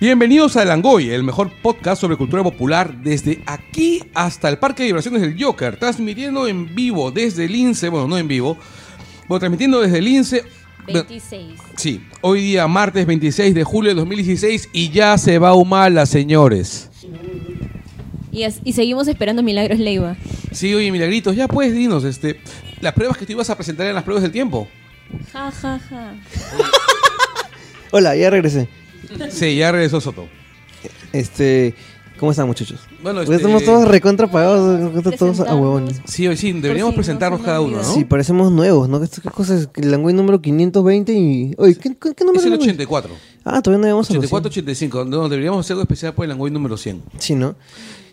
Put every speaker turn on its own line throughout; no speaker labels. Bienvenidos a Langoy, el mejor podcast sobre cultura popular desde aquí hasta el Parque de Vibraciones del Joker, transmitiendo en vivo desde el INSE, bueno, no en vivo, bueno, transmitiendo desde el INSE. bueno,
26.
Sí, hoy día martes 26 de julio de 2016 y ya se va Humala, señores.
Y, as- y seguimos esperando Milagros Leiva.
Sí, oye, Milagritos, ya pues dinos, este, las pruebas que tú ibas a presentar en las pruebas del tiempo.
Ja, ja, ja.
Hola, ya regresé.
Sí, ya regresó Soto.
Este, ¿cómo están muchachos?
Bueno,
Porque
este-
estamos todos recontrapagados, recontra todos a
Presentarnos.
huevones.
Sí, hoy sí, deberíamos
Por si no
presentarnos
se me
cada uno, ¿no?
olvida.
Sí, parecemos nuevos, ¿no? ¿Qué, qué cosa es? El Langoy número 520 y... Oye, ¿qué, qué, qué número
Es el
Langoy?
84.
Ah, todavía no llegamos a los
84, 85. No, deberíamos hacer algo especial por el Langoy número 100.
100. Sí, ¿no?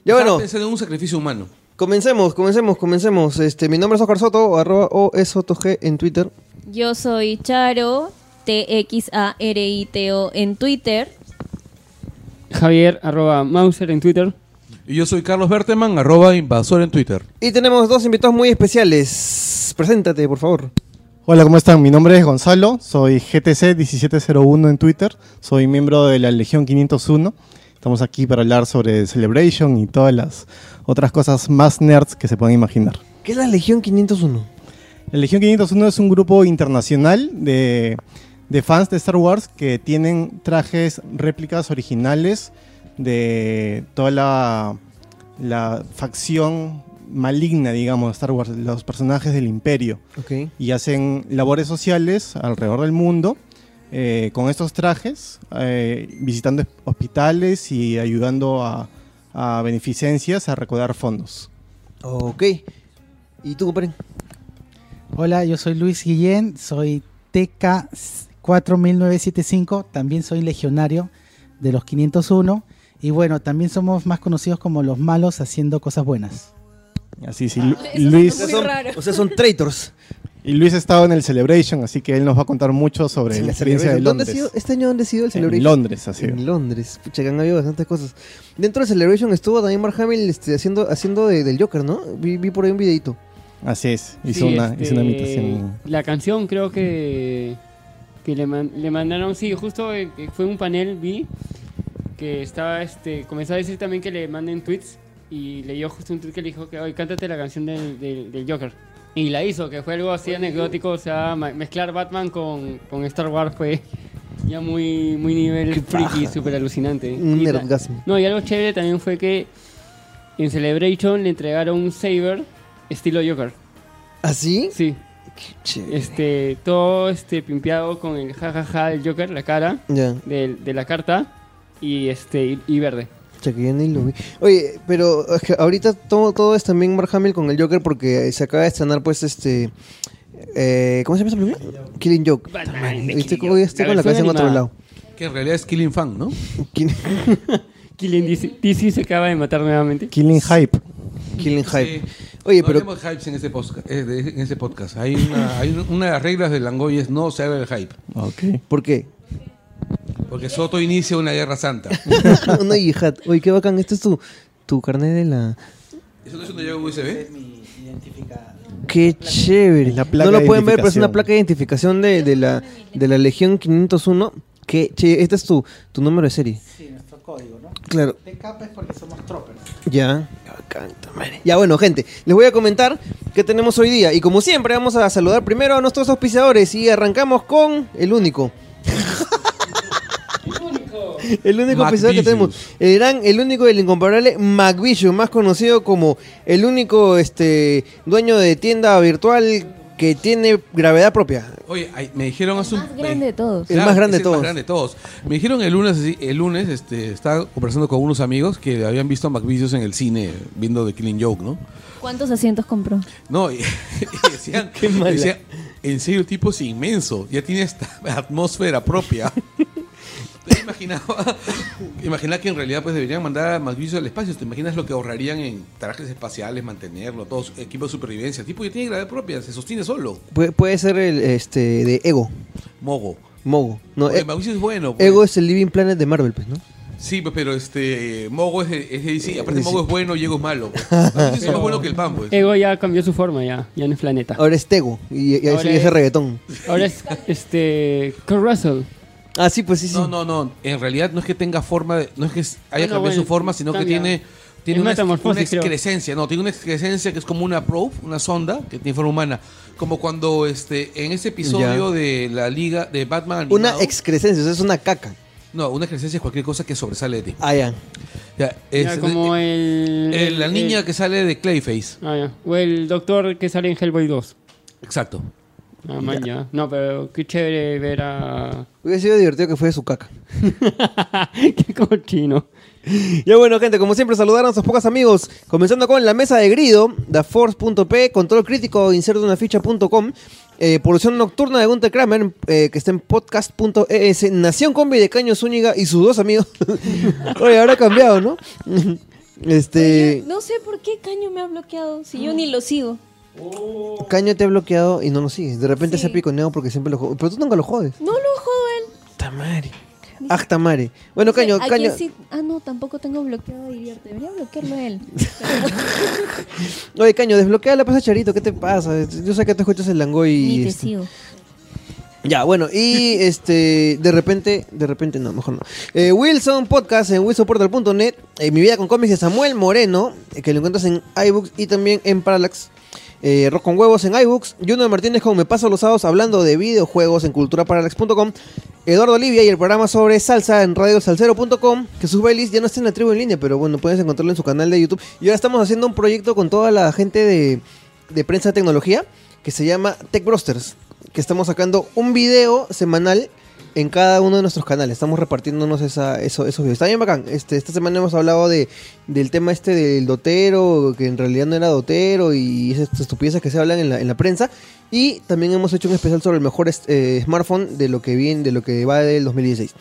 Ya bueno,
Pensando en un sacrificio humano.
comencemos, comencemos, comencemos. Este, mi nombre es Oscar Soto, arroba OSOTOG en Twitter.
Yo soy Charo, T-X-A-R-I-T-O en Twitter.
Javier, arroba Mauser en Twitter.
Y yo soy Carlos Berteman, arroba invasor en Twitter.
Y tenemos dos invitados muy especiales. Preséntate, por favor.
Hola, ¿cómo están? Mi nombre es Gonzalo, soy GTC1701 en Twitter, soy miembro de la Legión 501. Estamos aquí para hablar sobre Celebration y todas las otras cosas más nerds que se puedan imaginar.
¿Qué es la Legión 501?
La Legión 501 es un grupo internacional de, de fans de Star Wars que tienen trajes, réplicas originales de toda la, la facción maligna, digamos, de Star Wars, los personajes del imperio
Ok.
y hacen labores sociales alrededor del mundo eh, con estos trajes, eh, visitando hospitales y ayudando a, a beneficencias a recaudar fondos.
Ok. ¿Y tú, compadre?
Hola, yo soy Luis Guillén, soy TK4975, también soy legionario de los 501 y bueno, también somos más conocidos como los malos haciendo cosas buenas.
Así sí, Lu-
eso es
Luis,
Muy
son,
raro.
o sea, son traitors.
y Luis ha estado en el Celebration, así que él nos va a contar mucho sobre
Sí,
la
la
experiencia de
Celebration. ¿Dónde ha
Londres.
sido- ¿Este año dónde ha sido el
en
Celebration?
Londres, así.
En Londres. Pucha, que han habido bastantes cosas. Dentro del Celebration estuvo también Mark Hamill este, haciendo, haciendo de- del Joker, ¿no? Vi, vi por ahí un videito.
Así es, hizo,
Sí,
una,
este,
hizo una imitación.
La canción creo que, que le, man- le mandaron, sí, justo eh, que fue un panel, vi, que estaba, este, comenzó a decir también que le manden tweets y leyó justo un tweet que le dijo que, oye, cántate la canción del, del- del Joker. Y la hizo, que fue algo así anecdótico, o sea, ma- mezclar Batman con, con Star Wars fue ya muy, muy nivel freaky, súper alucinante.
Un
Y la-
nerdgasmo.
no, y algo chévere también fue que en Celebration le entregaron un saber estilo Joker.
¿Así?
Sí,
Che.
este, todo este pimpeado con el jajaja del Joker, la cara
Ya,
del- de, la carta y este y, y verde.
pucha, que ya ni lo vi. Oye, pero es que ahorita todo, todo es también Mark Hamill con el Joker porque se acaba de estrenar, pues, este. eh, ¿Cómo se llama esa película? Killing Joke.
Batman,
Estoy,
Killing
hoy
Joke.
estoy
La
con la cabeza
versión
en otro
animada.
lado.
Que en realidad es Killing Fan, ¿no?
Killing,
Killing DC, DC se acaba de matar nuevamente.
Killing Hype.
Killing Hype.
Sí.
Oye,
no
pero
hablemos de hypes en este, posca- eh, de- en este podcast. Hay una, hay un- una de las reglas del Langoy es no se habla del hype.
Ok.
¿por qué?
Porque Soto inicia una guerra santa.
Una yihad. Oye, qué bacán. Este es tu, tu carnet de la.
¿Eso no es un déjà vu USB?
Qué chévere.
La placa
no lo
de
pueden ver, pero es una
identificación.
placa de identificación de, de la, de la Legión 501. Qué chévere. Este es tu, tu número de serie.
Sí, nuestro código, ¿no?
Claro.
De capa es porque somos troppers.
Ya. Ya, bueno, gente, les voy a comentar qué tenemos hoy día. Y como siempre, vamos a saludar primero a nuestros auspiciadores y arrancamos con el único. El único auspiciador que tenemos.
McVicious.
El gran, el único del incomparable McVicious, más conocido como el único este dueño de tienda virtual que tiene gravedad propia.
Oye, ay, me dijeron hace un...
Más grande de todos.
El más grande
es
de todos.
más grande de todos. Me dijeron el lunes, así, el lunes, este, estaba conversando con unos amigos que habían visto a McVicious en el cine, viendo The Killing Joke, ¿no?
¿Cuántos asientos compró?
No, y, y decían, decían, en serio, el tipo es inmenso, ya tiene esta atmósfera propia. Entonces, imaginaba, imaginaba que en realidad pues deberían mandar a McVicious al espacio. ¿Te imaginas lo que ahorrarían en trajes espaciales, mantenerlo, todo su equipo de supervivencia? El tipo ya tiene gravedad propia, se sostiene solo.
Pu- puede ser el este de Ego,
Mogo.
Mogo. No,
Oye,
e-
Mauricio es bueno. pues.
Ego es el Living Planet de Marvel, pues, ¿no?
Sí, pues, pero este Mogo es de, es de DC. Aparte,
DC.
Mogo es bueno y Ego es malo. pues. Mauricio es más bueno que el pan, pues.
Ego ya cambió su forma ya, ya no es planeta.
Ahora es Tego y, y
Ahora
ese, y ese
es-
reggaetón.
Ahora es este Kurt Russell.
Ah, sí, pues sí, sí.
No, no, no. En realidad no es que tenga forma, de- no es que s- haya
Bueno,
cambiado
bueno,
su forma, sino que
cambia.
tiene, tiene
Es
una, ex- una
metamorfosis, creo.
excrescencia. No, tiene una excrescencia que es como una probe, una sonda que tiene forma humana. Como cuando este en ese episodio de la liga de Batman.
Una
animado-
excrescencia, o sea, es una caca.
No, una excrescencia es cualquier cosa que sobresale de ti.
Ah, ya.
Ya,
Ya,
es-
como
eh,
el,
eh, la
el-
niña que sale de Clayface.
Ah, ya. O el doctor que sale en Hellboy 2.
Exacto.
Ah, man, ya. No, pero qué chévere ver a.
Hubiera sido divertido que fuera su caca.
qué cochino.
Ya bueno, gente, como siempre, saludar a nuestros pocos amigos. Comenzando con la mesa de grido, daforce.p, control crítico, inserto una ficha.com, eh, producción nocturna de Gunter Kramer, eh, que está en podcast.es, Nación Combi de Caño Zúñiga y sus dos amigos. Oye, habrá cambiado, ¿no? este.
No sé por qué Caño me ha bloqueado, si yo ni lo sigo.
Caño te ha bloqueado y no lo sigues. De repente
Sí.
se ha piconeado porque siempre lo jodes. Pero tú nunca lo jodes.
No lo jodo a él.
Tamari. Ah, Tamari. Bueno,
Dice,
Caño,
¿a
Caño.
quién sí? Ah, no, tampoco tengo bloqueado a Divierte. Debería bloquearlo a él.
Oye, Caño, desbloquea la pasa Charito. ¿Qué te pasa? Yo sé que tú escuchas el langoy y.
Ni te
este,
sigo.
Ya, bueno, y este, de repente, de repente no, mejor no. Eh, Wilson Podcast en wilsonportal.net, eh, Mi Vida con Cómics de Samuel Moreno, eh, que lo encuentras en iBooks y también en Parallax. Eh, Rock con Huevos en iBooks, Juno Martínez con Me Paso los Sábados hablando de videojuegos en culturaparallax.com, Eduardo Olivia y el programa sobre salsa en radiosalcero.com, que sus bailes ya no está en la tribu en línea, pero bueno, puedes encontrarlo en su canal de YouTube. Y ahora estamos haciendo un proyecto con toda la gente de, de prensa de tecnología que se llama Tech Brosters, que estamos sacando un video semanal en cada uno de nuestros canales. Estamos repartiéndonos esa, eso, esos videos. Está bien bacán. Este, esta semana hemos hablado de, del tema este del dotero, que en realidad no era dotero, y esas estupideces que se hablan en la, en la prensa. Y también hemos hecho un especial sobre el mejor est- eh, smartphone de lo que viene, de lo que va del 2016.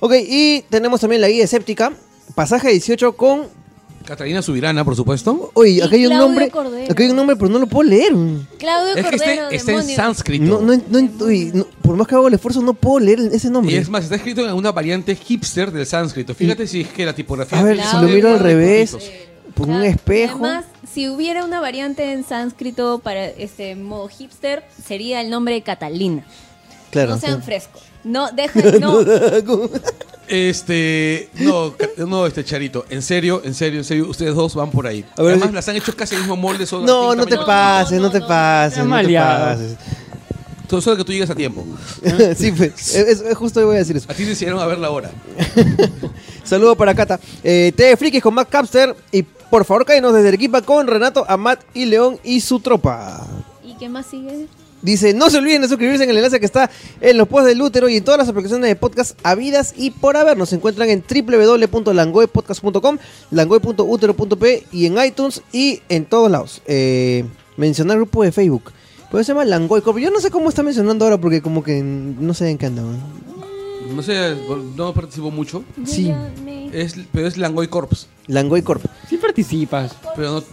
Ok, y tenemos también la guía escéptica. Pasaje 18 con...
Catalina Subirana, por supuesto.
Oye,
Y
acá hay un
Claudio
nombre...
Cordero.
Acá hay un nombre, pero no lo puedo leer.
Es
Claudio
que
Cordero,
este- está en
demonio.
sánscrito.
No, no, no, uy, no, por más que hago el esfuerzo, no puedo leer ese nombre.
Y es más, está escrito en una variante hipster del sánscrito. Fíjate si es que la tipografía.
A ver,
tiene
si
Claudio
lo miro al
varios
revés,
puntitos.
por un
Claro.
espejo.
Además, si hubiera una variante en sánscrito para este modo hipster, sería el nombre de Catalina.
Claro.
no sean
sí.
frescos. No, deja, no.
Este, no, ca- no, este Charito, en serio, en serio, en serio, ustedes dos van por ahí.
A ver,
Además,
si-
las han hecho casi el mismo molde, solo
No,
aquí
no te
también-
pases, no,
no,
te
no,
pases,
no,
no te
maleado.
pases.
Solo- Solo que tú llegas a tiempo.
sí, pues, es, es justo voy a decir eso.
A ti te hicieron a ver la hora.
Saludo para Cata. Eh, TV Frikis con Matt Capster y por favor cállanos desde Arequipa con Renato, Amat y León y su tropa.
¿Y qué más sigue?
Dice, no se olviden de suscribirse en el enlace que está en los posts del útero y en todas las aplicaciones de podcast habidas y por haber. Nos encuentran en www.langoypodcast.com, langoy.utero.p y en iTunes y en todos lados. Eh, mencionar grupo de Facebook. Pero se llama Langoy Corp. Yo no sé cómo está mencionando ahora porque como que no sé en qué anda. ¿no?
No sé, no participo mucho.
Yo
Sí.
ya me-
Es, pero es Langoy Corps.
Langoy Corp.
Sí participas.
Pero no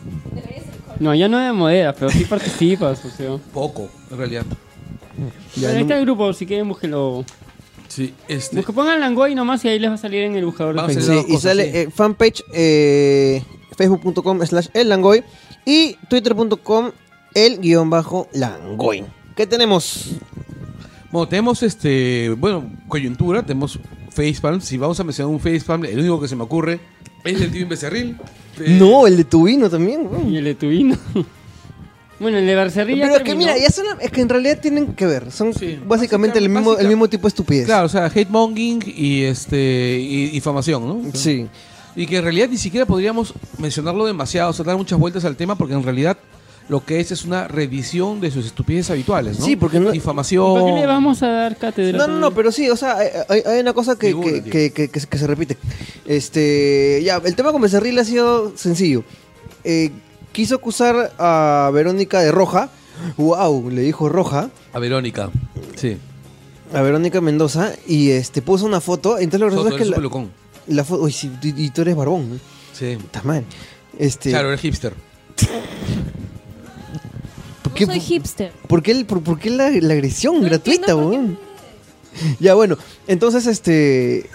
No, ya no de modera, pero sí participas, o sea.
poco, en realidad.
Ya,
Pero ahí
no-
está el grupo, si quieren búsquenlo.
Sí, este.
Busquen, pongan Langoy nomás y ahí les va a salir en el buscador de
Vamos a
Facebook.
hacer-
Sí,
dos
y
cosas,
sale
sí.
eh, fanpage eh, facebook.com slash el langoy y twitter.com el guión bajo langoy. ¿Qué tenemos?
Bueno, tenemos este, bueno, coyuntura, tenemos facepalm. Si vamos a mencionar un facepalm, el único que se me ocurre es el tío Imbecerril. Eh,
No, el de tu vino también. weón.
Y el de tu vino. bueno, el de Barcerrilla.
Pero es que
terminó.
mira, ya son, es que en realidad tienen que ver. Son
Sí,
básicamente el
básica-
mismo, el
básica.
mismo tipo de estupidez.
Claro, o sea, hate monging y este y difamación, ¿no?
Sí.
Y que en realidad ni siquiera podríamos mencionarlo demasiado, o sea, dar muchas vueltas al tema, porque en realidad lo que es es una reedición de sus estupideces habituales, ¿no?
Sí, porque no-
Difamación.
¿Para qué le vamos a dar cátedra?
No, no, no, pero sí, o sea, hay, hay- hay una cosa que,
Ninguna,
que-
tío.
que- que- que se- que se repite. Este, ya, el tema con Becerril ha sido sencillo. Eh, quiso acusar a Verónica de roja. Wow, le dijo roja.
A Verónica. Sí.
a Verónica Mendoza y este puso una foto. Entonces lo gracioso
Soto,
es que
eres un
la,
pelucón.
la foto. Uy, sí, y, y tú eres barbón, ¿no?
Sí.
Puta madre. Este,
Claro, eres hipster.
¿por
No
qué,
soy hipster.
por qué el- por- por qué la, la agresión
No
gratuita,
entiendo por qué
weón? Ya bueno, entonces este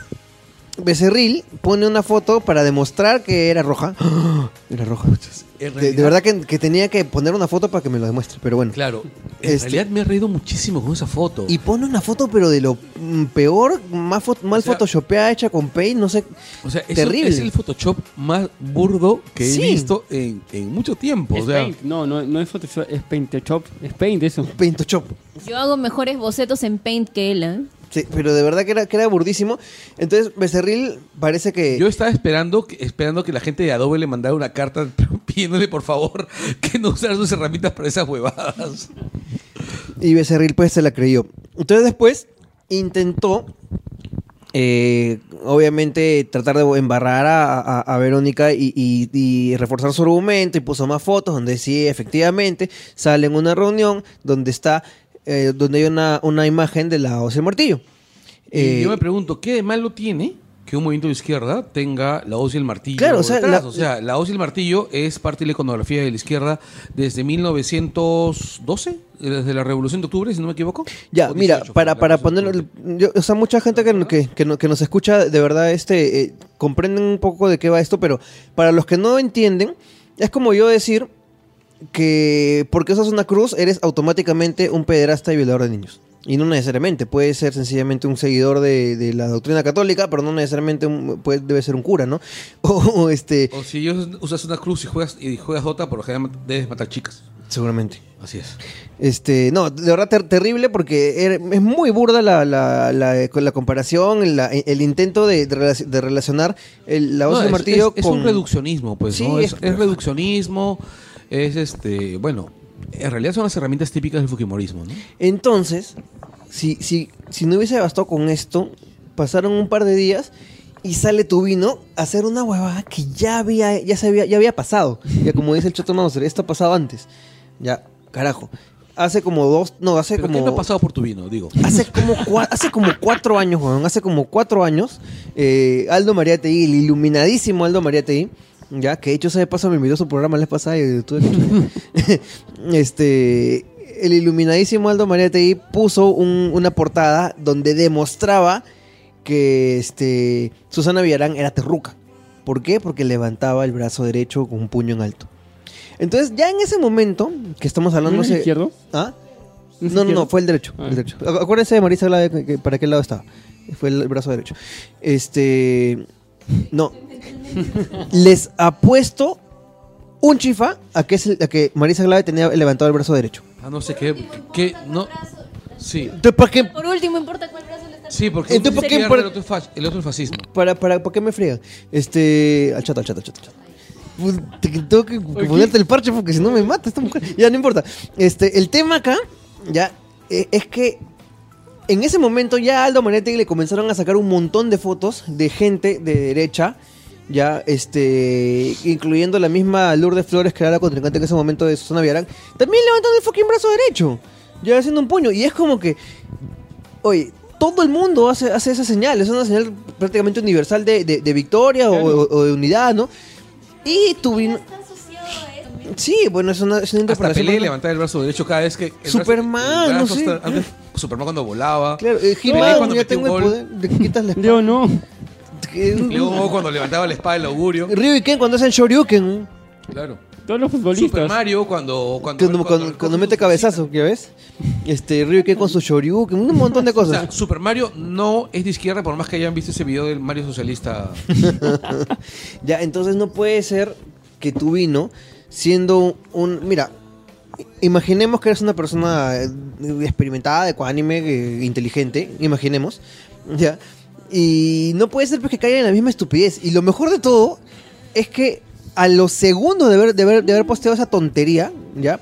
Becerril pone una foto para demostrar que era roja. Era roja.
En
De- De,
realidad-
verdad que, que tenía que poner una foto para que me lo demuestre, pero bueno.
Claro, en
Este-
realidad me he reído muchísimo con esa foto.
Y pone una foto, pero de lo mm, peor, más fo- mal
O sea-
photoshopeada, hecha con paint, no sé.
o sea, eso
terrible.
es el Photoshop más burdo que he
Sí.
visto en, en mucho tiempo.
Es
o sea,
paint. No, no, no es Photoshop, es Paintshop. Es Paint eso.
Paintshop.
Yo hago mejores bocetos en Paint que él, ¿eh?
Sí, pero de verdad que era, que era burdísimo. Entonces, Becerril parece que.
yo estaba esperando que, esperando que la gente de Adobe le mandara una carta pidiéndole por favor que no usara sus herramientas para esas huevadas.
Y Becerril pues se la creyó. Entonces después intentó, eh, obviamente, tratar de embarrar a, a- a Verónica y, y- y reforzar su argumento y puso más fotos donde sí, efectivamente, sale en una reunión donde está, eh, donde hay una, una imagen de la Ose Martillo. Eh,
y yo me pregunto, ¿qué de malo tiene que un movimiento de izquierda tenga la hoz y el martillo?
Claro, o sea,
detrás?
la-
O sea, la hoz y el martillo es parte de la iconografía de la izquierda desde 1912, desde la Revolución de Octubre, si no me equivoco.
Ya,
O
mira,
18,
para,
la
para
Revolución de
ponerlo,
Octubre.
yo- o sea, mucha gente que, que, que no- que nos escucha, de verdad, este, eh, comprenden un poco de qué va esto, pero para los que no entienden, es como yo decir que porque usas una cruz, eres automáticamente un pederasta y violador de niños. Y no necesariamente, puede ser sencillamente un seguidor de, de la doctrina católica, pero no necesariamente un- puede, debe ser un cura, ¿no? O, este,
O si ellos usas una cruz y juegas y juegas Dota, por lo general debes matar chicas.
seguramente.
Así es.
Este, no, de verdad ter- terrible porque er- es muy burda la, la, la- con la comparación, la- el intento de, de relac- de relacionar el- la voz
No,
del
es,
martillo
es- es
con...
un reduccionismo, pues,
Sí,
¿no? Es,
es-
es reduccionismo, es este, bueno, en realidad son las herramientas típicas del fujimorismo, ¿no?
Entonces, si, si, si no hubiese bastado con esto, pasaron un par de días y sale tu vino a hacer una huevada que ya había, ya se había, ya había pasado. Ya como dice el Choto Mauser, esto ha pasado antes. Ya, carajo. Hace como dos, no, hace
Pero
como...
¿qué no ha pasado por tu vino? Digo.
Hace como, cua- hace como cuatro años, weón, hace como cuatro años, eh, Aldo Mariategui, el iluminadísimo Aldo Mariategui, ya, que de hecho se de paso me invitó a su programa la vez pasada y tuve que- este, el iluminadísimo Aldo Mariategui puso un- una portada donde demostraba que este, Susana Villarán era terruca. ¿Por qué? Porque levantaba el brazo derecho con un puño en alto. Entonces, ya en ese momento, que estamos
¿No
hablando...
es
hace-
izquierdo?
¿Ah?
¿No es
No, no,
izquierdo?
no, fue el derecho.
Ah.
el derecho. Acu- Acuérdense de Marisa Glave, que- que- para qué lado estaba. Fue el brazo derecho. Este. No. Les apuesto un chifa a que, es el- a que Marisa Glave tenía levantado el brazo derecho.
Ah, no sé qué, qué, no, sí.
Entonces, ¿para qué,
Por último, importa cuál brazo le está
Sí, porque
Entonces,
uno
¿por
es
qué
izquierda,
por-
el, otro es fas- el otro es fascismo.
para, para, ¿para qué me friegan? Este. Al chato, al chato, al chato. al chato. Puta, que Tengo que que ponerte el parche porque si no me mata esta mujer. Ya, no importa. Este, el tema acá, ya, eh, es que en ese momento ya a Aldo Manetti le comenzaron a sacar un montón de fotos de gente de derecha, ya, este, incluyendo la misma Lourdes Flores, que era la contrincante en ese momento de Susana Villarán, también levantando el fucking brazo derecho, ya haciendo un puño, y es como que, oye, todo el mundo hace, hace esa señal, es una señal prácticamente universal de, de- de victoria o-
Claro.
o, o de unidad, ¿no? Y tuvimos...
Está asociado a esto.
Sí, bueno, es una, es
Hasta
una interpretación.
Pelé levantar el brazo derecho cada vez que... el brazo-
Superman,
el
no
brazo
sé.
está- antes, Superman cuando volaba.
Claro, eh, He-Man,
Pelé cuando
ya
metió un
tengo el
gol.
poder, le quitas la
Yo no.
espada.
Luego cuando levantaba la espada del augurio.
Ryu y Ken cuando hacen Shoryuken.
Claro.
Todos los
Super
futbolistas.
Mario cuando... Cuando,
Cuando, cuando- cuando mete cabezazo, ¿ya ves? Este, Ryu y Ken con su Shoryuken, un montón de
O sea,
cosas.
Super Mario no es de izquierda por más que hayan visto ese video del Mario Socialista.
Ya, entonces no puede ser que tu vino siendo un. Mira, imaginemos que eres una persona eh, experimentada, de anime, inteligente, imaginemos. Ya. Y no puede ser pues, que caiga en la misma estupidez. Y lo mejor de todo es que a los segundos de haber, de haber, de haber posteado esa tontería, ¿ya?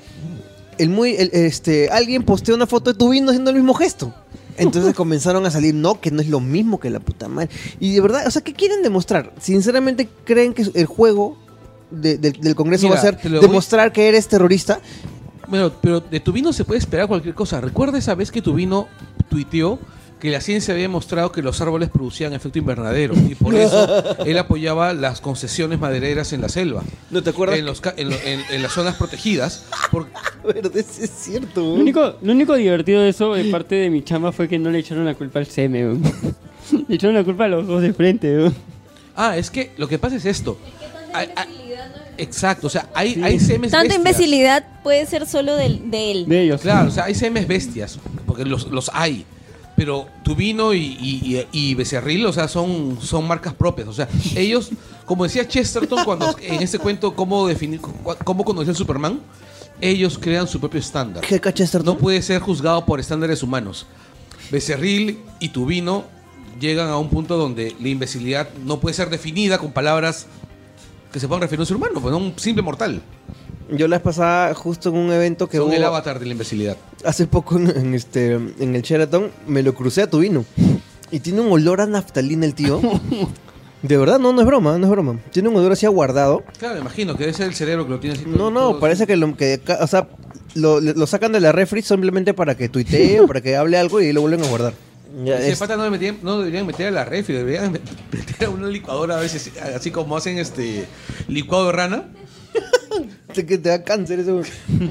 El muy, el- este, alguien posteó una foto de tu vino haciendo el mismo gesto. Entonces comenzaron a salir, no, que no es lo mismo que la puta madre. Y de verdad, o sea, ¿qué quieren demostrar? Sinceramente, ¿creen que el juego de- del- del Congreso
Mira,
va a
te
ser
lo voy-
demostrar que eres terrorista?
Bueno, pero de tu vino se puede esperar cualquier cosa. Recuerda esa vez que tu vino tuiteó que la ciencia había demostrado que los árboles producían efecto invernadero y por eso él apoyaba las concesiones madereras en la selva.
¿No te acuerdas?
En, los ca- en lo- en- en las zonas protegidas. por-
Verde, sí es cierto.
Lo único, lo único divertido de eso de parte de mi chamba fue que no le echaron la culpa al CM. weón. Le echaron la culpa a los dos de frente, weón.
Ah, es que lo que pasa es esto. Ay, ay, exacto, o sea, hay,
Sí.
hay semes
Tanta
bestias.
imbecilidad puede ser solo del- de, él.
De ellos.
Claro, o sea, hay semes bestias, porque los, los hay. Pero Tubino y, y, y- y Becerril, o sea, son, son marcas propias. O sea, ellos, como decía Chesterton cuando en ese cuento, cómo definir, cu- cómo conocer Superman, ellos crean su propio estándar.
¿Qué cacha es
No puede ser juzgado por estándares humanos. Becerril y Tubino llegan a un punto donde la imbecilidad no puede ser definida con palabras que se puedan referir a un ser humano, pues a un simple mortal.
Yo las pasaba justo en un evento que
Son el
hubo
avatar de la imbecilidad.
hace poco en, en este, en el Sheraton. Me lo crucé a tu vino. Y tiene un olor a naftalina el tío. De verdad, no, no es broma, no es broma. Tiene un olor así aguardado.
Claro, me imagino que debe ser el cerebro que lo tiene así.
No, no, parece que lo, que ca- o sea, lo, lo sacan de la refri simplemente para que tuitee o para que hable algo y ahí lo vuelven a guardar. Ya,
Ese
es-
pata no, le metían- no deberían meter a la refri, deberían met- meter a una licuadora a veces, así como hacen este licuado de rana.
Te- que te da cáncer eso.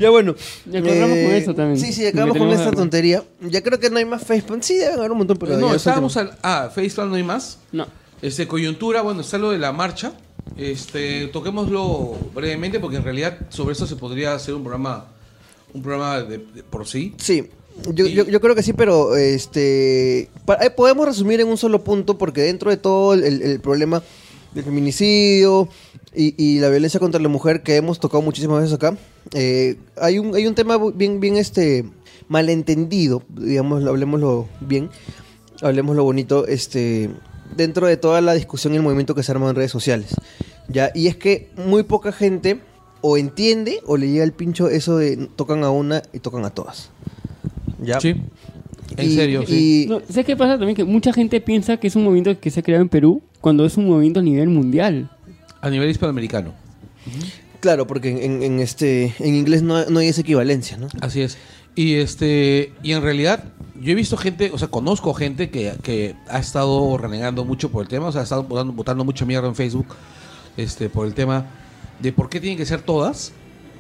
Ya bueno. eh,
Ya acabamos con eso también.
Sí, sí, acabamos
Porque
con
tenemos
esta
la-
tontería. Ya creo que no hay más Facebook. Sí, deben haber un montón,
Pues
pero.
Pues no,
ya es
estábamos
último.
al. Ah, Facebook no hay más.
No.
Este, coyuntura, bueno, está lo de la marcha. Este, toquémoslo brevemente porque en realidad sobre eso se podría hacer un programa, un programa de, de- por sí.
Sí. Yo,
Y-
yo, yo creo que sí, pero este pa- eh, podemos resumir en un solo punto porque dentro de todo el, el problema del feminicidio y, y la violencia contra la mujer que hemos tocado muchísimas veces acá, eh, hay, un, hay un tema bu- bien, bien este malentendido, digamos, hablemoslo bien, hablemoslo bonito, este dentro de toda la discusión y el movimiento que se arma en redes sociales. ¿ya? Y es que muy poca gente o entiende o le llega el pincho eso de tocan a una y tocan a todas. ¿ya?
En
Y-
serio,
y-
sí.
No, ¿Sabes qué pasa también? Que mucha gente piensa que es un movimiento que se ha creado en Perú cuando es un movimiento a nivel mundial.
A nivel hispanoamericano.
Claro, porque en, en- en este en inglés no, no hay esa equivalencia, ¿no?
Así es. Y este, y en realidad, yo he visto gente, o sea, conozco gente que, que ha estado renegando mucho por el tema, o sea, ha estado botando, botando mucha mierda en Facebook, este, por el tema de por qué tienen que ser todas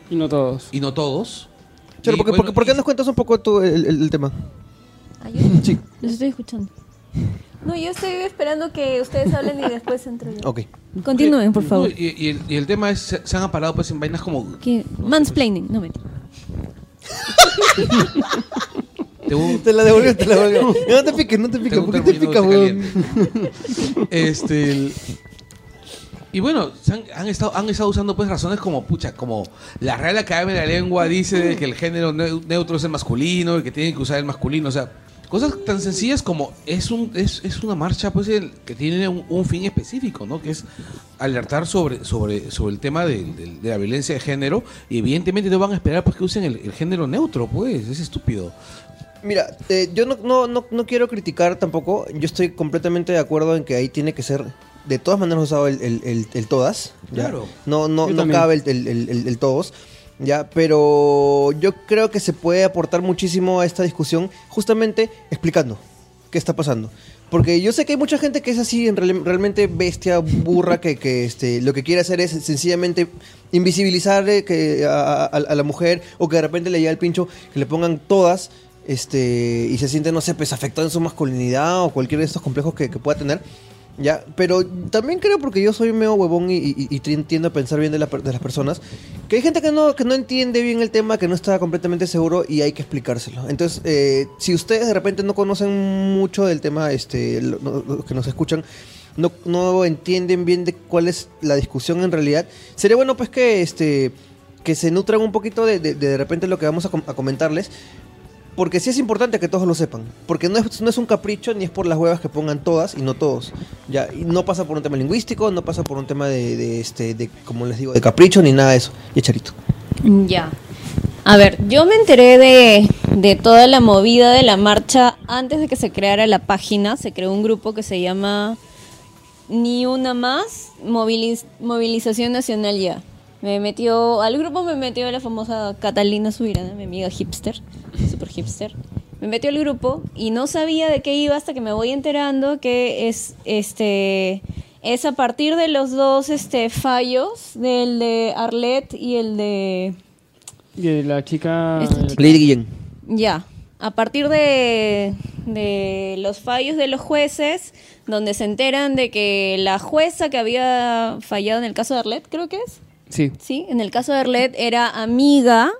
Y no todos.
y no todos.
Cholo,
Y,
¿por qué-
bueno,
por qué- por qué
y-
nos cuentas un poco tú el, el- el tema?
Ay, yo los estoy escuchando. No, yo estoy esperando que ustedes hablen y después entro yo.
Ok.
Continúen, por favor.
No, y, y el, y el tema es, se, se han aparado pues en vainas como...
Que- Mansplaining, no mentira.
Tengo un-
Te la devolvió, te la devolvió. No te piques, no te piques.
tengo un
¿Por qué te
término
picas,
que
weón?
se calienta. Este... el- y bueno, se han, han estado, han estado usando pues razones como, pucha, como la Real Academia de la Lengua dice de que el género neu- neutro es el masculino y que tienen que usar el masculino, o sea, cosas tan sencillas como es un es, es una marcha pues el- que tiene un, un fin específico, ¿no? Que es alertar sobre sobre sobre el tema del- del- de, la violencia de género y evidentemente no van a esperar pues que usen el, el género neutro, pues, es estúpido.
Mira, eh, yo no, no, no, no quiero criticar tampoco. Yo estoy completamente de acuerdo en que ahí tiene que ser de todas maneras usado el, el- el- el todas. ¿ya?
Claro.
No, no,
Yo
no
también.
cabe el, el- el- el- el todos. Ya, pero yo creo que se puede aportar muchísimo a esta discusión justamente explicando qué está pasando. Porque yo sé que hay mucha gente que es así, en real- realmente bestia, burra, que, que este, lo que quiere hacer es sencillamente invisibilizar eh, que a, a- a la mujer o que de repente le llega el pincho, que le pongan todas este, y se siente, no sé, pues afectado en su masculinidad o cualquier de estos complejos que, que pueda tener. Ya, pero también creo, porque yo soy medio huevón y, y, y tri- tiendo a pensar bien de, la per- de las personas, que hay gente que no, que no entiende bien el tema, que no está completamente seguro y hay que explicárselo. Entonces, eh, si ustedes de repente no conocen mucho del tema, este, lo- no- los que nos escuchan, no, no entienden bien de cuál es la discusión en realidad, sería bueno pues que, este, que se nutran un poquito de de, de repente lo que vamos a com- a comentarles, porque sí es importante que todos lo sepan. Porque no es, no es un capricho ni es por las huevas que pongan todas y no todos. Ya, y no pasa por un tema lingüístico, no pasa por un tema de, de, este, de, como les digo, de capricho ni nada de eso. Y charito.
Ya. A ver, yo me enteré de, de toda la movida de la marcha antes de que se creara la página. Se creó un grupo que se llama Ni Una Más, Moviliz- Movilización Nacional Ya. Me metió, al grupo me metió la famosa Catalina Subirana, mi amiga hipster, super hipster. Me metió al grupo y no sabía de qué iba hasta que me voy enterando que es este es a partir de los dos este fallos del de Arlet y el de
Y de la chica...
Esta
Lady Guillén.
ya. a partir de, de los fallos de los jueces, donde se enteran de que la jueza que había fallado en el caso de Arlet, creo que es,
Sí.
Sí, en el caso de Arlet era amiga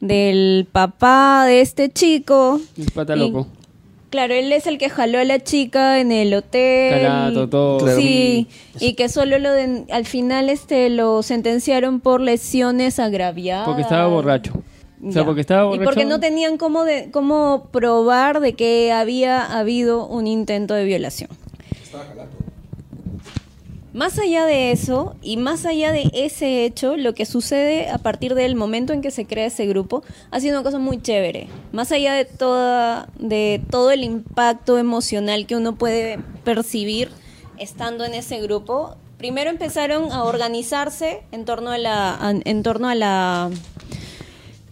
del papá de este chico.
El pata
Y-
loco.
Claro, él es el que jaló a la chica en el hotel.
Calato, todo. Claro.
Sí, y que solo lo den- al final este lo sentenciaron por lesiones agraviadas.
Porque estaba borracho. O sea,
Ah. Ya.
porque estaba borracho.
Y porque no tenían cómo, de, cómo probar de que había habido un intento de violación. Más allá de eso y más allá de ese hecho, lo que sucede a partir del momento en que se crea ese grupo ha sido una cosa muy chévere. Más allá de, toda, de todo el impacto emocional que uno puede percibir estando en ese grupo, primero empezaron a organizarse en torno a la, a- en torno a la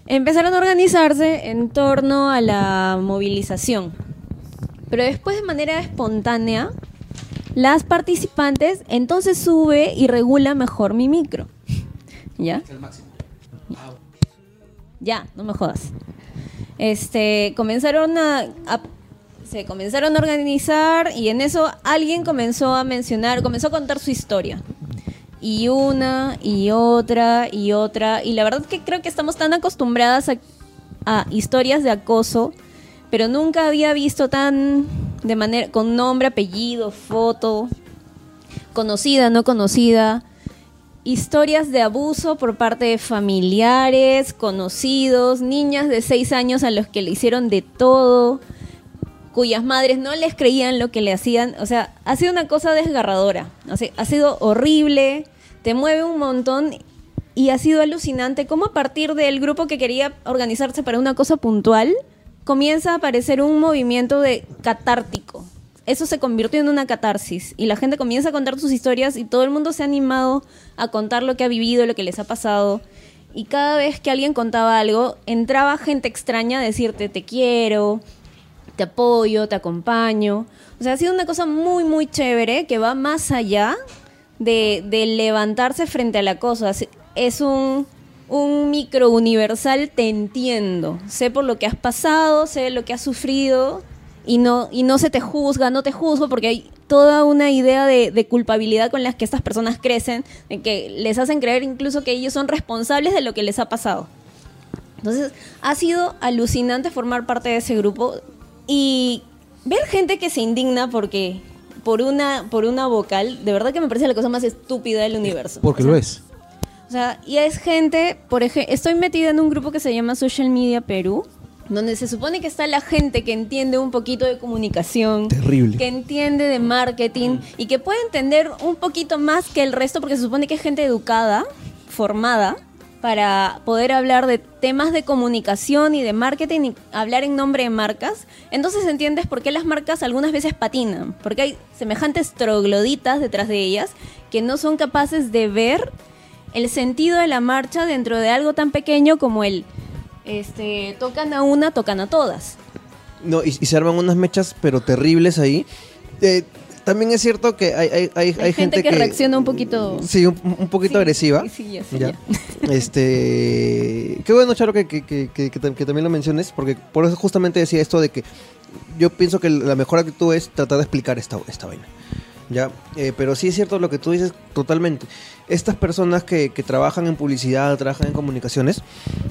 empezaron a organizarse en torno a la movilización. Pero después de manera espontánea, las participantes entonces sube y regula mejor mi micro. ¿Ya? Ya, no me jodas. Este, comenzaron a, a- se comenzaron a organizar y en eso alguien comenzó a mencionar, comenzó a contar su historia. Y una, y otra, y otra. Y la verdad que creo que estamos tan acostumbradas a, a historias de acoso, pero nunca había visto tan de manera, con nombre, apellido, foto, conocida, no conocida historias de abuso por parte de familiares, conocidos, niñas de 6 años a los que le hicieron de todo, cuyas madres no les creían lo que le hacían. O sea, ha sido una cosa desgarradora. O sea, ha sido horrible, te mueve un montón y ha sido alucinante cómo a partir del grupo que quería organizarse para una cosa puntual, comienza a aparecer un movimiento de catártico. Eso se convirtió en una catarsis y la gente comienza a contar sus historias y todo el mundo se ha animado a contar lo que ha vivido, lo que les ha pasado. Y cada vez que alguien contaba algo, entraba gente extraña a decirte te quiero, te apoyo, te acompaño. O sea, ha sido una cosa muy, muy chévere que va más allá de, de levantarse frente a la cosa. Es un, un micro universal, te entiendo. Sé por lo que has pasado, sé lo que has sufrido y no, y no se te juzga, no te juzgo porque hay toda una idea de, de culpabilidad con las que estas personas crecen, de que les hacen creer incluso que ellos son responsables de lo que les ha pasado. Entonces, ha sido alucinante formar parte de ese grupo y ver gente que se indigna porque por una por una vocal, de verdad que me parece la cosa más estúpida del universo.
Porque
O sea,
lo es.
o sea, y es gente, por ejemplo, estoy metida en un grupo que se llama Social Media Perú, donde se supone que está la gente que entiende un poquito de comunicación,
Terrible.
que entiende de marketing y que puede entender un poquito más que el resto porque se supone que es gente educada, formada para poder hablar de temas de comunicación y de marketing y hablar en nombre de marcas, entonces entiendes por qué las marcas algunas veces patinan, porque hay semejantes trogloditas detrás de ellas que no son capaces de ver el sentido de la marcha dentro de algo tan pequeño como el este, tocan a una, tocan a todas.
No, y, y se arman unas mechas, pero terribles ahí. Eh, también es cierto que hay, hay, hay,
Hay gente que reacciona un poquito-
Sí, un, un poquito
Sí,
agresiva.
sí, ya sé,
Ya. Este. Qué bueno, Charo, que, que- que- que- que tam- que también lo menciones, porque por eso justamente decía esto de que yo pienso que la mejor actitud es tratar de explicar esta, esta vaina. Ya, eh, pero sí es cierto lo que tú dices totalmente. Estas personas que, que trabajan en publicidad, trabajan en comunicaciones,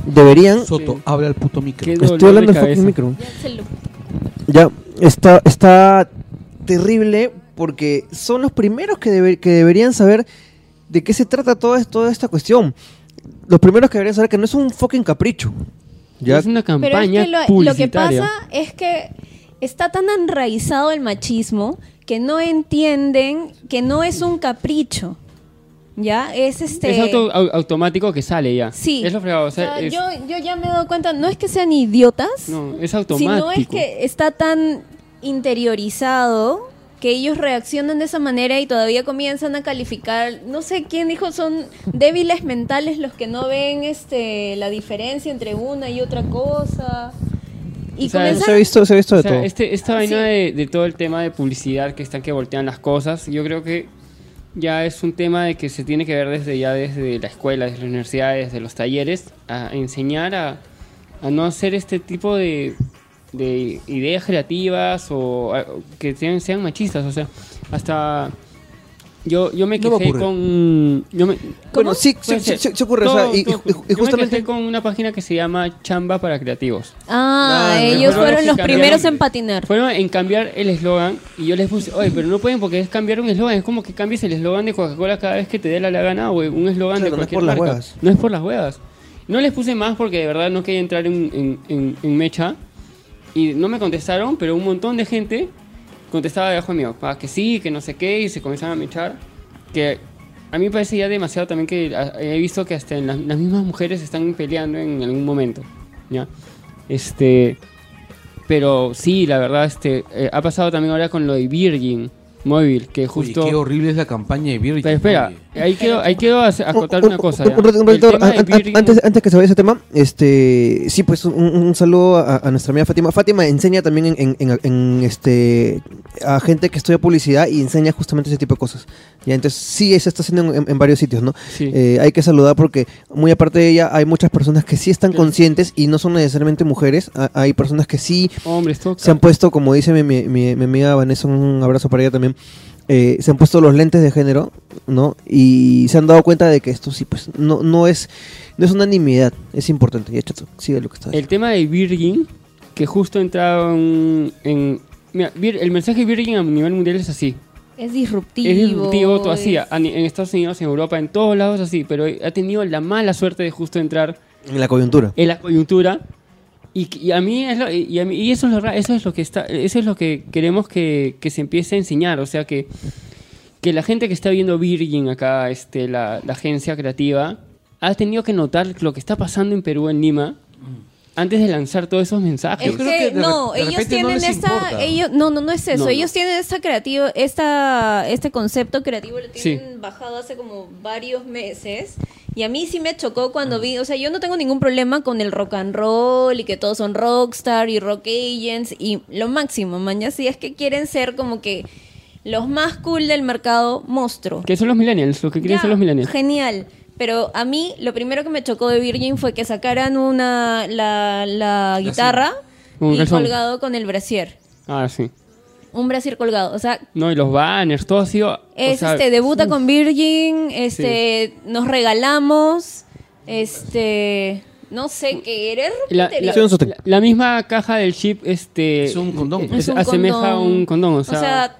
deberían.
Soto,
Sí.
habla el puto micro.
Qué dolor
Estoy hablando
de
del
cabeza.
fucking micro.
Ya se lo-
Ya, está, está terrible porque son los primeros que, debe- que deberían saber de qué se trata toda, toda esta cuestión. Los primeros que deberían saber que no es un fucking capricho. Ya,
Es una
Pero es
campaña
que lo, lo que
publicitaria.
pasa es que está tan enraizado el machismo que no entienden que no es un capricho. ¿Ya? Es este.
Es auto- au- automático que sale ya.
Sí.
Es lo fregado. O
O
sea,
sea,
es,
yo, yo ya me he dado cuenta, no es que sean idiotas,
no, es
Si
automático.
no es que está tan interiorizado que ellos reaccionan de esa manera y todavía comienzan a calificar, no sé quién dijo, son débiles mentales los que no ven este la diferencia entre una y otra cosa. Y
O sea,
comienzan-
se ha visto, se ha visto de
O sea,
todo.
este- esta
Sí.
vaina de, de todo el tema de publicidad que están que voltean las cosas, yo creo que ya es un tema de que se tiene que ver desde ya desde la escuela, desde las universidades, desde los talleres, a enseñar a, a no hacer este tipo de de ideas creativas o ah, que sean, sean machistas. O sea, hasta yo, yo me
No me
quejé
ocurre.
con... Yo me,
Bueno, sí,
Puede
sí, sí,
ser.
sí ocurre. o sea,
Todo,
y,
todo.
y- y
Yo me
justamente.
quejé con una página que se llama Chamba para Creativos.
Ah,
Ah,
ellos
mejor
fueron
sí
los
cambiaron.
primeros en patinar.
Fueron en cambiar el eslogan y yo les puse, oye, pero no pueden porque es cambiar un eslogan. Es como que cambies el eslogan de Coca-Cola cada vez que te dé la, la gana o un eslogan de
Claro, no es
cualquier
por las
marca.
huevas.
No es por las huevas. No les puse más porque de verdad no quería entrar en, en- en- en mecha y no me contestaron, pero un montón de gente contestaba debajo mío, ah, que sí, que no sé qué, y se comenzaban a mechar. Que a mí me parece ya demasiado también que ah, he visto que hasta en las- las mismas mujeres están peleando en algún momento. ¿ya? Este, pero sí, la verdad, este, eh, ha pasado también ahora con lo de Virgin Móvil, que justo...
Oye, qué horrible es la campaña de Virgin.
pero espera,
oye.
ahí quiero, ahí quiero hace- acotar
Un-
una cosa.
un-
ya.
un ratito, un
El
ratito,
tema
an-
de
an-
Virgin-
antes, antes que se vaya ese tema, este, sí, pues un, un saludo a, a nuestra amiga Fátima. Fátima enseña también en, en- en- en, este, a gente que estudia publicidad y enseña justamente ese tipo de cosas. Ya, entonces sí, se está haciendo en, en varios sitios, ¿no?
sí.
Eh, hay que saludar porque muy aparte de ella hay muchas personas que sí están
Claro.
conscientes y no son necesariamente mujeres. A- hay personas que sí
Hombre, esto...
se han puesto, como dice mi, mi- mi- mi amiga Vanessa, un abrazo para ella también, eh, se han puesto los lentes de género, ¿no? Y se han dado cuenta de que esto sí, pues, no, no es no es unanimidad, es importante. Ya, chato, sigue lo que está
El tema de Virgin, que justo entraba en... en- mira, Vir- el mensaje de Virgin a nivel mundial es así.
Es disruptivo.
Es disruptivo, todo así.
es-
a ni- En Estados Unidos, en Europa, en todos lados así. Pero ha tenido la mala suerte de justo entrar
En la coyuntura.
en la coyuntura. Y, y a mí es lo- y a mí- y eso es lo ra- eso es lo que está eso es lo que queremos que, que se empiece a enseñar, o sea que que la gente que está viendo Virgin acá, este la, la agencia creativa ha tenido que notar lo que está pasando en Perú en Lima antes de lanzar todos esos mensajes.
Es
Yo creo
que,
que de
no,
re- de
ellos
repente no
tienen
les
esa,
importa.
ellos, no, no, no es eso.
No, no.
ellos tienen esa creativo, esta, este concepto creativo lo tienen
Sí.
bajado hace como varios meses. Y a mí sí me chocó cuando vi, o sea, yo no tengo ningún problema con el rock and roll y que todos son rockstar y rock agents y lo máximo, mañana si es que quieren ser como que los más cool del mercado monstruo.
Que son los millennials, lo que quieren
Ya,
son los millennials.
Genial. Pero a mí lo primero que me chocó de Virgin fue que sacaran una la, la guitarra
Un
y
calzón.
colgado con el brasier.
Ah, sí.
Un brasier colgado. O sea,
No, y los banners, todo ha sido o
es
sea,
este, debuta con Virgin, este, nos regalamos, este, no sé qué eres,
la, la-
rompinterios.
la- la misma caja del chip este
Es un condón.
eh,
Es
un
asemeja a un condón, o
o sea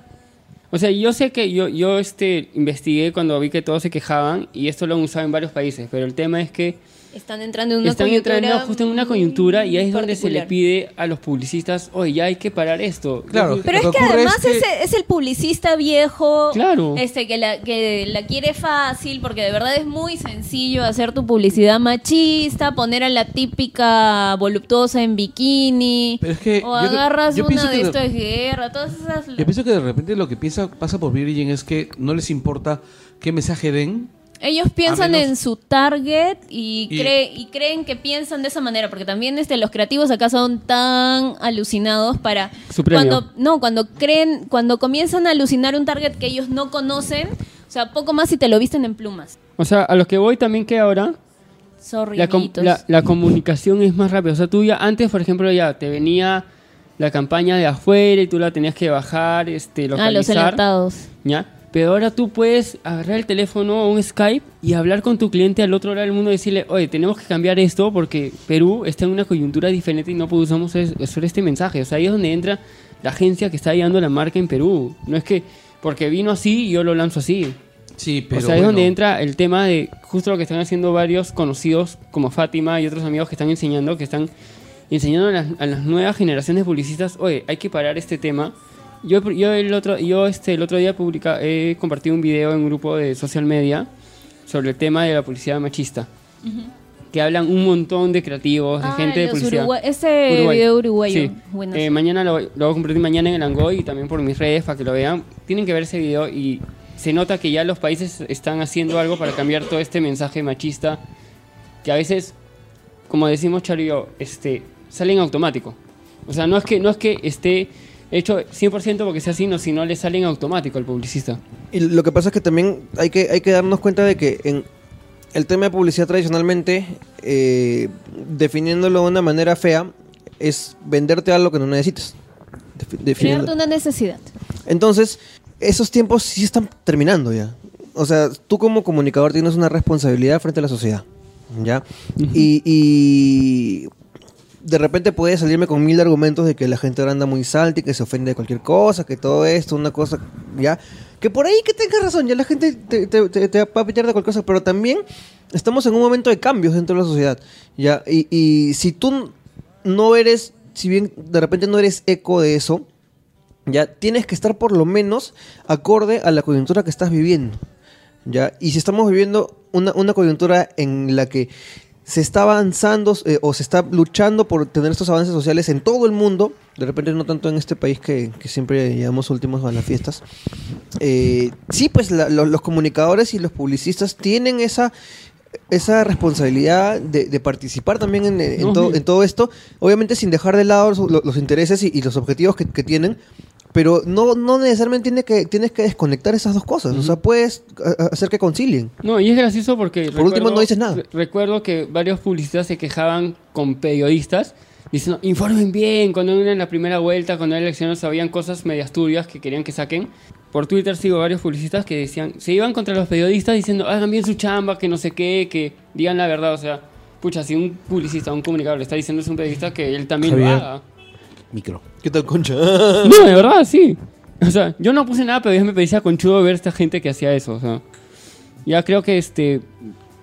O sea, yo sé que yo, yo este, investigué cuando vi que todos se quejaban y esto lo han usado en varios países, pero el tema es que
están entrando en una
están
coyuntura.
entrando justo en una coyuntura y ahí es
muy
donde se le
particular.
pide a los publicistas, oye, ya hay que parar esto.
Claro.
Pero
Lo
es que
que ocurre es
además es,
que-
es el publicista viejo,
Claro.
este que la, que la quiere fácil, porque de verdad es muy sencillo hacer tu publicidad machista, poner a la típica voluptuosa en bikini,
Pero es que
o
yo creo-
agarras
yo
una
pienso
de
que-
esto de guerra, todas esas...
Yo pienso que de repente lo que piensa, pasa por Virgin es que no les importa qué mensaje den.
Ellos piensan
menos-
en su target y,
Y-
cre- y creen que piensan de esa manera, porque también este, los creativos acá son tan alucinados para
Su premio.
cuando no cuando creen cuando comienzan a alucinar un target que ellos no conocen, o sea poco más si te lo visten en plumas.
O sea, a los que voy también que ahora
Sorry,
la, com-
amiguitos. Ah,
la- la comunicación es más rápida. O sea, tú ya antes, por ejemplo, ya te venía la campaña de afuera y tú la tenías que bajar, este, localizar.
ah, los enlatados.
¿ya? Pero ahora tú puedes agarrar el teléfono o un Skype y hablar con tu cliente al otro lado del mundo y decirle, oye, tenemos que cambiar esto porque Perú está en una coyuntura diferente y no podemos es- hacer este mensaje. O sea, ahí es donde entra la agencia que está llevando la marca en Perú. No es que porque vino así, yo lo lanzo así.
Sí, pero.
o sea, ahí es
bueno,
donde entra el tema de justo lo que están haciendo varios conocidos como Fátima y otros amigos que están enseñando, que están enseñando a las, a las nuevas generaciones de publicistas, oye, hay que parar este tema. Yo, yo, el, otro, yo este, el otro día publica, he compartido un video en un grupo de social media sobre el tema de la publicidad machista, que hablan un montón de creativos, de
Ah,
gente de
los
publicidad.
Uruguay- ese video uruguayo.
Sí.
Buenas.
Eh, mañana lo, lo voy a compartir mañana en el Angoy y también por mis redes para que lo vean. Tienen que ver ese video y se nota que ya los países están haciendo algo para cambiar todo este mensaje machista que a veces, como decimos Charo y yo, este, sale en automático. O sea, no es que, no es que esté hecho 100% porque sea así, no, sino le sale en automático al publicista.
Y lo que pasa es que también hay que, hay que darnos cuenta de que en el tema de publicidad tradicionalmente, eh, definiéndolo de una manera fea, es venderte algo que no necesitas. Defi- definiendo.
Crearte una necesidad.
Entonces, esos tiempos sí están terminando ya. O sea, tú como comunicador tienes una responsabilidad frente a la sociedad. ¿Ya? Y, y de repente puede salirme con mil argumentos de que la gente ahora anda muy salta y que se ofende de cualquier cosa, que todo esto, una cosa, ¿ya? Que por ahí que tengas razón, ya la gente te, te- te- te va a pitear de cualquier cosa, pero también estamos en un momento de cambios dentro de la sociedad, ¿ya? Y, y si tú no eres, si bien de repente no eres eco de eso, ¿ya? Tienes que estar por lo menos acorde a la coyuntura que estás viviendo, ¿ya? Y si estamos viviendo una, una coyuntura en la que se está avanzando eh, o se está luchando por tener estos avances sociales en todo el mundo, de repente no tanto en este país que, que siempre llegamos últimos a las fiestas, eh, sí, pues la- lo- los comunicadores y los publicistas tienen esa esa responsabilidad de, de participar también en, en
Ujú.
todo, en todo esto, obviamente sin dejar de lado los, los intereses y, y los objetivos que, que tienen, pero no, no necesariamente tiene que, tienes que desconectar esas dos cosas, o sea, puedes a- a- hacer que concilien.
No, y es gracioso porque... Por
último, no dices nada.
Recuerdo que varios publicistas se quejaban con periodistas diciendo, informen bien, cuando era en la primera vuelta, cuando era elecciones, habían cosas medias turbias que querían que saquen. Por Twitter sigo varios publicistas que decían, se iban contra los periodistas diciendo, hagan bien su chamba, que no sé qué, que digan la verdad, o sea... Pucha, si un publicista, un comunicador le está diciendo es un periodista que él también lo
Javier.
haga.
Micro.
¿Qué tal, concha?
No, de verdad, sí. O sea, yo no puse nada, pero ya me parecía conchudo ver esta gente que hacía eso. O sea, ya creo que este.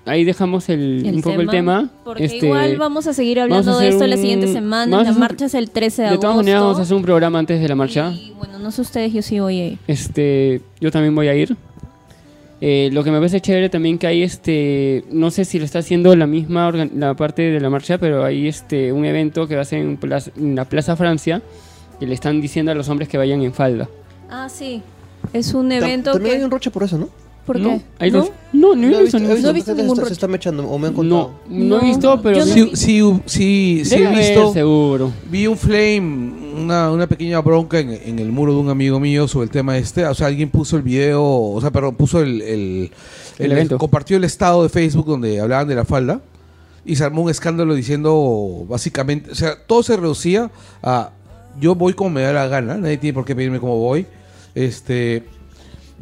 Ahí dejamos el, un poco el tema.
Porque
Este,
igual vamos a seguir hablando
vamos a
de
hacer
esto la
un-
siguiente semana.
vamos
La
a hacer-
marcha es el 13 de,
De
agosto.
todas maneras, vamos a hacer un programa antes de la marcha.
Y bueno, no sé ustedes, yo sí voy a ir.
Este, yo también voy a ir. Eh, lo que me parece chévere también que hay este, no sé si lo está haciendo la misma organ- la parte de la marcha, pero hay este un evento que va a ser en, plaza- en la Plaza Francia que le están diciendo a los hombres que vayan en falda.
Ah, sí. Es un evento
También
que...
hay un roche por eso, ¿no?
¿Por
¿No?
qué?
Ahí
¿No?
los- no, no, he visto,
he
no he visto.
he visto
gente
ningún
se está-
roche.
Se está mechando o me han contado.
No, no he
No,
visto, pero
yo no
sí,
vi.
Sí, sí, sí, sí
debe
he
haber,
visto.
seguro.
Vi un flame, una, una pequeña bronca en, en el muro de un amigo mío sobre el tema este. O sea, alguien puso el video, o sea, perdón, puso el, el,
El evento.
Compartió el estado de Facebook donde hablaban de la falda y se armó un escándalo diciendo básicamente, o sea, todo se reducía a yo voy como me da la gana, nadie tiene por qué pedirme como voy. Este,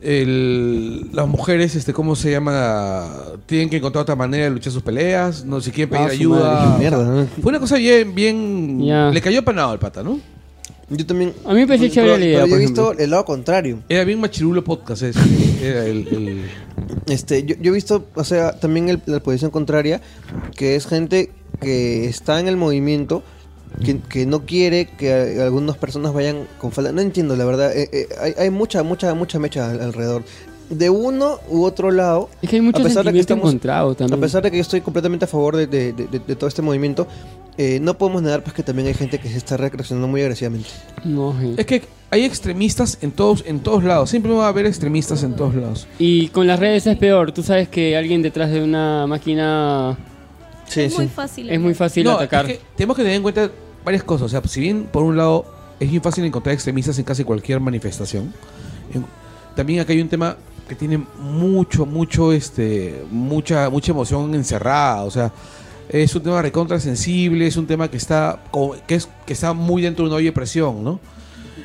el- las mujeres, este, ¿cómo se llama? Tienen que encontrar otra manera de luchar sus peleas, no si quieren pedir
Ah, su
ayuda.
madre,
Mierda, ¿no?
Fue una cosa bien, bien.
Ya.
Le cayó apanado al pata, ¿no?
Yo también.
A mí me pareció
Pero-
chévere la idea,
Pero yo
por
he visto el lado contrario.
Era bien machirulo podcast ese. Era el, el-
Este, yo, yo he visto, o sea, también el- la posición contraria, que es gente que está en el movimiento, que, que no quiere que a- algunas personas vayan con falda. No entiendo, la verdad. eh, eh, hay, hay mucha, mucha, mucha mecha al- alrededor. De uno u otro lado.
Es que hay muchos
a pesar de que
sentimientos
estamos-
encontrados también.
A pesar de que yo estoy completamente a favor de, de- de- de- de todo este movimiento, eh, no podemos negar pues, que también hay gente que se está reaccionando muy agresivamente.
No, sí.
Es que hay extremistas en todos, en todos lados. Siempre va a haber extremistas en todos lados.
Y con las redes es peor. Tú sabes que alguien detrás de una máquina
Sí,
es muy fácil.
es muy fácil
No,
atacar.
es que tenemos que tener en cuenta varias cosas. O sea, si bien por un lado es bien fácil encontrar extremistas en casi cualquier manifestación, en- también acá hay un tema que tiene mucho, mucho, este, mucha, mucha emoción encerrada. O sea, es un tema recontra sensible, es un tema que está, como- que es, que está muy dentro de un hoyo de presión, ¿no?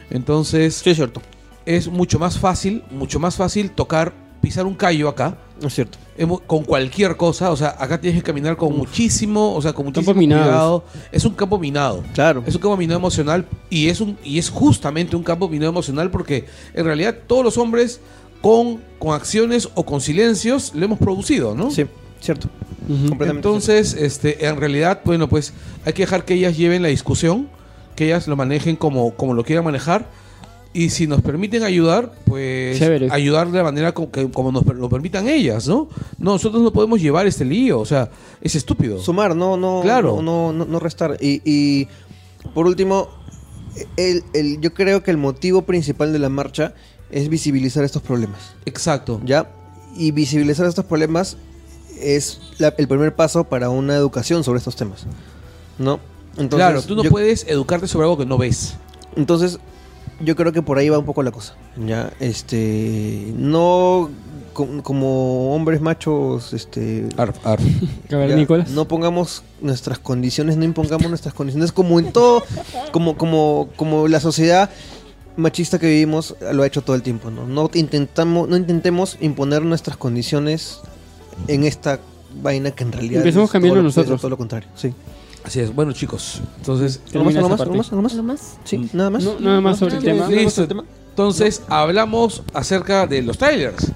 Entonces,
es cierto.
es mucho más fácil, mucho más fácil tocar, pisar un callo acá.
Es cierto.
Es mu- con cualquier cosa, o sea, acá tienes que caminar con muchísimo, o sea, con muchísimo
Campos minados.
cuidado. Es un campo minado.
Claro.
Es un campo minado emocional y es un y es justamente un campo minado emocional porque en realidad todos los hombres con, con acciones o con silencios lo hemos producido, ¿no?
Sí, cierto.
Ujú.
Completamente
Entonces, este, en realidad, bueno, pues hay que dejar que ellas lleven la discusión, que ellas lo manejen como, como lo quieran manejar. Y si nos permiten ayudar, pues
Chévere.
ayudar de la manera como, que, como nos per- lo permitan ellas, ¿no? No, Nosotros no podemos llevar este lío, o sea, es estúpido.
Sumar, no, no,
Claro.
no, no, no- no restar. Y, y, por último, el, el- yo creo que el motivo principal de la marcha es visibilizar estos problemas.
Exacto.
¿Ya? Y visibilizar estos problemas es la- el primer paso para una educación sobre estos temas. ¿No? Entonces,
claro, tú no
yo-
puedes educarte sobre algo que no ves.
Entonces, yo creo que por ahí va un poco la cosa. Ya, este, no com- como hombres machos, este,
Arf, arf.
Cavernícolas.
ya, no pongamos nuestras condiciones, no impongamos nuestras condiciones, como en todo, como, como, como la sociedad machista que vivimos lo ha hecho todo el tiempo, ¿no? No intentamos, no intentemos imponer nuestras condiciones en esta vaina que en realidad
Empecemos
es todo
cambiando
lo- es
nosotros.
todo lo contrario, sí.
Así es, bueno chicos, entonces,
¿Algo más,
Termina
algo más,
esa
algo más,
parte. Mm.
algo más?
¿Algo más?
Sí, nada más.
No, nada más sobre el tema.
listo. entonces hablamos acerca de los trailers.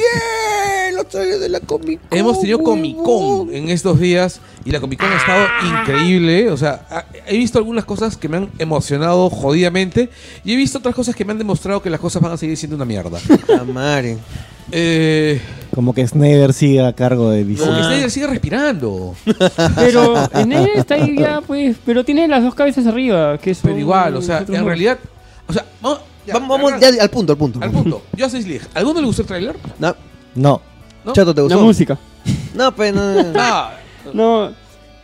¡Yeah! Los trailers de la Comic Con.
Hemos tenido
oh,
Comic Con en estos días y la Comic Con ha estado increíble. O sea, ha- he visto algunas cosas que me han emocionado jodidamente y he visto otras cosas que me han demostrado que las cosas van a seguir siendo una mierda.
La madre.
eh,
Como que Snyder sigue a cargo de
como
DC.
que Snyder sigue respirando.
Pero en él está ahí ya, pues. Pero tiene las dos cabezas arriba. Que son
Pero igual, o sea,
nosotros
en
no.
realidad. O sea, vamos, ya,
Vamos, vamos
arran-
ya al punto, al punto.
al punto. Yo soy League. ¿Alguno le gustó el trailer?
No,
No.
¿No?
Chato, ¿te
La
gustó?
música.
No, pero no, no.
Ah,
No,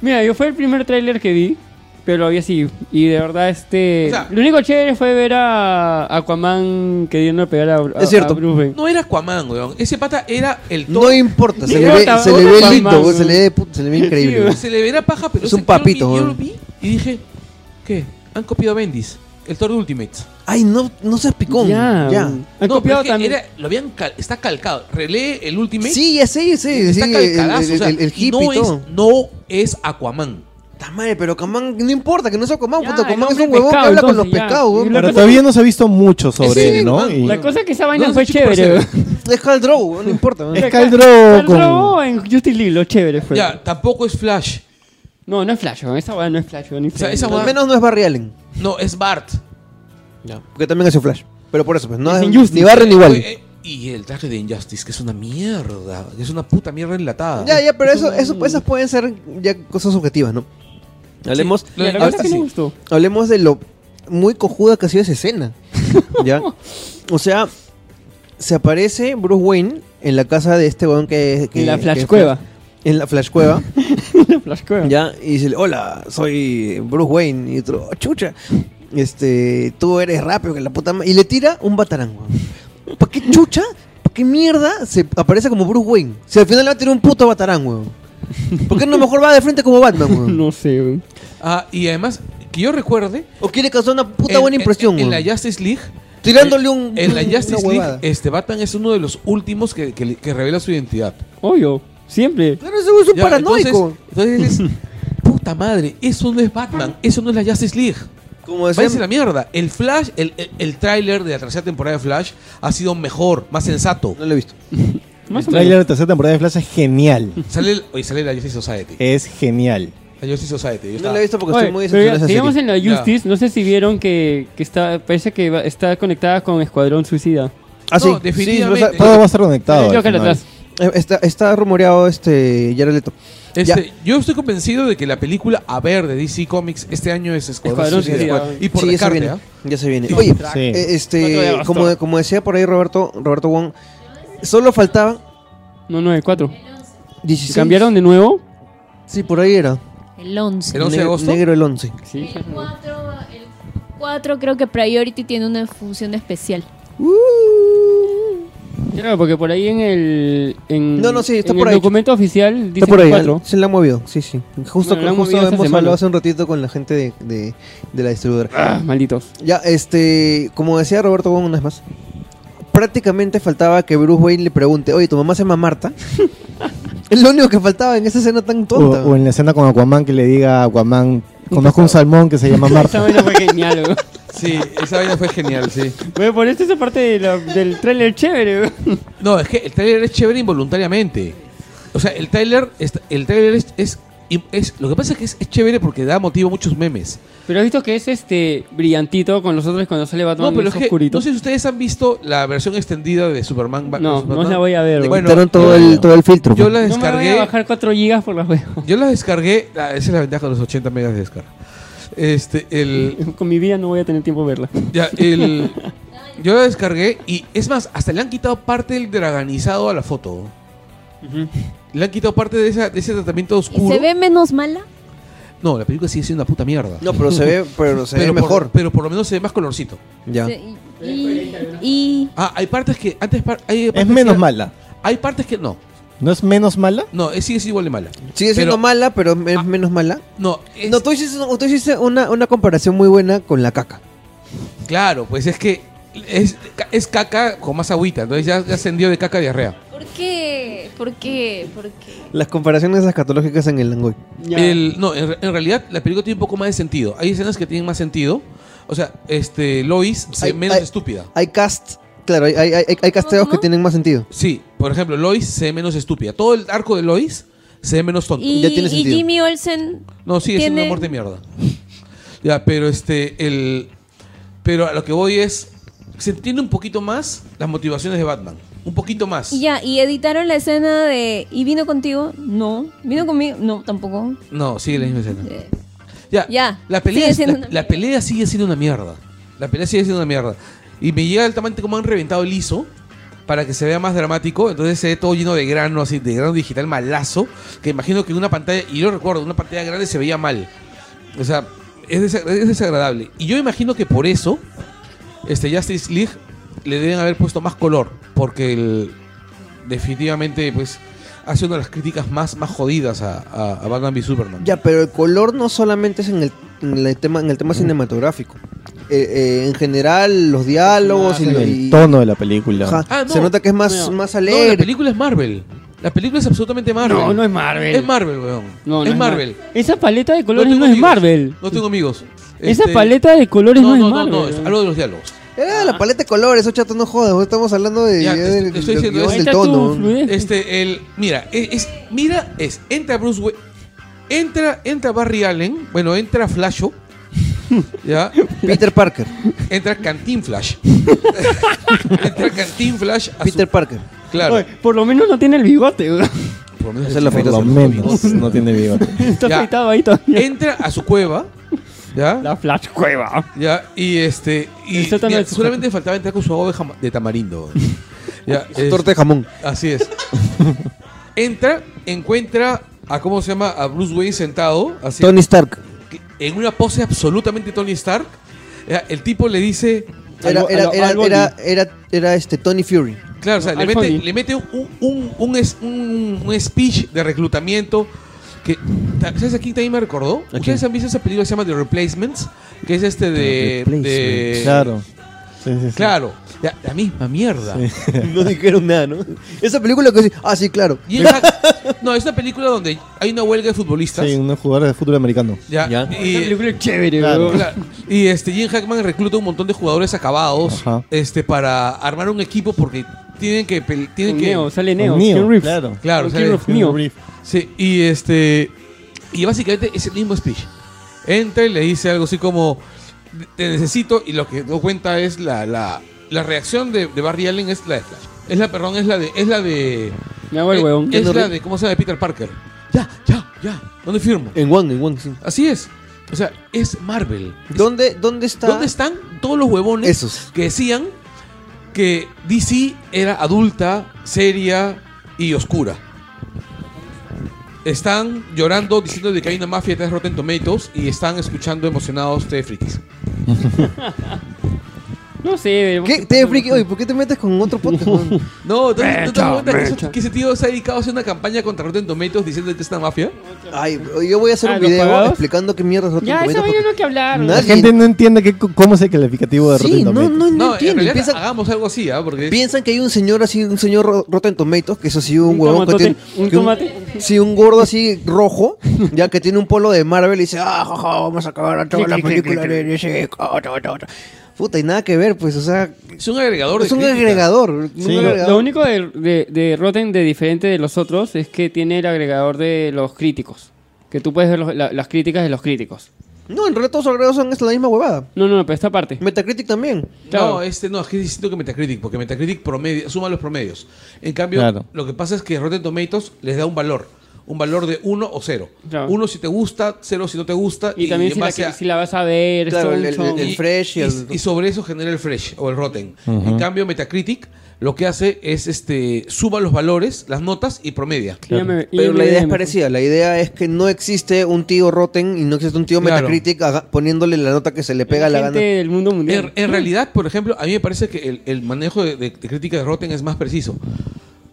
mira, yo fue el primer tráiler que vi, pero había sí. Y de verdad, este.
O sea-
lo único chévere fue ver a Aquaman queriendo pegar a, a-
Es cierto.
a Bruce Wayne.
no era Aquaman, weón. Ese pata era el
No
Thor.
importa, se
No
le ve,
importa,
se le ve
vamos
lindo,
más,
güey,
¿no?
se le ve, put- se le ve increíble.
Sí,
güey.
Se le verá paja, pero
Es
ese-
un papito,
Yo lo, vi, yo lo vi
weón.
y dije, ¿qué? Han copiado a Bendis, el Thor de Ultimates.
Ay, no, no seas picón. Ya.
Han
No, pero
copiado
es que
también.
era- lo habían cal- está calcado. Relee el Ultimate.
Sí, ya sé, ya sé.
está
sí, el,
calcadazo.
el-
o sea,
el- el
y
hippie
no
y todo.
es, no es Aquaman.
Ta madre, pero Aquaman, no importa que no sea Aquaman,
Ya,
puta,
el
Aquaman es
hombre
un huevón que
pescado,
habla con los
entonces, ya.
pescados,
Y
güey.
la-
Pero todavía no se ha visto mucho sobre
Sí,
él, ¿no?
man,
Y
La cosa es que esa
No,
vaina
no
fue
sé qué
chévere.
parece.
Es Khal Drogo, güey, no importa. güey.
Es
Khal
Khal Drogo
Khal
con-
Drogo en Justice League, lo chévere fue.
Ya, tampoco es Flash.
No, no es Flash, weón, esa weá no es Flash. weón, ni
sea,
Flash.
esa
Al
weá-
menos no es Barry Allen.
No, es Bart.
Porque también hace Flash. Pero por eso, pues, no
Es
es
Injustice.
ni Barry ni Wally.
Eh, eh, Y el traje de Injustice, que es una mierda. Que es una puta mierda enlatada.
Ya, ya, pero eso, eso, esas pueden ser ya cosas subjetivas, ¿no? Hablemos,
Lo de
La
la
ahora
cosa que
sí.
no gustó.
hablemos de lo muy cojuda que ha sido esa escena. ¿Ya? O sea, se aparece Bruce Wayne en la casa de este weón que, que-
En la
que-
Flash Cueva.
En la Flash Cueva,
La Flash Cueva.
¿ya? Y dice, hola, soy Bruce Wayne. Y otro, "Oh, chucha, este, tú eres rápido que la puta ma-". Y le tira un batarán, weón. ¿Para qué chucha? ¿Para qué mierda se aparece como Bruce Wayne? Si al final le va a tirar un puto batarán, weón. ¿Por qué no mejor va de frente como Batman, weón?
No sé, weón.
Ah, y además, que yo recuerde.
¿O quiere causar una puta
en-
buena
en-
impresión,
En,
weón?
la Justice League. eh,
Tirándole un.
En la
una
Justice
huevada.
League, este Batman es uno de los últimos que- que- que revela su identidad.
Obvio, siempre.
Claro, ese güey es un
Ya,
paranoico.
Entonces, entonces es, puta madre, eso no es Batman, eso no es la Justice League.
Como
Váyanse a
decía.
la mierda. El Flash, el, el, el tráiler de la tercera temporada de Flash ha sido mejor, más sensato.
No lo he visto.
Más o
el
menos.
trailer de tercera temporada de Flash es genial.
Sale, el- oye, sale la Justice Society.
Es genial.
La Justice Society. yo
Eh. No
estaba-
lo he visto porque
Oye,
estoy muy
pero ya,
decepcionado de esa
digamos
serie.
en la
Ya.
Justice, no sé si vieron que, que está, parece que va- está conectada con Escuadrón Suicida.
Ah, sí.
No, definitivamente.
Sí, o sea,
Todo va a estar conectado.
Yo
al
creo que
final.
atrás.
eh, está, está rumoreado este Jared Leto.
Este, yo estoy convencido de que la película a ver de DC Comics este año es Escuadrón
Escuadrón
Suicida.
Suicida.
Y por
sí, ya se
descarte,
viene.
¿ah?
Ya se viene.
Sí.
Sí.
Oye, eh,
Cuatro de
este,
agosto.
como, como decía por ahí Roberto, Roberto Wong, solo faltaban
No, no, el 4.
16.
¿Cambiaron de nuevo?
Sí, por ahí era.
El 11.
El 11 de
Negro-
agosto.
Negro el 11.
Sí.
El 4, creo que Priority tiene una función especial.
Claro, porque por ahí en el, en,
No, no, sí, está
en
por
el
ahí.
documento oficial dice
Está por ahí,
4.
¿eh? se la han movido, sí, sí. Justo,
Bueno, la han
justo
movido esta
hemos
semana.
hablado hace un ratito con la gente de, de, de la distribuidora.
Ah, malditos.
Ya, este, como decía Roberto Wong una vez más, prácticamente faltaba que Bruce Wayne le pregunte, oye, ¿tu mamá se llama Marta? es lo único que faltaba en esa escena tan
O,
tonta.
o en la escena con Aquaman que le diga a Aquaman, conozco un salmón que se llama
Esa
Marta.
vaina fue genial, weón.
Sí, esa vaina fue genial, sí.
Bueno, por esto esa parte de la- del trailer chévere, weón.
No, es que el tráiler es chévere involuntariamente. O sea, el tráiler es, el tráiler es, es, es- lo que pasa es que es, es chévere porque da motivo a muchos memes.
Pero has visto que es este brillantito con los otros cuando sale Batman
No, pero es
es
que
oscurito.
no sé si ustedes han visto la versión extendida de Superman. Ba-
No,
Superman.
no la voy a ver,
Le
güey.
quitaron
todo, el, todo el filtro. pues.
Yo la
No me voy
descargué.
a bajar 4 gigas por las weón.
yo la descargué. ah, esa es la ventaja de los 80 megas de descarga. Este, el,
Con mi vida no voy a tener tiempo de verla.
ya, el, yo la descargué y es más, hasta le han quitado parte del draganizado a la foto. Le han quitado parte de, esa, de ese tratamiento
¿Y
oscuro.
se ve menos mala?
No, la película sigue siendo una puta mierda.
No, pero se ve, pero se ve
por-
mejor.
pero por lo menos se ve más colorcito.
ya.
Sí, y, y-
Ah, hay partes que antes par- hay
Es
partes
menos
que-
mala.
Hay partes que no.
¿No es menos mala?
No, es, sigue siendo igual de mala.
Sigue siendo
Pero-
mala, pero es
Ah.
menos mala.
No, es-
No, tú hiciste, tú hiciste una, una comparación muy buena con la caca.
claro, pues es que es, es caca con más agüita, entonces ya, ya ascendió de caca a diarrea.
¿Por qué? ¿Por qué? ¿Por qué?
Las comparaciones escatológicas en el Langoy.
Ya.
El- no, en, re- en realidad la película tiene un poco más de sentido. Hay escenas que tienen más sentido. O sea, este Lois se
Hay-
ve menos
hay-
estúpida.
Hay cast, claro, hay, hay, hay, hay casteos
cómo?
que tienen más sentido.
Sí, por ejemplo, Lois se ve menos estúpida. Todo el arco de Lois se ve menos tonto.
Y,
Ya tiene
y
sentido.
Jimmy Olsen.
No, sí, es un
tiene-
amor de mierda. Ya, pero este, el. Pero a lo que voy es. Se entiende un poquito más las motivaciones de Batman. Un poquito más.
Y ya, y editaron la escena de. ¿Y vino contigo? No. ¿Vino conmigo? No, tampoco.
No, sigue la misma escena.
Eh,
Ya,
ya,
La, pelea,
sigue
es-
siendo
la,
una
la pelea sigue siendo una mierda. La pelea sigue siendo una mierda. Y me llega altamente como han reventado el ISO para que se vea más dramático. Entonces se ve todo lleno de grano, así, de grano digital malazo. Que imagino que en una pantalla, y yo recuerdo, en una pantalla grande se veía mal. O sea, es, desa- es desagradable. Y yo imagino que por eso, este Justice League le deben haber puesto más color. Porque el- definitivamente, pues, hace una de las críticas más, más jodidas a, a- a Batman v Superman.
Ya, pero el color no solamente es en el, en el tema, en el tema cinematográfico. Eh, eh, en general, los diálogos
Ah,
y,
En
lo-
el
y-
tono de la película.
Ajá,
Ah, no.
se nota que es más,
No.
más
No, la
alegre.
película es Marvel. La película es absolutamente Marvel.
No, no es Marvel.
Es Marvel, weón.
No, no
es Marvel.
Mar- Esa paleta de colores
tengo
no, es
amigos.
Marvel.
No tengo amigos.
Esa
Este,
paleta de colores no,
no, no,
es
no,
Marvel.
no, es- hablo de los diálogos.
Era la paleta de colores, oh, chato, no jodas. vos Estamos hablando de,
Ya,
ya
te-
del-
te estoy
lo que
diciendo,
llevas
ahí
del
está tu
tono. ¿no?
fluidez.
Este, el. Mira, es, es- mira, es. Entra Bruce Wayne. Entra, entra Barry Allen. Bueno, entra Flasho. ¿Ya?
Peter Parker,
Entra Cantín Flash. entra Cantín Flash a su-
Peter Parker.
Claro.
Oye, por lo menos no tiene el bigote, weón.
Por lo menos
Esa es la
el
Por
chico
lo
no tiene
menos
amigos.
no tiene bigote.
Está
Ya.
afeitado ahí todavía.
Entra a su cueva. ¿Ya?
La flash cueva.
Ya, y este. Y
El sótano
mira,
del sujeto.
solamente faltaba entrar con su agua de, jama- de tamarindo. ya,
Su
es-
torta de jamón.
Así es. Entra, encuentra a, ¿cómo se llama? A Bruce Wayne sentado, así,
Tony Stark.
en una pose absolutamente Tony Stark. Ya, el tipo le dice.
Era,
Algo-
era,
algo-
era,
algo
era, era, era, este Tony Fury.
Claro, o sea, le
Al
mete,
Tony.
le mete un, un, un, es- un- un speech de reclutamiento. Que, ta- ¿Sabes a quién también me recordó?
quién?
¿Ustedes han visto esa película que se llama The Replacements? Que es este de. de-
Claro. Sí, sí, sí.
Claro, ya, la misma mierda.
No dijeron nada, ¿no? Esa película que sí. Ah, sí, claro.
Y es la- no, es una película donde hay una huelga de futbolistas.
Sí, unos jugadores de fútbol americano.
Ya,
Ya.
Esa
Y,
película es chévere,
Claro.
weón.
claro, y, este Jim Hackman recluta un montón de jugadores acabados
Ajá.
este para armar un equipo porque tienen que pel- tienen
Con
que
Neo, sale Neo.
Con
Keanu
Neo,
Reeves.
claro.
claro,
Con
sale-
Keanu Reeves. Neo.
Reeves.
sí, y este y básicamente es el mismo speech. Entra y le dice algo así como te necesito y lo que no cuenta es la, la, la reacción de, de Barry Allen es la de Flash. Es la perdón, es la de es la de
Me hago Ah, el
Eh,
weón.
Es la de, ¿cómo se llama? De Peter Parker. Ya, ya, ya. ¿Dónde firmo?
Eh.
En One, en One, sí.
Así es. O sea, es Marvel. Es-
¿Dónde, dónde está?
¿Dónde están todos los huevones
Esos.
que decían que DC era adulta, seria y oscura? Están llorando diciendo de que hay una mafia detrás de Rotten Tomatoes y están escuchando emocionados de frikis.
No sé, weón.
¿Qué? ¿Te friki? Oye, ¿por qué te metes con otro podcast? man?
No, ¿no te- ¿no te das
Mecha,
cuenta que, eso-
mecha.
que ese tío se ha dedicado a hacer una campaña contra Rotten Tomatoes diciendo que es una mafia?
Ay, yo voy a hacer
Ah,
un
¿los
video
pagados?
explicando qué mierda es Rotten
Ya,
Tomatoes,
esa vaina no hay que hablar. weón.
Nadie-
La gente no entiende qué- cómo es el calificativo de
porque- Sí,
Rotten
no, no,
Tomatoes.
no,
No, en
entienden.
realidad
Piensan,
hagamos algo así, ¿ah? Porque
piensan que hay un señor así, un señor ro- Rotten Tomatoes, que es así un,
Un
huevón que
tomatote,
tiene...
un
que
tomate.
Sí, un gordo así rojo, ya que tiene un polo de Marvel y dice, ah, jaja, vamos a acabar a toda la película de DC, ah, ta, ta, ta". Puta, y nada que ver, pues, o sea...
es un agregador de
Es un
críticas.
agregador.
Sí.
un
Lo-
agregador.
Lo único de, de, de Rotten de diferente de los otros es que tiene el agregador de los críticos. Que tú puedes ver los- la- las críticas de los críticos.
No, en realidad todos los agregados son es la misma huevada.
No, no, no, pero esta parte.
Metacritic también.
No,
Claro.
este no, es que es distinto que Metacritic, porque Metacritic promedio, suma los promedios. En cambio,
Claro.
lo que pasa es que Rotten Tomatoes les da un valor. un valor de 1 o 0.
Claro.
1 si te gusta, 0 si no te gusta.
Y, también
en
si la,
base
que-
a-
si la vas a ver,
Claro,
son-
el- el-
son-
el-
y-
fresh y
y,
el-
y sobre eso genera el fresh o el rotten. En cambio, Metacritic lo que hace es este suba los valores, las notas y promedia.
IMDb,
Pero la idea es
mejor.
parecida. La idea es que no existe un tío Rotten y no existe un tío
Claro.
Metacritic haga- poniéndole la nota que se le pega la
gente
gana.
del mundo mundial.
En, en realidad, por ejemplo, a mí me parece que el, el manejo de, de- de crítica de Rotten es más preciso.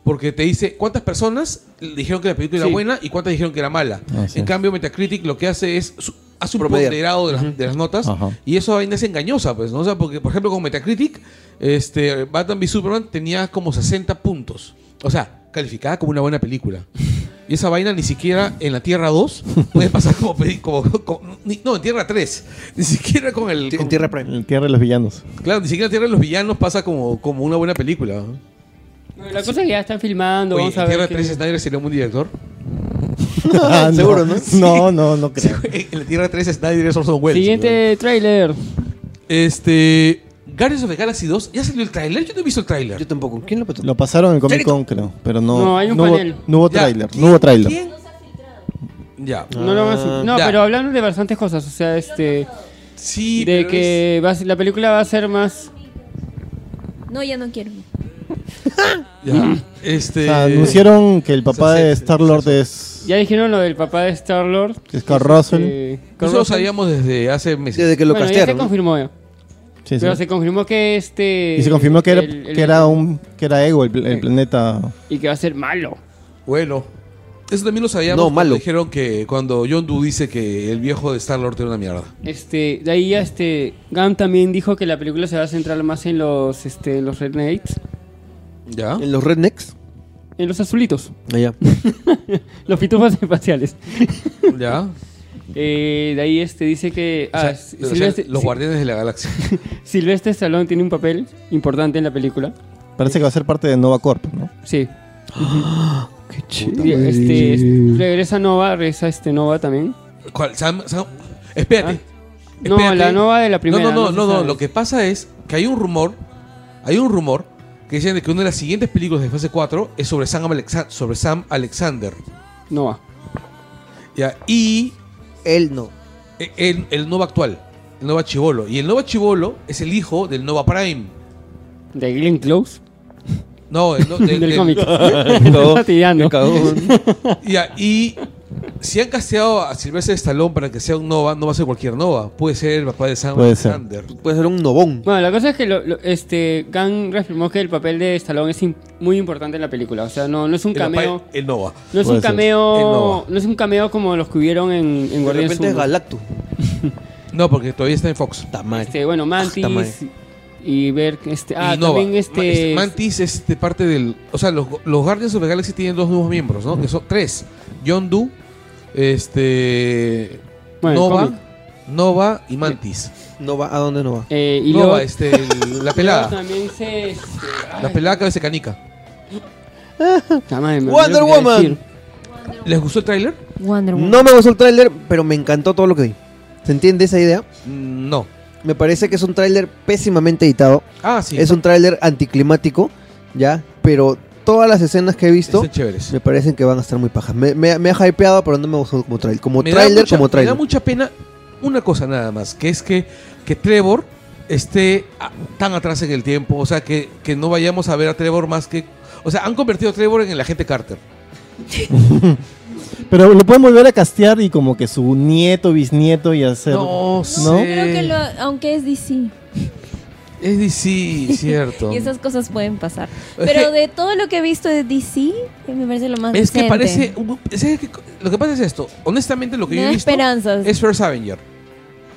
Porque te dice cuántas personas dijeron que la película
Sí.
era buena y cuántas dijeron que era mala.
Así
en
es.
cambio, Metacritic lo que hace es su- hace un
Promediar.
ponderado de las, de las notas
Ajá.
y eso vaina es engañosa, pues, ¿no? O sea, porque, por ejemplo, con Metacritic, este, Batman v Superman tenía como 60 puntos. O sea, calificada como una buena película. Y esa vaina ni siquiera en la Tierra 2 puede pasar como, peli- como, como- ni- no, en Tierra 3. Ni siquiera con el...
Ti- en
con-
Tierra Prime.
El tierra de los villanos.
Claro, ni siquiera Tierra de los Villanos pasa como, como una buena película. ¿no?
No, La cosa es que ya están filmando,
Oye,
vamos a
¿en
ver.
Tierra
qué-
3 Snyder sería un buen director?
Ah,
Seguro, ¿no?
No, no, no creo.
en la Tierra 3 Snyder es Orson Welles.
Siguiente tráiler.
weón. Este... Guardians of the Galaxy 2, ¿ya salió el tráiler? Yo no he visto el tráiler.
Yo tampoco. ¿Quién lo petó?
Lo pasaron en Comic Con, creo, pero no.
No, hay un panel.
Hubo, no hubo
Ya,
tráiler,
¿quién-
no hubo tráiler.
quién? Ya.
No, lo vamos a- no,
ya.
pero hablando de bastantes cosas, o sea, este
Sí,
de
pero es-
que va a ser- la película va a ser más
No, ya no quiero.
Ya.
O
Este.
sea, anunciaron que el papá
sí,
de
sí,
Star-Lord es,
ya dijeron lo del papá de Star-Lord.
es Carl Russell.
eh, Kurt
Eso lo
Russell.
sabíamos desde hace meses.
Desde que lo
Bueno, ya se
castearon. ¿no?
confirmó. ya.
Sí, sí.
Pero se confirmó que este
Y se confirmó que era,
el- el-
que era un que era Ego el, pl- el
Sí.
planeta.
y que va a ser malo.
Bueno. Eso también lo sabíamos.
No,
cuando
malo.
Dijeron que cuando John Doe dice que el viejo de Star Lord era una mierda.
Este, de ahí ya este Gam también dijo que la película se va a centrar más en los este en los rednecks,
¿Ya?
En los Rednecks.
en los azulitos,
Allá.
los pitufos espaciales.
¿Ya?
Eh, de ahí este dice que
O sea,
ah,
o sea,
Silvestre-
los
Sil-
guardianes de la galaxia.
Silvestre Stallone tiene un papel importante en la película.
Parece que va a ser parte de Nova Corp, ¿no?
Sí.
Qué
Y, Este, es- regresa Nova, regresa este Nova también.
¿Cuál? Sam- Sam- Espérate.
Ah. No,
espérate.
la Nova de la primera.
No, no, no,
se
no, no.
sabe.
Lo que pasa es que hay un rumor. Hay un rumor que dicen de que una de las siguientes películas de fase 4 es sobre Sam, Alexa- sobre Sam Alexander.
Nova.
¿Ya? Y
Él no.
Eh, El, el Nova actual, el Nova Chivolo. Y el Nova Chivolo es el hijo del Nova Prime.
De Glenn Close.
No, el no- del-
del
del-
cómic.
Cagó.
Tirando.
Me cagó.
Ya, y si han casteado a Silvestre Stallone para que sea un Nova, no va a ser cualquier Nova. Puede ser el papá de Sam
Puede ser.
Alexander.
Puede ser un novón.
Bueno, la cosa es que lo- lo- este Gang reafirmó que el papel de Stallone es im- muy importante en la película. O sea, no, no es un
El, papá-
cameo.
el Nova.
No es
Puede
un
ser.
El
cameo.
Nova.
No es un cameo como los que hubieron en, en
De
Guardianes
repente es
uno.
Galactus.
No, porque todavía está en Fox.
Este, bueno,
Puta madre.
Mantis. Y ver este. Ah,
y Nova.
también
Ma-
este.
Mantis es de parte del. O sea, los, los Guardians of the Galaxy tienen dos nuevos miembros, ¿no? Que son tres: John Doe, este.
Bueno, el
Nova,
cómic.
Nova y Mantis.
No va. ¿A dónde no va?
Eh, y
Nova,
luego,
este, el- la
luego
pelada.
También se. este,
La pelada cabeza de canica.
puta madre, me
Wonder
olvidé lo que iba a
Woman.
decir.
¿Les gustó el tráiler?
Wonder Woman.
No me gustó el tráiler, pero me encantó todo lo que vi. ¿Se entiende esa idea?
Mm, No.
Me parece que es un tráiler pésimamente editado.
Ah, sí.
Es un tráiler anticlimático, ¿ya? Pero todas las escenas que he visto
Están chéveres.
me parecen que van a estar muy pajas. Me, me- me ha hypeado, pero no me gustó como tráiler. Como
Me da
tráiler,
mucha-
como tráiler.
Me da mucha pena una cosa nada más, que es que, que Trevor esté a- tan atrás en el tiempo. O sea, que, que no vayamos a ver a Trevor más que... O sea, han convertido a Trevor en el agente Carter.
Pero lo pueden volver a castear y como que su nieto, bisnieto y hacer.
No,
No,
sé.
creo que lo, aunque es DC.
Es DC, cierto.
Y esas cosas pueden pasar.
Es
Pero
que-
de todo lo que he visto de DC, me parece lo más
Es que
decente.
parece... un- es que- lo que pasa es esto. Honestamente, lo que
Me
yo
da
he visto
esperanzas.
es First Avenger.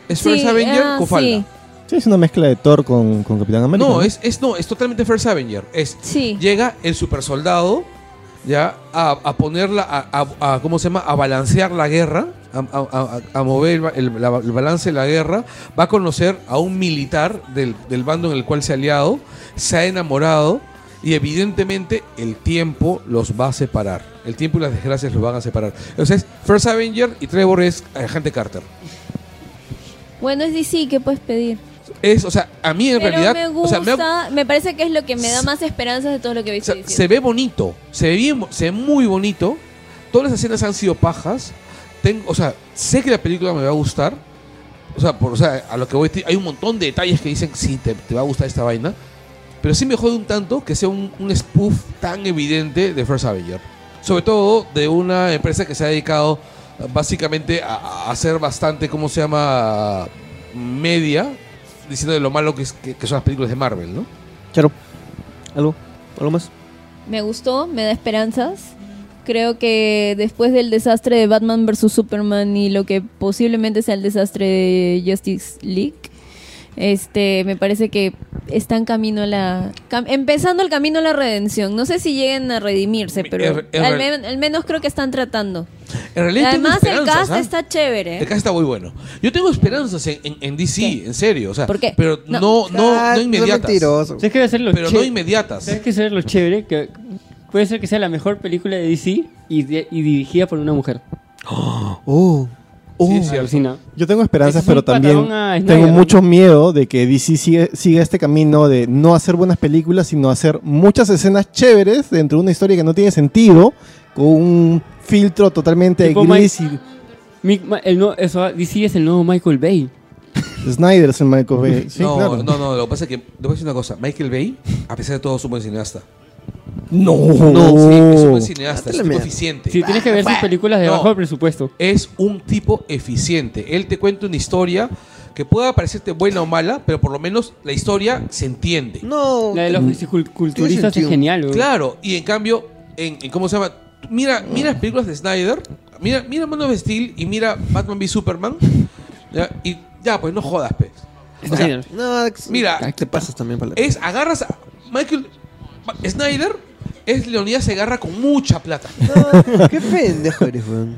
Es
Sí,
First Avenger
ah,
con falda.
sí.
Sí, es una mezcla de Thor con, con Capitán América.
No, es, es, no, es totalmente First Avenger. Es,
Sí.
Llega el super soldado ya, a, a ponerla, a, a- a- ¿cómo se llama? A balancear la guerra, a, a- a- a mover el, ba- el- la- el balance de la guerra. Va a conocer a un militar del, del bando en el cual se ha aliado, se ha enamorado y evidentemente el tiempo los va a separar. El tiempo y las desgracias los van a separar. Entonces, First Avenger y Trevor es agente Carter.
Bueno, es DC, ¿qué puedes pedir?
Es, o sea, a mí en
Pero
realidad...
me
o
gusta,
sea, me ha-
me, parece que es lo que me da más esperanzas de todo lo que he
O
visto.
sea, se ve bonito, se ve bien, bo- se ve muy bonito, todas las escenas han sido pajas. Tengo, o sea, sé que la película me va a gustar. O sea, por, o sea a lo que voy, ti- hay un montón de detalles que dicen, sí, te, te va a gustar esta vaina. Pero sí me jode un tanto que sea un, un spoof tan evidente de First Avenger. Sobre todo de una empresa que se ha dedicado eh, básicamente a, a hacer bastante, ¿cómo se llama? Media, diciendo de lo malo que, es- que- que son las películas de Marvel, ¿no?
Charo, ¿algo? ¿Algo más?
Me gustó, me da esperanzas. Creo que después del desastre de Batman vs. Superman y lo que posiblemente sea el desastre de Justice League, este, me parece que están camino a la, cam- empezando el camino a la redención. No sé si lleguen a redimirse,
Mi-
pero
er- er-
al, men- al menos creo que están tratando.
En
Y
realidad tengo
además el
esperanzas,
cast
¿ah?
está chévere.
El cast está muy bueno. Yo tengo esperanzas en, en- en DC,
¿Qué?
en serio. O sea,
¿Por qué?
Pero no,
No.
no, no,
Ah,
inmediatas.
mentiroso.
¿Sabes qué va a ser lo
pero no
chévere?
inmediatas.
¿Sabes qué va a ser lo chévere? Que puede ser que sea la mejor película de DC y, de- y dirigida por una mujer.
Oh.
Sí, es
Me
cierto.
alucina.
Yo tengo esperanzas,
Ese es
pero
un
también
patadón a Snyder,
tengo
¿no?
mucho miedo de que DC sigue- siga este camino de no hacer buenas películas, sino hacer muchas escenas chéveres dentro de una historia que no tiene sentido, con un filtro totalmente
Tipo
gris
Mi- ma- el nuevo- eso, ah, DC es el nuevo Michael Bay.
y Snyder es el Michael Bay. Sí,
no,
claro.
no, no, lo que pasa es que, te voy a decir una cosa, Michael Bay, a pesar de todo, es un buen cineasta.
No,
Sí, es un buen cineasta,
Date
es
la
un tipo
mierda.
eficiente.
Si tienes que ver sus películas de
no.
bajo presupuesto.
Es un tipo eficiente. Él te cuenta una historia que pueda parecerte buena o mala, pero por lo menos la historia se entiende.
No.
La de los fisiculturistas es
sentido.
genial, güey.
Claro, y en cambio, en, en ¿cómo se llama? Mira, mira las películas de Snyder, mira, mira Man of Steel y mira Batman v Superman. ya, Y ya, pues no jodas, pues. O sea,
Snyder.
No, ex-
Mira. Eh,
Ah, te pasas también para
es, agarras a Michael Ma- Snyder, es Leonidas se agarra con mucha plata.
No, qué pendejo eres, weón.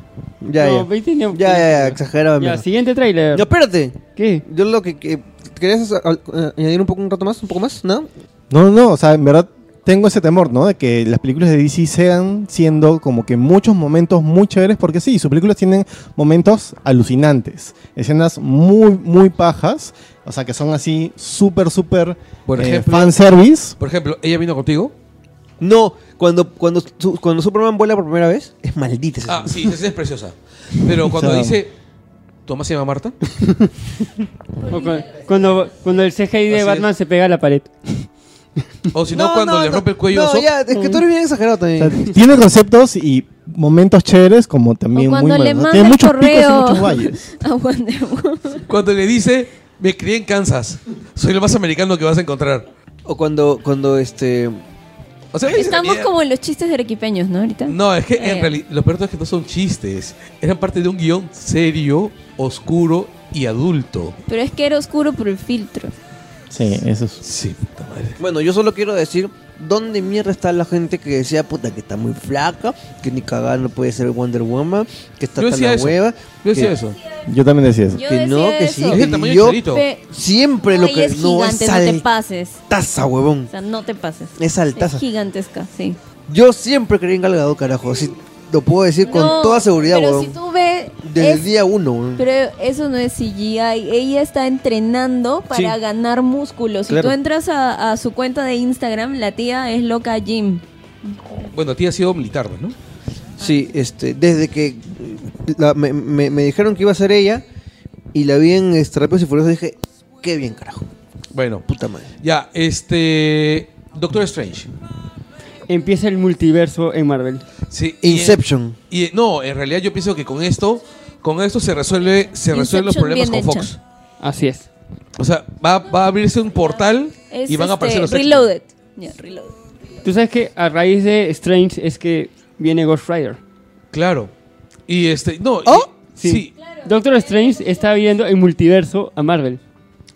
Ya,
No,
ya.
Bay tenía-
Ya, ya, ya, exagerado,
Ya,
mierda.
siguiente tráiler.
No, espérate.
¿Qué?
Yo lo que, que- querías al- eh, añadir un poco un rato más, un poco más, ¿no?
No, no, o sea, en verdad tengo ese temor, ¿no? De que las películas de DC sean siendo como que muchos momentos muy chéveres, porque sí, sus películas tienen momentos alucinantes, escenas muy, muy pajas, o sea, que son así súper, súper
Por
eh,
ejemplo.
fanservice.
Por ejemplo, ella vino contigo.
No, cuando cuando su- cuando Superman vuela por primera vez, es maldita esa.
Ah, sí, esa escena es preciosa. Pero cuando
Chao.
dice, ¿Tomás se llama Marta?
O cu- cuando, cuando el CGI de
Así
Batman se pega a la pared.
O si no, cuando le rompe el cuello. a
No,
Usopp.
ya, es que tú eres bien exagerado
O
también.
sea, tiene conceptos y momentos chéveres como también
O
muy
cuando
malos.
le
¿no?
manda
Tiene
el
muchos picos y
correo.
muchos valles.
A Wonder Woman.
Cuando le dice, me crié en Kansas. Soy lo más americano que vas a encontrar.
O cuando cuando este
O sea, dice la
Estamos
mierda.
como en los chistes de arequipeños, ¿no? Ahorita.
No, es que en
Eh.
realidad lo peor de todo es que no son chistes. Eran parte de un guión serio, oscuro y adulto.
Pero es que era oscuro por el filtro.
Sí, eso es.
Sí, puta madre.
Bueno, yo solo quiero decir dónde mierda está la gente que decía, puta, que está muy flaca, que ni cagada no puede ser Wonder Woman, que está
Yo
tan
decía
la
eso.
hueva.
Yo decía
que-
eso.
Yo también decía eso.
Yo
Que no,
decía
que sí,
eso.
Es el tamaño
yo-
clarito.
Pe-
Siempre lo
Ay,
que
es
no
gigante,
es
no te
altaza,
pases.
huevón.
O sea, no te pases.
Es altaza.
Es gigantesca, sí.
Yo siempre creí en Galgado, carajo. Así lo puedo decir
No,
con toda seguridad,
Pero
huevón.
si tú ves.
Desde
es-
el día uno, huevón.
Pero eso no es CGI. Ella está entrenando para
Sí.
ganar músculos. Si
Claro.
tú entras a, a su cuenta de Instagram, la tía es loca Jim.
Bueno, a ti ha sido militar, pues, ¿no?
Sí, este, desde que eh, la- me, me- me dijeron que iba a ser ella y la vi en este, Rápidos y Furiosos, dije, qué bien, carajo.
Bueno,
Puta madre.
ya, este. Doctor Strange.
Empieza el multiverso en Marvel.
Sí, y-
Inception.
Y eh, no, en realidad yo pienso que con esto, con esto se resuelve, se resuelven los
Inception
problemas con
bien
Fox.
hecha.
Así es.
O sea, va, va a abrirse un portal
Es,
y van a aparecer
este,
los X-Men.
Reloaded. Ya, reloaded.
Tú sabes que a raíz de Strange es que viene Ghost Rider.
Claro. Y este, no, y-
¿Oh?
sí.
Sí. Doctor Strange está viendo el multiverso a Marvel.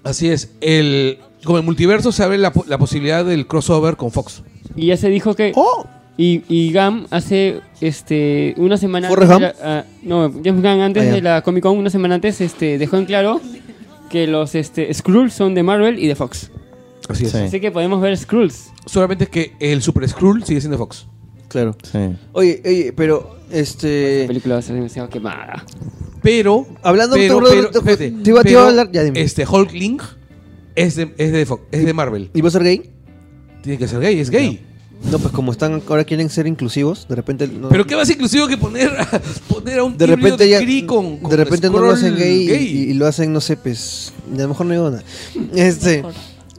así es. El, con el multiverso se abre la, po- la posibilidad del crossover con Fox.
Y ya se dijo que.
¡Oh!
Y, y Gam hace este una semana
¿Forrest
antes de la- ah, no, James Gunn antes
Ah, ya.
de la Comic Con, una semana antes, este, dejó en claro que los este, Skrulls son de Marvel y de Fox.
Así es.
Sí.
Así que podemos ver Skrulls.
Solamente es que el Super Skrull sigue siendo Fox.
Claro.
Sí.
Oye, oye, pero
La
este.
película va a ser demasiado quemada.
Pero.
Hablando-
pero,
te-
pero,
te- te-
espérate,
te iba- te iba a
pero,
hablar- ya dime.
Este Hulk Link es de, es de Fox- es de Marvel.
¿Y va a ser gay?
Tiene que ser gay, es gay.
No, pues como están, ahora quieren ser inclusivos, de repente. No,
Pero qué más inclusivo que poner a, poner a un
de
híbrido
repente ya.
Cree con, con
de repente no lo
scroll
hacen gay, y- Y, y lo hacen, no sé, pues. A lo mejor no digo nada. Este.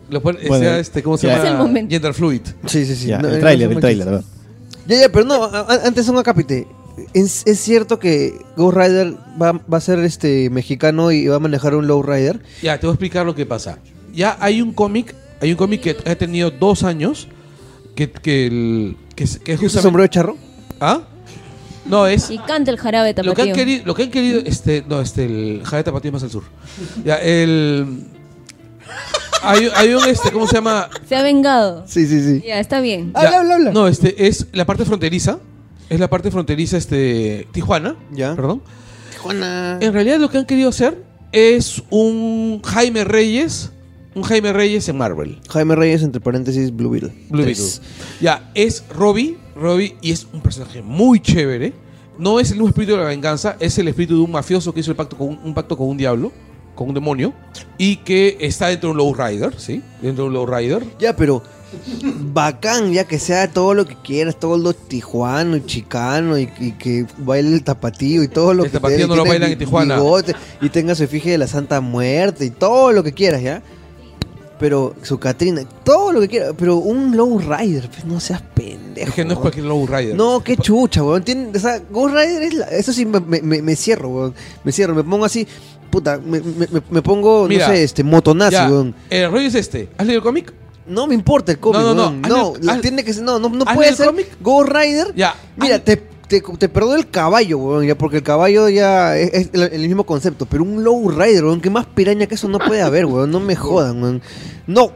Lo pon-
Bueno,
sea, este, ¿Cómo se
ya.
llama?
Es el momento.
Gender fluid.
Sí, sí, sí.
Ya,
No,
el
no
tráiler,
son
el tráiler, a ver.
machistas. Ya, ya, pero no, a- a- antes un acápite. Es, es cierto que Ghost Rider va, va a ser este mexicano y va a manejar un Low Rider.
Ya, te voy a explicar lo que pasa. Ya hay un cómic, hay un cómic que ha tenido dos años, que, que, el, que, es- que es
¿Es un
justamente-
sombrero de charro?
¿Ah? No, es...
Y canta el jarabe
Lo que, han
tapatío.
querido, lo que han querido, este, no, este, el Javier Tapatío más al sur. Ya, el... Hay, hay un, este, ¿cómo se llama?
Se ha vengado.
Sí, sí, sí.
Ya, está bien.
Habla,
Ya,
habla, habla.
No, este, es la parte fronteriza, es la parte fronteriza, este, Tijuana,
Ya.
perdón.
Tijuana.
En realidad lo que han querido hacer es un Jaime Reyes, un Jaime Reyes en Marvel.
Jaime Reyes, entre paréntesis, Blue Beetle.
Blue
Tres.
Beetle. Ya, es Robbie, Robbie, y es un personaje muy chévere. No es el mismo espíritu de la venganza, es el espíritu de un mafioso que hizo el pacto con un, un pacto con un diablo, con un demonio, y que está dentro de un Low Rider, ¿sí? Dentro de un Low Rider.
Ya, pero bacán, ya que sea todo lo que quieras, todo lo tijuano y chicano y, y que baile el tapatío y todo lo
El
que
tapatío
tenga,
no
y
lo
tenga
bailan
bi-
en Tijuana.
bigote, y tenga su efigie de la Santa Muerte y todo lo que quieras, ¿ya? Pero su Catrina, todo lo que quieras, pero un Low Rider, pues, no seas pendejo.
Es que no es
weón.
cualquier Low Rider.
No, qué chucha, weón. Tiene- o sea, Ghost Rider es la- Eso sí, me, me- me- me cierro, weón. Me cierro, me pongo así. Puta, me, me- me- me pongo,
Mira,
no sé, este, motonazo,
Ya,
weón.
el rollo es este. ¿Has leído el cómic?
No me importa el cómic,
No, no, no.
weón.
Hazle-
No, la-
haz-
tiene que ser. No, no, no
hazle
puede
el
ser.
cómic.
Ghost Rider.
Ya,
Mira,
hazle-
te, te, te perdono el caballo, weón. Ya, porque el caballo ya es, es el, el mismo concepto. Pero un Low Rider, weón. Que más piraña que eso no puede haber, weón. No me jodan, weón. No,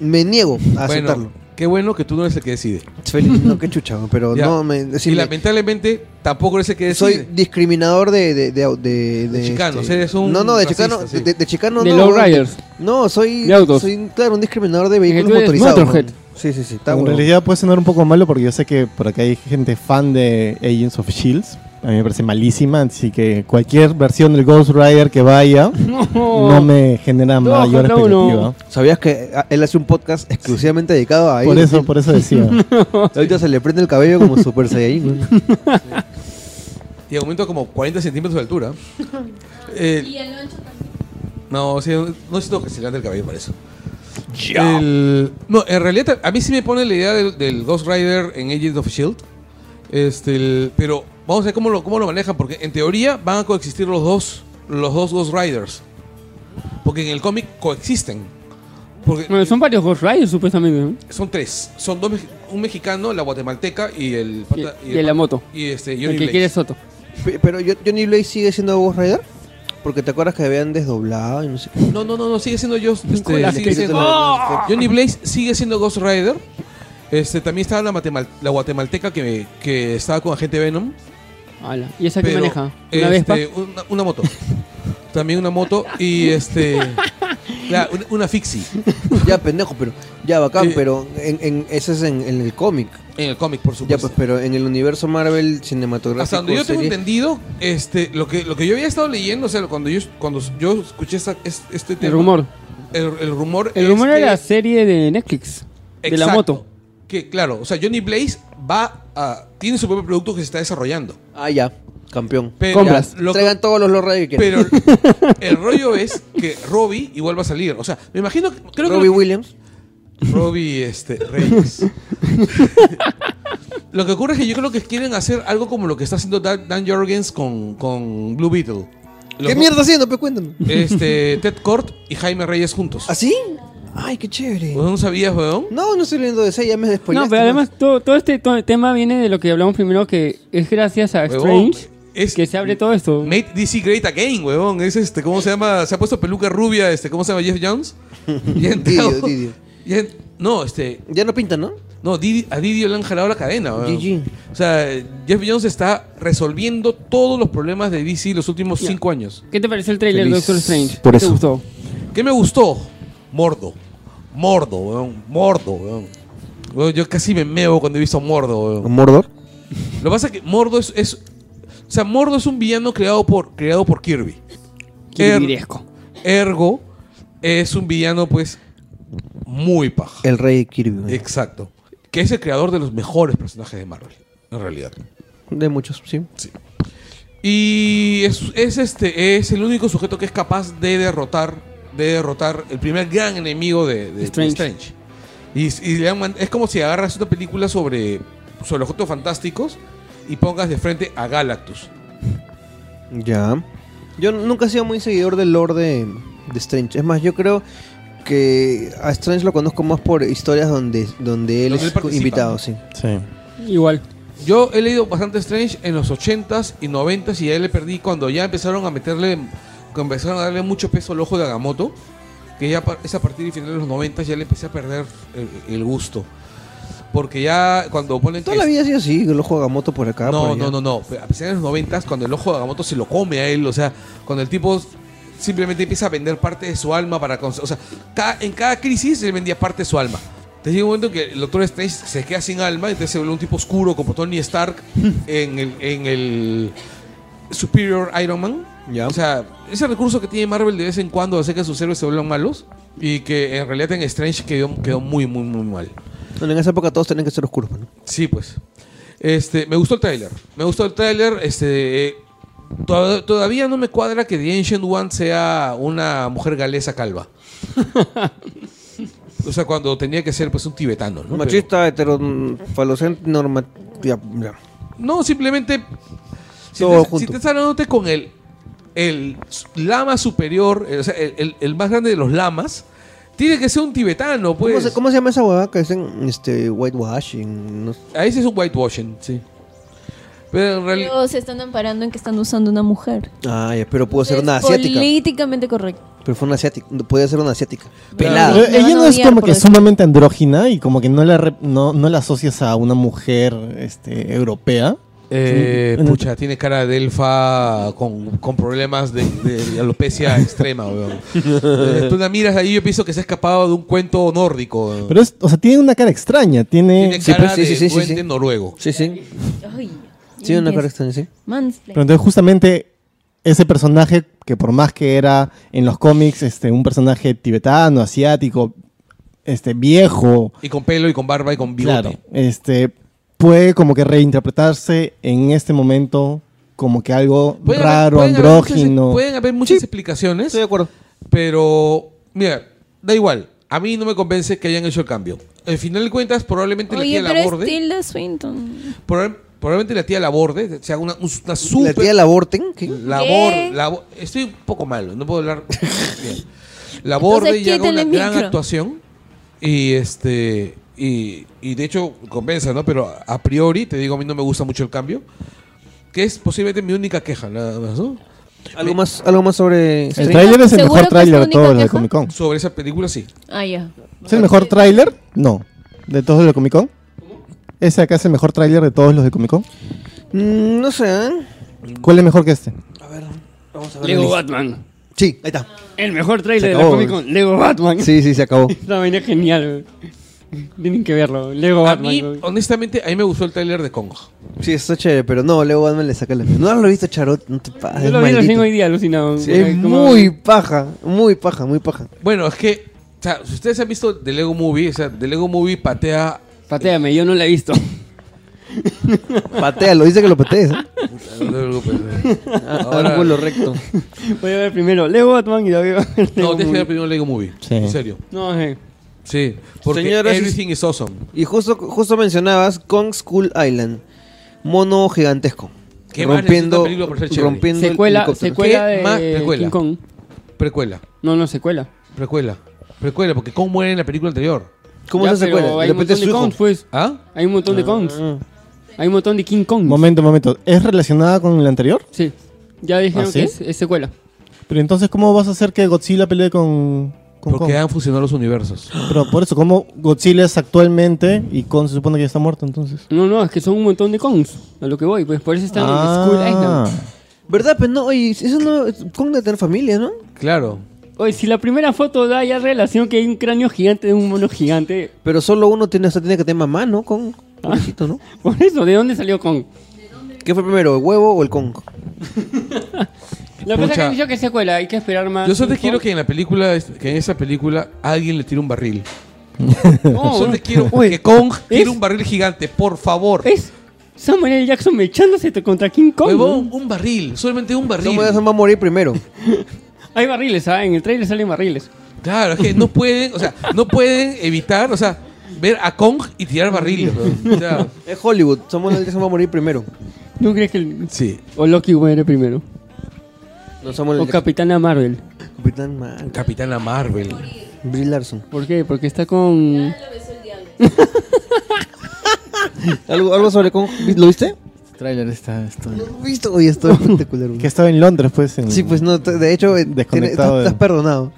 me niego a aceptarlo.
Ah, Bueno, qué bueno que tú no eres el que decide.
Feliz, no, qué chucha, weón. Pero
Ya.
no, me. sí
y
me-
lamentablemente tampoco eres el que decide.
soy discriminador de de, de, de-
De chicanos,
este-
eres un
no no de
racista,
chicano
sí.
de, de chicano
De
no,
low
weón.
riders.
no soy
De autos.
soy claro un discriminador de
tú
vehículos
eres
motorizados
Motorhead.
weón. sí sí sí está
En
bueno.
realidad puede sonar un poco malo porque yo sé que por acá hay gente fan de Agents of Shields. E A mí me parece malísima, así que cualquier versión del Ghost Rider que vaya
No.
no me genera
No,
mayor
ojalá uno.
expectativa.
sabías que ah, él hace un podcast exclusivamente dedicado a
Por
ellos?
eso, por eso decía.
ahorita se le prende el cabello como super saiyajin weón.
Y aumento como 40 centímetros de altura. Eh, No, o sea, no necesito que se levante el cabello para eso. El- no, en realidad a mí sí me pone la idea del, del Ghost Rider en Agents of Shield. E Este, el- pero vamos a ver cómo lo, cómo lo manejan, porque en teoría van a coexistir los dos, los dos Ghost Riders. Porque en el cómic coexisten. Porque
Bueno, son varios Ghost Riders, supuestamente. ¿no?
son tres. Son dos, mex- un mexicano, la guatemalteca y el... pata-
Y- y la moto.
Y este, Johnny
El que
Blaze.
quiere es Soto.
Pe- pero yo- Johnny Blaze sigue siendo Ghost Rider porque te acuerdas que habían desdoblado y no sé qué
No, no, no, no, sigue siendo yo. Este,
Nicolás
sigue
Cage.
siendo- Johnny Blaze sigue siendo Ghost Rider. Este, también estaba la, matemal- la guatemalteca que, que estaba con Agente Venom.
Ala. ¿Y esa que
Pero,
maneja? ¿Una Vespa?
este, una, una moto. También una moto y este. la- una, una fixie ¡Oh!
ya pendejo pero ya bacán
Eh.
pero en, en- ese es en, en el cómic
en el cómic, por
ya
supuesto.
pues pero en el universo Marvel cinematográfico
Hasta donde yo tengo
serie-
entendido, este, lo que, lo que yo había estado leyendo, o sea, cuando yo, cuando yo escuché esta- es- este tema.
El rumor.
El, el rumor.
El
es
rumor
que-
era la serie de Netflix. De la
este Exacto.
moto.
Que claro, o sea, Johnny Blaze va a. Tiene su propio producto que se está desarrollando.
Ah, ya, campeón.
Pero,
Compras.
Ya, lo que-
Traigan todos los Lord que quieran.
pero el rollo es que Robbie igual va a salir. O sea, me imagino. que- Creo
Robbie
que
Williams.
Robbie este, Reyes. lo que ocurre es que yo creo que quieren hacer algo como lo que está haciendo Dan, Dan Jorgens con, con Blue Beetle. Los
¿Qué
dos-
mierda haciendo? Pues cuéntame.
Este, Ted Cort y Jaime Reyes juntos.
¿Así? ¿Ah, Ay, qué chévere.
¿Vos no sabías, weón?
No, no estoy leyendo de ese, Pues ya me despojaste.
No, pero además todo, todo este todo el tema viene de lo que hablamos primero, que es gracias a
Huevón,
Strange
es-
que se abre todo esto.
Made DC Great Again, huevón. Es este, ¿cómo se llama? Se ha puesto peluca rubia, este, ¿cómo se llama? Jeff Jones. Y ha entrado-
Didio, Didio.
y ha- no, este,
Ya no pinta, ¿no?
no, Didi- a Didio le han jalado la cadena, huevón.
GG.
O sea, Jeff Jones está resolviendo todos los problemas de DC los últimos cinco años.
¿Qué te pareció el trailer de
Feliz
Doctor Strange?
por
¿Qué
eso.
¿Te gustó?
¿Qué me gustó? Mordo. Mordo, huevón. Mordo, huevón. Huevón, yo casi me meo cuando he visto Mordo, huevón.
Mordor.
Lo que pasa es que Mordo es, es- O sea, Mordo es un villano creado por, creado por Kirby. Er-
Kirbiresco.
ergo, es un villano, pues, muy paja.
El rey Kirby.
Exacto. que es el creador de los mejores personajes de Marvel, en realidad.
De muchos, sí.
Y es, es este, es el único sujeto que es capaz de derrotar, de derrotar el primer gran enemigo de, de- de Strange.
Strange.
Y, y le han man- es como si agarras una película sobre, sobre los objetos fantásticos y pongas de frente a Galactus.
Ya. Yo nunca he sido muy seguidor del lore de, de Strange. Es más, yo creo que a Strange lo conozco más por historias donde, donde él
Donde él
es
participa,
invitado,
¿no?
sí.
Sí.
Igual.
Yo he leído bastante Strange en los 80s y 90s y ya le perdí cuando ya empezaron a meterle, cuando empezaron a darle mucho peso al ojo de Agamotto, que ya pa- es a partir de finales de los 90s ya le empecé a perder el, el gusto. Porque ya cuando ponen...
Toda la vida ha sido así, el ojo de Agamotto por acá.
no,
por allá.
no, no, no. A pesar de los 90 cuando el ojo de Agamotto se lo come a él, o sea, cuando el tipo simplemente empieza a vender parte de su alma para... cons- O sea, ca- en cada crisis él vendía parte de su alma. Entonces llega un momento que el Doctor Strange se queda sin alma, entonces se vuelve un tipo oscuro como Tony Stark en el, en el Superior Iron Man.
Ya.
O sea, ese recurso que tiene Marvel de vez en cuando hace que sus héroes se vuelvan malos y que en realidad en Strange quedó, quedó muy, muy, muy mal.
Bueno, en esa época todos tenían que ser oscuros, ¿no?
Sí, pues. Este, me gustó el tráiler. Me gustó el tráiler. Este, eh, to- todavía no me cuadra que The Ancient One sea una mujer galesa calva. o sea, cuando tenía que ser pues un tibetano, ¿no?
Machista, heterofalocente, norma... Ya, ya.
Pero- no, simplemente si,
Todo
te, si
junto.
te estás hablándote con el el s- lama superior, eh, o sea, el, el- el más grande de los lamas, tiene que ser un tibetano, pues.
¿Cómo, se, cómo se llama esa huevada que dicen este, whitewashing? No sé.
Ahí sí es un whitewashing, sí. Pero en realidad
Pero se están amparando en que están usando una mujer.
Ah, ya, pero pudo ser
Es
una asiática.
Políticamente correcto.
Pero fue una asiática. Podía ser una asiática.
Ah,
Pero
Pelada.
Claro. le van
ella
a
no es
odiar
como
por
que
eso.
sumamente andrógina y como que no la, re- no, no la asocias a una mujer este, europea.
Eh,
Sí.
pucha, tiene cara de elfa con, con problemas de, de alopecia extrema, weón. Eh, tú la miras ahí, yo pienso que se ha escapado de un cuento nórdico. weón.
Pero es, o sea, tiene una cara extraña, tiene...
tiene
eh, sí,
cara
pues, sí,
de
sí, sí, sí,
duende
sí.
noruego.
Sí, sí.
Ay,
Sí, una cara extraña, sí.
Pero
Mansplain.
entonces justamente ese personaje que por más que era en los cómics este, un personaje tibetano, asiático, este, viejo,
Y con pelo, y con barba, y con bigote.
claro, este, puede como que reinterpretarse en este momento como que algo
Pueden haber-
raro,
pueden haber muchas-
andrógino.
pueden haber muchas
Sí.
explicaciones,
Estoy de acuerdo.
pero mira, da igual. A mí no me convence que hayan hecho el cambio. Al final de cuentas, probablemente
Oye,
la tía
pero es
Laborde.
Tilda Swinton.
proba- Probablemente la tía Laborde sea una, una
¿La
super.
tía Laborten? ¿Qué?
Labor,
¿Qué?
Labo- estoy un poco malo, no puedo hablar bien. Laborde
Entonces,
ya haga una
quítale el
gran
micro.
actuación y este y, y de hecho compensa, ¿no? Pero a priori te digo a mí no me gusta mucho el cambio, que es posiblemente mi única queja, nada más, ¿no?
¿Algo más, algo más sobre... este
El
Strange?
tráiler es el
¿Seguro
mejor
que
tráiler
es
de
tu
todo
única
lo de
queja?
Comic Con.
Sobre esa película sí.
Ah, ya.
¿Es el mejor tráiler? No. ¿De todos los de Comic Con? ¿Ese acá es el mejor tráiler de todos los de Comic Con?
Mm, no sé, ¿eh?
¿Cuál es mejor que este?
A ver, vamos a ver.
Lego
la lista.
Batman.
Sí, ahí está.
El mejor trailer
Se
de la
acabó.
Comic Con. Lego Batman.
Sí, sí, se acabó.
Esta vaina es genial, güey. Tienen que verlo. Lego
A
Batman.
mí,
güey.
honestamente, a mí me gustó el tráiler de Kong.
Sí, está chévere, pero no, Lego Batman le saca la... No lo he visto, Charot. No te pases,
Yo lo vi recién
maldito.
hoy día, alucinado.
Sí,
Como-
es muy paja, muy paja, muy paja.
Bueno, es que o sea, si ustedes han visto The Lego Movie, o sea, The Lego Movie patea
Pateame, yo no la he visto.
Patealo, dice que lo patees. ¿eh? Ah,
Ahora-
Ángulo recto.
Voy a ver primero Lego Batman y la veo.
No, deja de ver primero Lego Movie.
Sí.
En serio.
No, eh.
Sí, porque
Señoras y-
Everything is Awesome.
Y justo, justo mencionabas Kong School Island. Mono gigantesco.
¿Qué más necesita
rompiendo,
una película para ser chévere?
rompiendo el
Secuela,
helicóptero.
secuela
¿Qué
de
más precuela?
King Kong.
Precuela,
No, no, secuela.
precuela, precuela, porque Kong muere en la película anterior.
¿Cómo
Ya,
es la
pero
secuela? De
Hay un
repente
montón
es su
de
hijo.
Kongs, pues.
¿Ah?
Hay un montón de Kongs. Hay un montón de King Kong.
Ah. Momento, momento. ¿Es relacionada con el anterior?
Sí. Ya dijeron
¿Ah, sí?
que es, es secuela.
Pero entonces, ¿cómo vas a hacer que Godzilla pelee con, con
porque
Kong?
han fusionado los universos.
Pero por eso, ¿cómo Godzilla es actualmente y Kong se supone que ya está muerto entonces?
No, no, es que son un montón de Kongs. A lo que voy, pues por eso están
Ah.
en School Island.
¿Verdad? Pues no, oye, eso no. Kong debe tener familia, ¿no?
Claro.
Oye, si la primera foto da ya relación que hay un cráneo gigante de un mono gigante.
Pero solo uno tiene, o sea, tiene que tener mamá, ¿no? Kong.
Ah.
Pobrecito, ¿no?
Por eso, ¿de dónde salió Kong?
¿Qué fue primero, el huevo o el Kong?
La cosa es que
Pucha.
han dicho que es secuela, hay que esperar más.
Yo solo te
tiempo.
quiero que en la película, que en esa película alguien le tire un barril. Yo te quiero
Oye,
que Kong tire
es-
un barril gigante, por favor.
Es Samuel L. Jackson mechándose t- contra King Kong.
Huevón,
¿no?
un barril, solamente un barril.
Samuel Jackson va a morir primero.
Hay barriles, ¿ah? En el trailer salen barriles.
Claro, es que no pueden, o sea, no pueden evitar, o sea, ver a Kong y tirar barriles. huevón. O sea,
Es Hollywood. Samuel L. Jackson va a morir primero.
¿No crees que el...
sí.
O Loki muere primero?
No, Samuel
O
L. Jackson.
Capitana Marvel.
Capitán Man.
Capitana Marvel.
Brie Larson.
¿Por qué? Porque está con...
¿Algo, algo sobre Kong? ¿Lo viste?
Trailer está. está-
No lo he visto. Oye, esto es espectacular.
Que estaba en Londres, pues. en-
Sí, pues no. t- De hecho, eh, tiene-
Desconectado
estás,
del-
estás perdonado.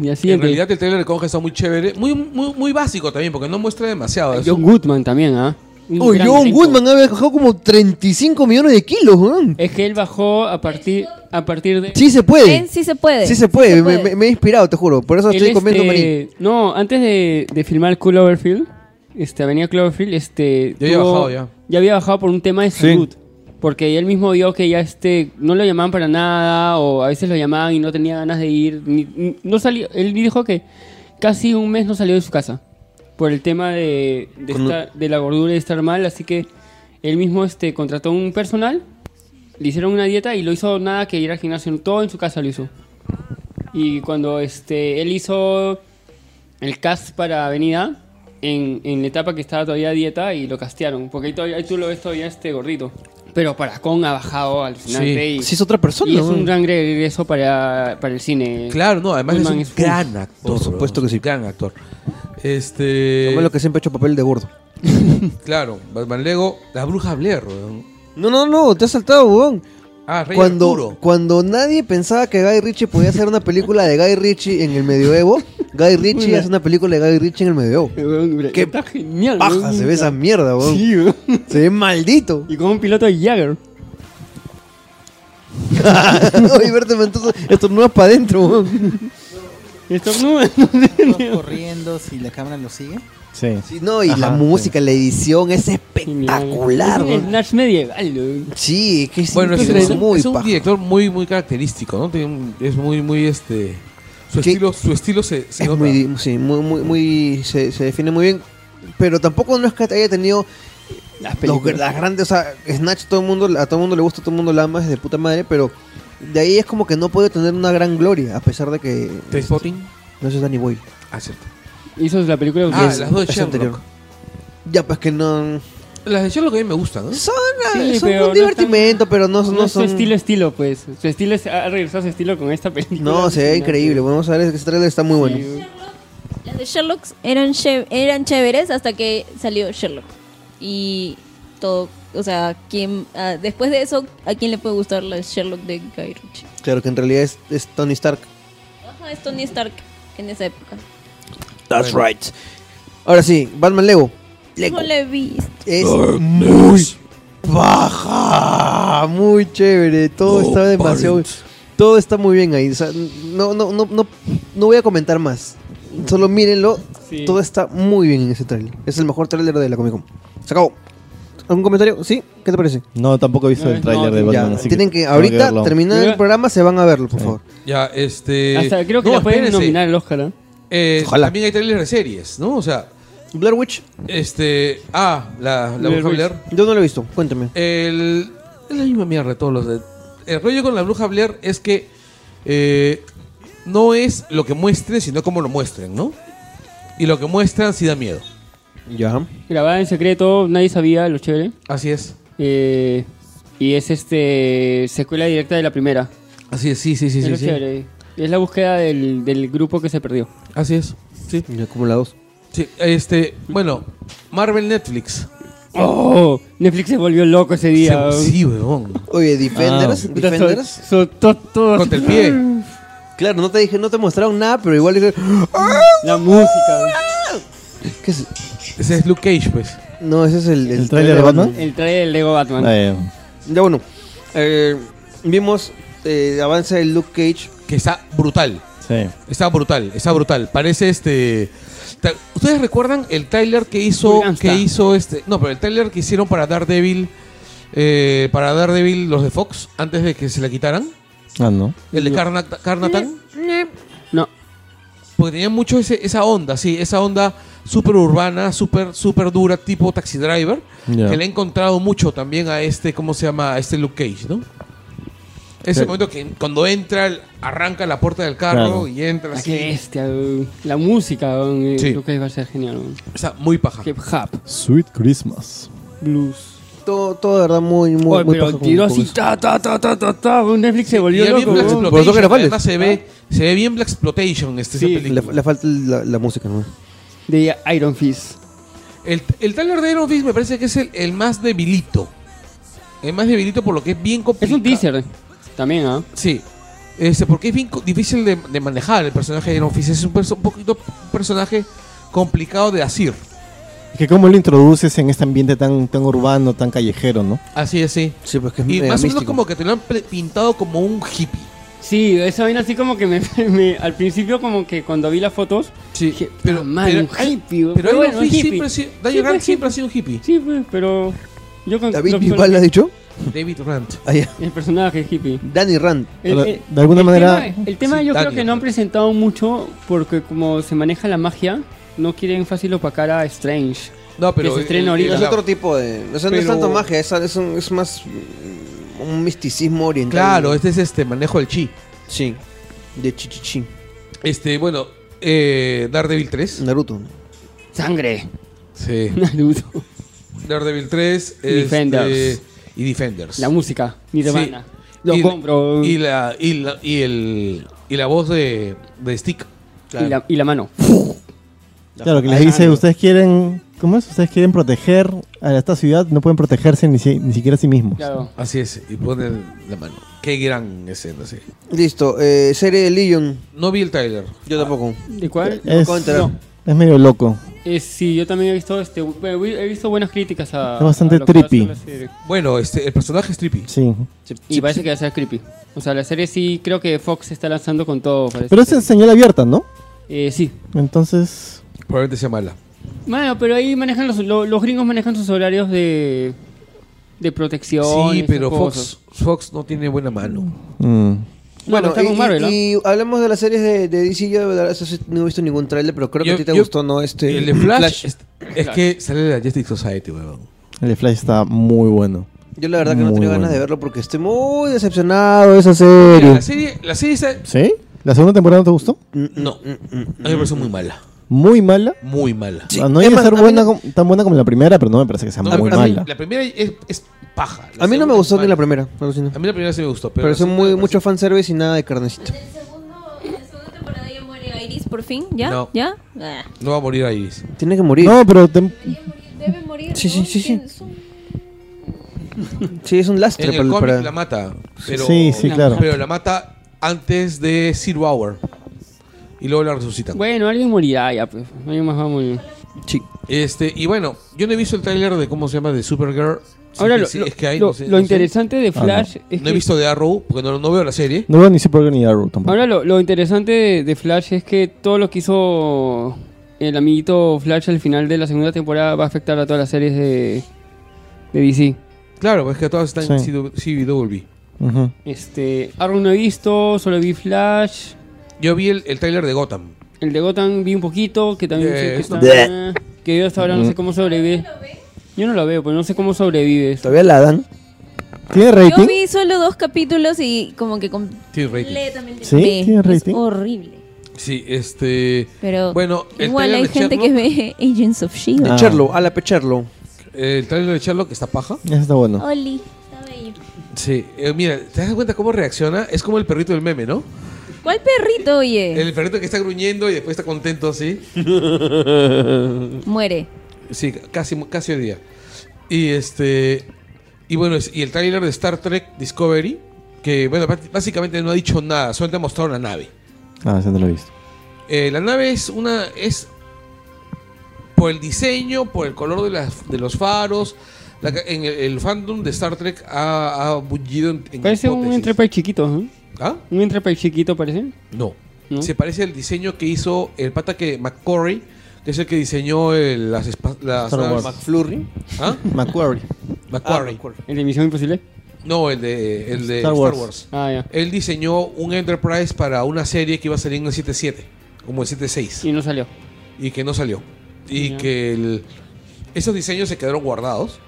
Y así
En realidad el trailer de Kong está muy chévere, muy, muy, muy básico también, porque no muestra demasiado. Es
John Goodman también, ¿ah? Un
Uy,
gran
John
elenco.
Goodman había cogido como 35 millones de kilos, weón.
Es que él bajó a partir, a partir de...
Sí se puede.
Ven, ¿Eh? sí se puede.
Sí se puede. Me, me- me he inspirado, te juro. Por eso
Él,
estoy comiendo maní.
este, No, antes de, de filmar Cloverfield, este, Avenida Cloverfield, este...
Ya había bajado, ya.
había bajado por un tema de salud. Porque él mismo vio que ya este no lo llamaban para nada o a veces lo llamaban y no tenía ganas de ir. ni- ni- no salió, él dijo que casi un mes no salió de su casa por el tema de, de,
Cuando-
estar- de la gordura y estar mal. Así que él mismo este, contrató un personal, le hicieron una dieta y lo hizo nada que ir al gimnasio. Todo en su casa lo hizo. Y cuando este, él hizo el cast para Avenida, en, en la etapa que estaba todavía a dieta, y lo castearon. Porque ahí, todavía, ahí tú lo ves todavía este gordito. Pero para Kong ha bajado alucinante.
Sí.
Y,
Si es otra persona,
y es
weón.
un gran regreso para, para el cine.
Claro, no, además
Goodman
es un
es-
gran actor.
Por supuesto
weón,
que sí.
Gran actor. Este.
Samuel lo que siempre ha hecho papel de gordo.
Claro, Batman Lego, la bruja Blair, weón.
No, no, no. Te has saltado, weón.
Ah, Rey
Cuando,
Arturo.
cuando nadie pensaba que Guy Ritchie podía hacer una película de Guy Ritchie en el medioevo, Guy Ritchie hace una película de Guy Ritchie en el medioevo.
Qué está genial.
Paja,
weón.
se ve esa mierda, weón.
Sí, weón.
Se ve maldito.
Y con un piloto de Jagger.
Oye, verte, entonces esto no es para adentro, weón.
Esto no, no
Todos corriendo si la cámara lo sigue.
Sí.
Sí, no, y la
Ajá,
música, la edición es
Genial.
espectacular,
Es un
weón.
Snatch medieval, weón.
Sí, es que es,
Bueno, es,
es
es un-
muy
es un
paja.
director muy, muy característico, ¿no? Tiene un- es muy, muy este. Su
¿Qué?
estilo, su estilo se, se
Es
nota.
muy, sí, muy, muy, muy- se, se define muy bien. Pero tampoco no es que haya tenido
Las
los-
películas.
las grandes, o sea, Snatch todo el mundo, a todo el mundo le gusta, todo el mundo la ama, es de puta madre, pero de ahí es como que no puede tener una gran gloria, a pesar de que
Trainspotting.
no es Danny Boyle.
Ah, cierto.
Hizo la película pues, de
Ah,
Ustedes.
las dos de
es anterior.
Sherlock.
Ya, pues que no...
Las de Sherlock a mí me gustan, ¿no?
Son, ah,
Sí,
son
pero
un
no
divertimento,
están-
pero no, no,
No es su
son...
estilo, estilo, pues. Su estilo es, ha regresado a su estilo con esta película.
No, se ve
Alucinante.
increíble. Bueno, Vamos a ver, ese trailer está muy bueno.
Sí,
Las de Sherlock eran, che- eran chéveres hasta que salió Sherlock. Y todo, o sea, ¿quién, ah, después de eso, ¿a quién le puede gustar la Sherlock de Guy Ritchie?
Claro que en realidad es, es Tony Stark.
Ajá, es Tony Stark en esa época.
That's right. Ahora sí, Batman Lego. Lego.
No la he visto.
Es muy baja, muy chévere, todo está demasiado, todo está muy bien ahí, o sea, no, no, no, no, no voy a comentar más, solo mírenlo,
Sí.
todo está muy bien en ese trailer, es el mejor trailer de la Comic Con. Se acabó. ¿Algún comentario? ¿Sí? ¿Qué te parece?
No, tampoco he visto
No,
el tráiler
no,
de
Ya,
Batman. así
tienen que,
tengo
ahorita,
verlo.
terminando el
Mira.
programa, se van a verlo, por favor.
Ya, este.
Hasta creo que
no,
la pueden
espérense.
nominar al Oscar. ¿ah?
Eh,
Ojalá.
También hay trailers de series, ¿no? O sea,
Blair Witch,
este. Ah, la, la
Blair
bruja
Witch.
Blair.
yo no lo he visto, cuéntame.
El, es la misma mierda de todos los de. El rollo con la bruja Blair es que eh, no es lo que muestren, sino cómo lo muestren, ¿no? Y lo que muestran sí da miedo.
Ya.
Grabada en secreto, nadie sabía, lo chévere.
Así es.
Eh, y es este secuela directa de la primera.
Así es, sí, sí, sí,
es
sí.
lo
sí.
chévere. Es la búsqueda del, del grupo que se perdió.
Así es. Sí.
Ya como la dos.
Sí, Este, bueno, Marvel Netflix.
¡Oh! Netflix se volvió loco ese día.
Se- sí, ah. weón.
Oye, Defenders,
Puta,
Defenders.
so- so- to- to-
Contra el pie.
Claro, no te dije, no te mostraron nada, pero igual dije, "Ah,
La música.
¿qué es?
Ese es Luke Cage, pues.
No, ese es el, el
¿El tráiler de Batman?
El trailer del Lego Batman.
Ah, ya.
Ya bueno, eh, vimos eh, el avance de Luke Cage.
Que está brutal.
Sí.
Está brutal, está brutal. Parece este. ta- ¿Ustedes recuerdan el Tyler que hizo.
Muy gangsta.
que hizo este. No, pero el Tyler que hicieron para Daredevil. eh, para Daredevil los de Fox, antes de que se la quitaran.
Ah, no.
El de Carnat- Carnatan.
No.
Porque tenía mucho ese- esa onda, sí, esa onda súper urbana, súper super dura, tipo Taxi Driver,
Ya.
que le he encontrado mucho también a este, ¿cómo se llama? A este Luke Cage, ¿no? Ese
Sí.
momento que cuando entra, arranca la puerta del carro
Claro.
y entra
Ah,
así.
qué bestia, weón. La música, weón, eh,
Sí. Ah.
creo que va a ser genial, weón.
Está muy paja.
Hip hop,
Sweet Christmas.
blues.
Todo, todo de verdad muy, muy,
Oye,
muy
pero
paja con-
tiró
con
así,
eso.
ta, ta, ta, ta, ta, ta, weón, Netflix se volvió
Y a mí
loco,
Black
weón.
Exploitation,
Por eso que le falta.
además se ve, se ve bien Black Exploitation este, esa
Sí.
película.
Le, le falta Ah. la, la música, ¿no?
De Iron Fist.
El, el Tyler de Iron Fist me parece que es el, el más debilito. El más debilito por lo que es bien
Es
complicado.
un teaser también, ¿ah?
Sí. Este, porque es bien co- difícil de, de manejar el personaje de Iron Fist. Es un, perso- un poquito un personaje complicado de asir.
Es que cómo lo introduces en este ambiente tan, tan urbano, tan callejero, ¿no?
Así, así.
Sí, pues que es
Y
eh,
más o menos
místico.
como que te lo han pre- pintado como un hippie.
Sí, esa vaina así como que me, me- al principio como que cuando vi las fotos
Sí,
dije, pero man, un hippie, weón.
Pero Iron
bueno,
Fist
es hippie.
siempre, ha sido- Daniel
Sí, pues,
Radcliffe siempre ha
hippie.
sido un hippie.
Sí, pues, pero yo con,
David
lo-
Bisbal le ha dicho.
David Rand.
Ah, ya.
el personaje es hippie.
Danny Rand.
El-
De-
el-
de alguna
Eh, el
manera-
tema- el tema
Sí,
yo creo
Daniel.
que no han presentado mucho porque como se maneja la magia, no quieren fácil opacar a Strange.
No, pero.
Que se estrena
eh,
ahorita.
eh,
Es
la-
otro tipo de. O sea, no es
Pero-
tanto magia, es, es, un- es más mm, un misticismo oriental.
Claro, este es este manejo del chi.
Sí. De chichichi.
Este, bueno, eh, Daredevil 3.
Naruto.
Sangre,
Sí.
Naruto,
Daredevil 3. este,
Defenders.
y Defenders.
la música, mi
Sí.
hermana. Lo
Y-
compro
Y
y,
la, y la, y el, y la voz de, de Stick.
la, y la mano.
Claro, que les dice, ustedes quieren, ¿cómo es? Ustedes quieren proteger a esta ciudad, no pueden protegerse ni, si- ni siquiera a sí mismos.
Claro.
Así es, y pone la mano. Qué gran escena, sí.
Listo. Eh, serie de Legion.
No vi el Tyler.
Yo tampoco.
¿De cuál?
Es,
acabo de enterar.
no, es medio loco.
Eh, sí, yo también he visto este, he visto buenas críticas a.
Es bastante
a lo que va a
trippy.
ser la serie.
Bueno, este, el personaje es trippy.
Sí.
Y parece que va a ser creepy. O sea, la serie sí creo que Fox se está lanzando con todo. Parece.
Pero es en señal abierta, ¿no?
Eh, sí.
Entonces,
Probablemente sea mala.
Bueno, pero ahí manejan los, lo- los gringos manejan sus horarios de de protección. y
Sí,
esas
pero
cosas.
Fox, Fox no tiene buena mano.
mm,
pues
No, pero está
y,
con Marvel, ¿no?
y- y hablamos de las series de, de DC. Yo de verdad eso sí, no he visto ningún trailer, pero creo que
Yo-
a ti te
yo-
gustó, ¿no? Este,
el de Flash, es, es que sale de la Justice Society, weón.
el de Flash está muy bueno.
Yo la verdad que no
Muy
tenía ganas
bueno.
de verlo porque estoy muy decepcionado de esa
Mira,
serie.
La serie, la serie está-
¿Sí? ¿La segunda temporada no te gustó?
Mm,
No, mm, a mí me pareció muy mala.
Muy mala.
Muy mala.
Sí,
Ah, no
es
llega a
más,
ser
a mí
buena,
no-
com- tan buena como la primera, pero no me parece que sea
No,
muy
a mí-
mala.
La primera es, es paja. La
A mí no
segunda
me
es
gustó ni
mala.
la primera. alucina.
A mí la primera sí me gustó, pero.
Pareció
la segunda
muy,
me
mucho fanservice y nada de carnecita.
En el segundo, en la segunda temporada ya muere Iris por fin, ¿ya?
No.
¿Ya? Ah.
parece- No va a morir Iris.
Tiene que morir.
No, pero tem-
Debe morir.
Sí, sí,
¿no?
sí, sí.
Es un-
Sí, es un lastre
En el
para,
cómic
para-
la mata. Pero,
Sí, sí, claro.
Pero la mata antes de Zero Hour. Y luego la resucitan.
Bueno, alguien morirá ya, pues. Alguien más va a morir.
Sí.
Este, y bueno, yo no he visto el tráiler de cómo se llama de Supergirl. Sí,
Ahora,
sí,
lo,
sí,
lo-
es que hay,
lo-
no sé,
lo
no sé.
interesante de
Ah, no.
Flash es
No he
que-
visto de Arrow porque no, no veo la serie.
no veo ni Supergirl ni Arrow tampoco.
Ahora lo, lo interesante de, de Flash es que todo lo que hizo el amiguito Flash al final de la segunda temporada va a afectar a todas las series de, de DC.
Claro, es que todas están
Sí.
en CW.
Ujú.
Este, Arrow no he visto, solo vi Flash.
Yo vi el, el tráiler de Gotham.
El de Gotham vi un poquito, que también
Eh,
sé que,
esto-
está- que yo hasta ahora no sé cómo sobrevive. Yo no lo veo, pero no sé cómo sobrevive. esto.
Todavía la dan.
¿Tiene
Yo
rating?
vi solo dos capítulos y como que
Tiene rating.
completamente
¿Sí?
me-
¿Tiene
es
rating?
horrible.
Sí, este.
Pero
Bueno, el
igual hay
tráiler de
gente que
Sherlock-
ve Agents of Shield.
Ah.
Echarlo, a la pecharlo.
El tráiler de Sherlock está paja.
Eso está bueno.
Oli, está bello.
Sí, eh, mira, ¿te das cuenta cómo reacciona? Es como el perrito del meme, ¿no?
¿Cuál perrito, oye?
El perrito que está gruñendo y después está contento así.
Muere.
Sí, casi, casi hoy día. Y este. Y bueno, es- y el tráiler de Star Trek Discovery, que bueno, prácti- básicamente no ha dicho nada, solamente ha mostrado la nave.
Ah, eso no lo he visto.
Eh, la nave es una. es por el diseño, por el color de, las, de los faros. la ca- en el, el fandom de Star Trek ha, ha bullido en, en
Parece un
hipótesis.
Enterprise chiquito, ¿eh?
¿Ah?
Un Enterprise chiquito parece.
No.
¿No?
Se parece al diseño que hizo el pata que McCory, que es el que diseñó el- las, espa- las
Star
naves
Wars.
Mc-
Flurry.
¿Ah?
Macquarie.
Macquarie.
El de Misión Imposible.
No, el de, el de
Star
Star, Wars.
Wars.
Ah, ya.
Él diseñó un Enterprise para una serie que iba a salir en el 77. como el 7.6,
Y no salió.
y que no salió. Y
Ya.
que el- esos diseños se quedaron guardados.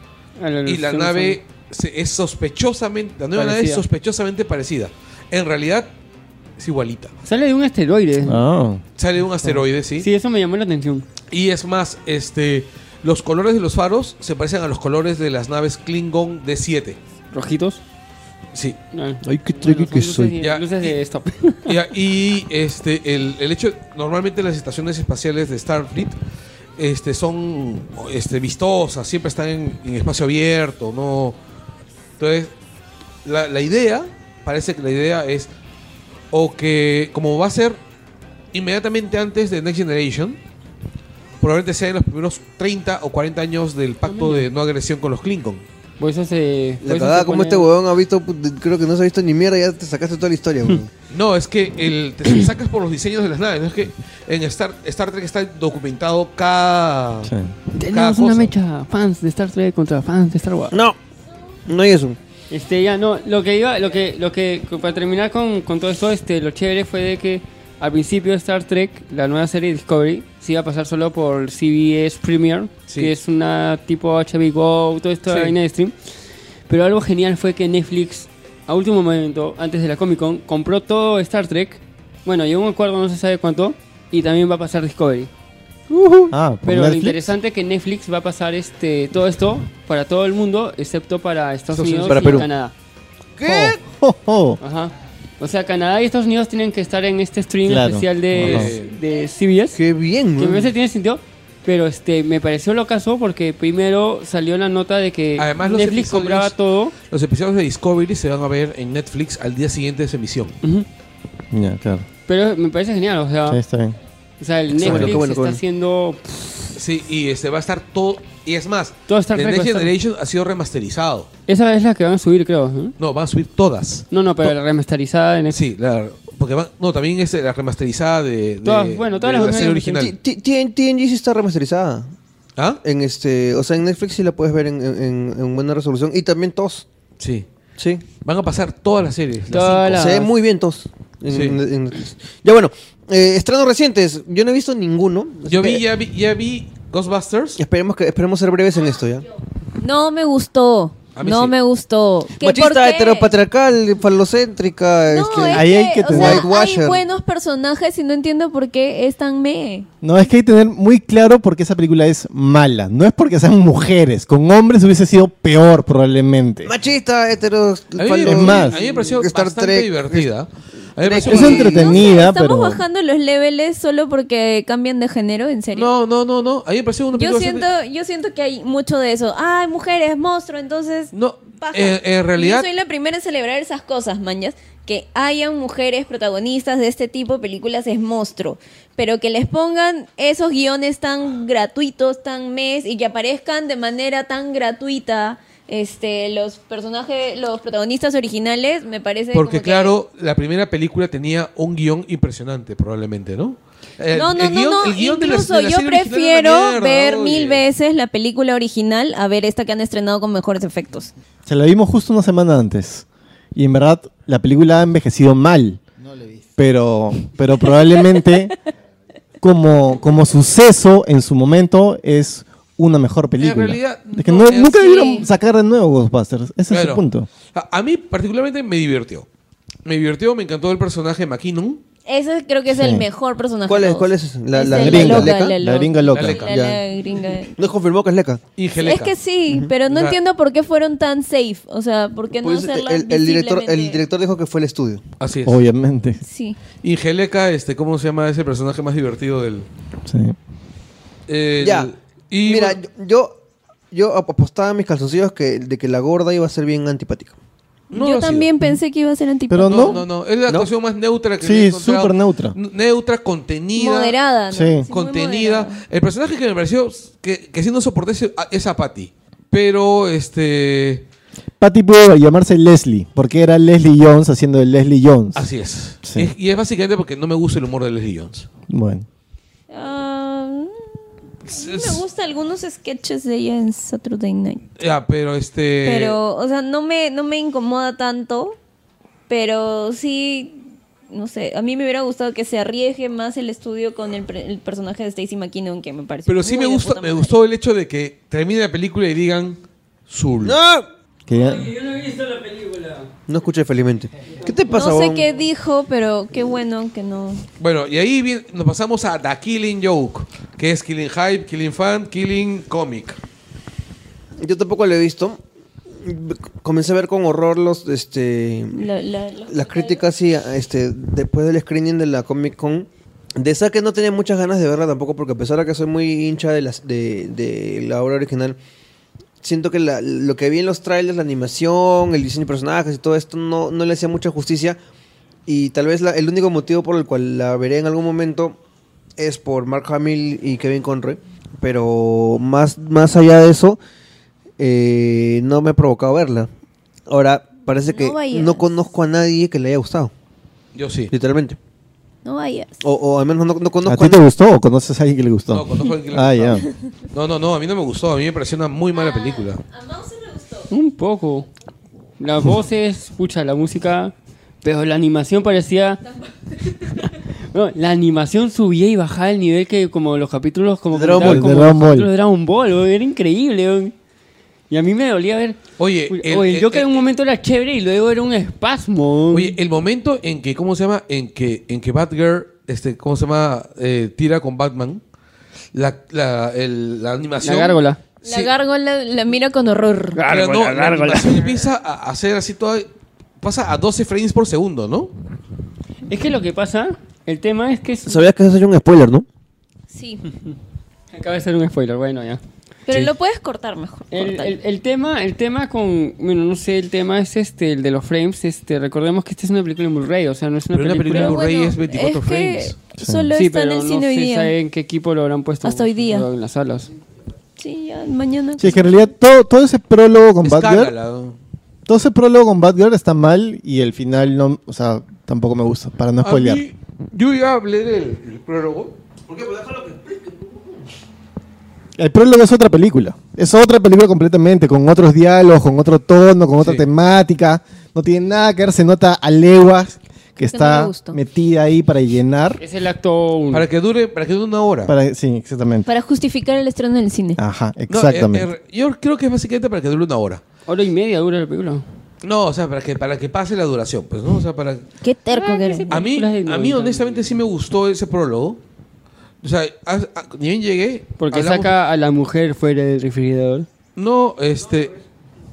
A la
Y la
ilustración
nave se- es sospechosamente, la nueva nave es
Parecida.
sospechosamente parecida. En realidad es igualita.
son- Sale de un asteroide.
Ah.
Sale de un asteroide, ¿sí?
Sí, eso me llamó la atención.
Y es más, este, los colores de los faros se parecen a los colores de las naves Klingon D7.
¿Rojitos?
Sí.
Ay, qué tricky
pues,
que soy.
Ya,
Luces
y-
de stop.
Ya, y este, el, el hecho, normalmente las estaciones espaciales de Starfleet este, son este, vistosas, siempre están en, en espacio abierto, ¿no? Entonces, la, la idea, parece que la idea es, o que como va a ser inmediatamente antes de Next Generation, probablemente sea en los primeros 30 o 40 años del pacto de no agresión con los Klingon.
Por eso se. por
La
Pues,
eso
cagada,
se
como
pone-
este huevón ha visto, put- creo que no se ha visto ni mierda, ya te sacaste toda la historia, huevón.
No, es que el, te sacas por los diseños de las naves. ¿no? Es que en Star, Star Trek está documentado cada.
Sí.
cada
Tenemos
cosa.
una mecha. Fans de Star Trek contra fans de Star Wars.
No, no hay eso.
Este, ya, no, lo que iba, lo que, lo que, para terminar con, con todo esto, este, lo chévere fue de que al principio Star Trek, la nueva serie Discovery, se iba a pasar solo por CBS Premier,
Sí.
que es una tipo HBO Go, todo esto
Sí.
de vaina de stream. Pero algo genial fue que Netflix, a último momento, antes de la Comic Con, compró todo Star Trek. Bueno, llegó a un acuerdo, no se sabe cuánto, y también va a pasar Discovery.
Ah, por
Pero lo
Netflix.
interesante es que Netflix va a pasar este todo esto para todo el mundo, excepto para Estados Unidos
para
y
Perú.
Canadá.
¿Qué?
Oh, oh.
Ajá. O sea, Canadá y Estados Unidos tienen que estar en este stream
Claro.
especial
Ajá.
de, de CBS.
Qué bien,
Que a
huevón.
veces tiene sentido, pero este me pareció lo caso porque primero salió la nota de que
Además, los
Netflix
episodios-
compraba todo.
Los episodios de Discovery se van a ver en Netflix al día siguiente de su emisión.
Ujú.
Ya, claro.
Pero me parece genial, o sea,
Sí, está bien.
o sea el Netflix
bueno, qué bueno, qué
está
bueno.
haciendo pff,
Sí, y este va a estar todo. Y es más,
todo Star
The
Trek. va a
Next
estar-
Generation ha sido remasterizado.
Esa es la que van a subir, creo. ¿eh?
No, van a subir todas.
No, no, pero la remasterizada en
Sí, la- porque van. No, también es la remasterizada de. de-
Todas- bueno, todas
de la
las van a
serie
remasterizar.
original.
T- T- TNG sí está remasterizada.
¿Ah?
En este, o sea, en Netflix sí la puedes ver en, en- en buena resolución. Y también TOS.
Sí.
Sí.
Van a pasar todas las series. las
Todas
cinco.
las-
Se ve muy bien TOS. en-
Sí.
en- en Netflix. ya bueno, eh, estrenos recientes. Yo no he visto ninguno.
Yo vi,
Espe-
ya vi, ya vi Ghostbusters.
Esperemos, que, esperemos ser breves en esto, ¿ya?
No me gustó.
A mí
No
sí.
me gustó. ¿Qué, por
Machista,
qué?
heteropatriarcal, falocéntrica.
No,
este,
es
Ahí hay
que,
que
o
tener-
sea,
Whitewasher.
hay buenos personajes y no entiendo por qué es tan me.
No, es que hay que tener muy claro por qué esa película es mala. No es porque sean mujeres. Con hombres hubiese sido peor, probablemente.
Machista, hetero,
A mí,
falo-
Es más.
a mí me pareció bastante divertida. A mí me pareció
Es
muy-
entretenida.
no sé, estamos
pero-
bajando los niveles solo porque cambian de género, en serio.
No, no, no, no. A mí me pareció una
yo
película
siento,
bastante-
yo siento que hay mucho de eso. Ay, mujeres, monstruo, entonces.
No,
paja.
eh, en realidad...
Yo soy la primera en celebrar esas cosas, mañas. Que hayan mujeres protagonistas de este tipo de películas es monstruo. Pero que les pongan esos guiones tan gratuitos, tan mes, y que aparezcan de manera tan gratuita este, los personajes, los protagonistas originales, me parece.
Porque
como que-
claro, la primera película tenía un guión impresionante, probablemente, ¿no? El-
No, no,
Eh, el guión-
no, no.
el guión de la-
Incluso
de la
yo
serie original
prefiero
era una mierda,
ver
oye.
mil veces la película original a ver esta que han estrenado con mejores efectos.
Se la vimos justo una semana antes. Y en verdad, la película ha envejecido mal. Pero, pero probablemente, como, como suceso en su momento, es una mejor película.
realidad,
es que
no,
no-
es-
nunca
sí.
debieron sacar de nuevo Ghostbusters. Ese es
Claro.
el punto.
A, a mí particularmente me divirtió. Me divirtió, me encantó el personaje de McKinnon.
Ese creo que es el
Sí.
mejor personaje.
¿Cuál es-
de todos.
cuál es? ¿La-
Es
la
el
gringa?
loca,
¿La
leca? La gringa
Sí,
loca.
la-
Ya.
la gringa.
Nos confirmó que es leca.
Y
Es
Geleca.
que sí, pero no
O sea-
entiendo por qué fueron tan safe. O sea, por qué no
Pues,
hacerla
el, el director, el
visiblemente-
director dijo que fue el estudio.
Así es.
Obviamente.
Sí.
Y Geleca, este, ¿cómo se llama ese personaje más divertido del...?
Sí.
el-
ya.
Y
Mira,
bueno,
yo, yo yo ap- apostaba a mis calzoncillos que, de que la gorda iba a ser bien antipática.
no
Yo
lo ha sido.
también pensé que iba a ser antipática.
Pero
No,
no.
no, no, Es la
¿No?
actuación más neutra que
Sí,
he encontrado.
súper neutra.
N- Neutra, contenida.
moderada. ¿no?
Sí.
muy
Contenida.
moderada.
El personaje que me pareció que, que sí no soporté es- es a Patty. Pero, este.
Patty pudo llamarse Leslie, porque era Leslie Jones haciendo de Leslie Jones.
Así es.
Sí.
Es- Y es básicamente porque no me gusta el humor de Leslie Jones.
Bueno.
Ah, sí me gustan algunos sketches de ella en Saturday Night.
Ya, pero este.
Pero, o sea, no me, no me incomoda tanto, pero sí no sé, a mí me hubiera gustado que se arriesgue más el estudio con el, pre- el personaje de Stacy McKinnon, que me parece.
Pero sí me, gustó, me gustó el hecho de que termine la película y digan Zul.
¡No!
Que ya-
Yo no he visto la película.
No escuché felizmente. ¿Qué te pasa,
No sé
huevón?
qué dijo, pero qué bueno que no.
Bueno, y ahí vi- nos pasamos a The Killing Joke, que es Killing Hype, Killing Fan, Killing Comic.
Yo tampoco lo he visto. Comencé a ver con horror los, este,
La- la- la-
las críticas sí, este, después del screening de la Comic Con. De esa que no tenía muchas ganas de verla tampoco, porque a pesar de que soy muy hincha de, las, de, de la obra original, siento que la- lo que vi en los trailers, la animación, el diseño de personajes y todo esto no, no le hacía mucha justicia. Y tal vez la- el único motivo por el cual la veré en algún momento es por Mark Hamill y Kevin Conroy. Pero más, más allá de eso, eh, no me ha provocado verla. Ahora, parece que
No vayas.
no conozco a nadie que le haya gustado,
Yo sí.
literalmente.
No vayas.
O, o al menos no, no
¿A
conozco
ti te
nadie.
gustó o conoces a alguien que le gustó?
No, conozco a alguien que le
Ah, ya.
gustaba. No, no, no, a mí no me gustó, a mí me pareció una muy
Ah.
mala película.
A Mouse le gustó.
Un poco. Las voces, pucha, la música. Pero la animación parecía. No, la animación subía y bajaba el nivel que, como los capítulos, como
Dragon
comentaban,
Ball,
como
Dragon
los
Ball.
capítulos de Dragon Ball, weón, era increíble. weón. Y a mí me dolía ver.
Oye,
Uy,
el-
oye,
el-
yo que en
el-
un momento era chévere y luego era un espasmo. weón.
eh, Oye, eh. el momento en que, ¿cómo se llama? En que, en que Batgirl, este, ¿cómo se llama? Eh, tira con Batman. La, la, el- la
la
animación.
gárgola.
La
Sí.
gárgola la mira con horror.
Pero no, la animación empieza a hacer así toda. Pasa a 12 frames por segundo, ¿no?
Es que lo que pasa, el tema es que. es-
Sabías que eso es un spoiler, ¿no?
Sí.
Acaba de ser un spoiler, bueno, ya.
Pero lo puedes cortar mejor.
El,
córtalo.
el- el tema, el tema con, bueno, no sé, el tema es este, el de los frames, este, recordemos que esta es una película en Blu-ray, o sea, no es una
Pero una
película.
película en Blu-ray
bueno,
es 24
que
frames.
Solo
sí,
está en
pero
el
no
cine
se
hoy día.
sabe en qué equipo lo habrán puesto.
Hasta hoy día.
En las salas.
Sí, ya mañana.
Sí, es que en realidad todo, todo ese prólogo con Batgirl,
Escálala, ¿no?
todo ese prólogo con Batgirl está mal y el final no, o sea, tampoco me gusta, para no
A
spoilear.
mí, yo ya hablé del, del prólogo. ¿Por qué? Pues déjalo que explique.
El prólogo es otra película. Es otra película completamente, con otros diálogos, con otro tono, con otra
Sí.
temática. No tiene nada que ver, se nota a leguas que
que Este no me
está
gustó.
metida ahí para llenar.
Es el acto uno.
Para que dure, para que dure una hora.
Para, sí, exactamente.
Para justificar el estreno en el cine.
Ajá,
No,
exactamente.
eh, eh, yo creo que es básicamente para que dure una hora.
Hora y media dura la película.
No, o sea, para que, para que pase la duración, pues, ¿no? O sea, para.
Qué terco Ah, que eres.
A mí,
Películas de
a mí
90.
honestamente sí me gustó ese prólogo. O sea, a- a- ni bien llegué.
Porque
hablamos-
saca a la mujer fuera del refrigerador.
No, este.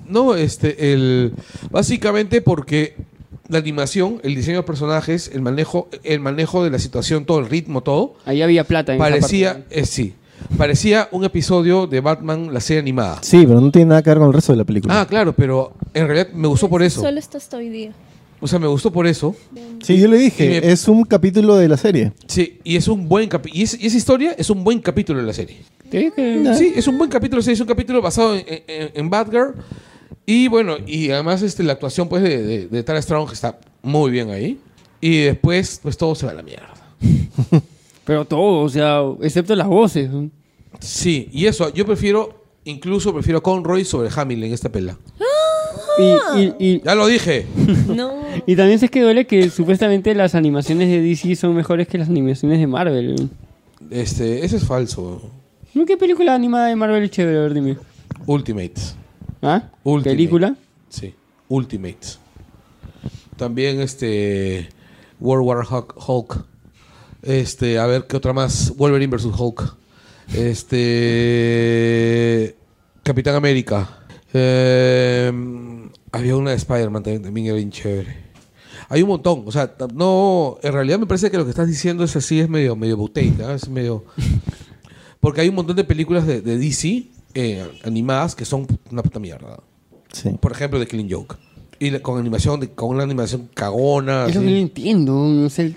No, este, el. Básicamente porque la animación, el diseño de personajes, el manejo, el manejo de la situación, todo el ritmo, todo,
Ahí había plata en esa
parecía,
parte.
eh, sí, parecía un episodio de Batman, la serie animada.
Sí, pero no tiene nada que ver con el resto de la película.
Ah, claro, pero en realidad me gustó por eso.
Solo está hasta hoy día.
O sea, me gustó por eso.
sí, yo le dije,
y me-
es un capítulo de la serie.
Sí, y es un buen capítulo. Y, es- y esa historia es un buen capítulo de la serie.
Te digo que-
Sí, es un buen capítulo, sí, es un capítulo basado en, en, en Batgirl. Y bueno, y además este, la actuación pues de, de, de Tara Strong está muy bien ahí. Y después, pues todo se va a la mierda.
Pero todo, o sea, excepto las voces. ¿no?
Sí, y eso, yo prefiero, incluso prefiero a Conroy sobre Hamill en esta pela.
Y,
Ah.
y, y,
Ya lo dije.
No.
y también es que duele que supuestamente las animaciones de DC son mejores que las animaciones de Marvel.
Este, eso es falso.
¿No? ¿Qué película animada de Marvel es chévere? A ver, dime.
Ultimates.
¿Ah?
Ultimate.
¿Película?
Sí, Ultimates. También este World War Hulk. Hulk. Este, a ver qué otra más. Wolverine versus Hulk. Este Capitán América. Em, había una de Spider-Man también, también era bien chévere. Hay un montón, o sea, tam- no, en realidad me parece que lo que estás diciendo es así, es medio, medio bouteille, ¿ah? es medio, porque hay un montón de películas de, de DC eh, animadas que son una puta mierda.
Sí.
Por ejemplo, de Killing Joke. Y la- con animación, de- con una animación cagona.
Es lo
así.
que no entiendo. No sé.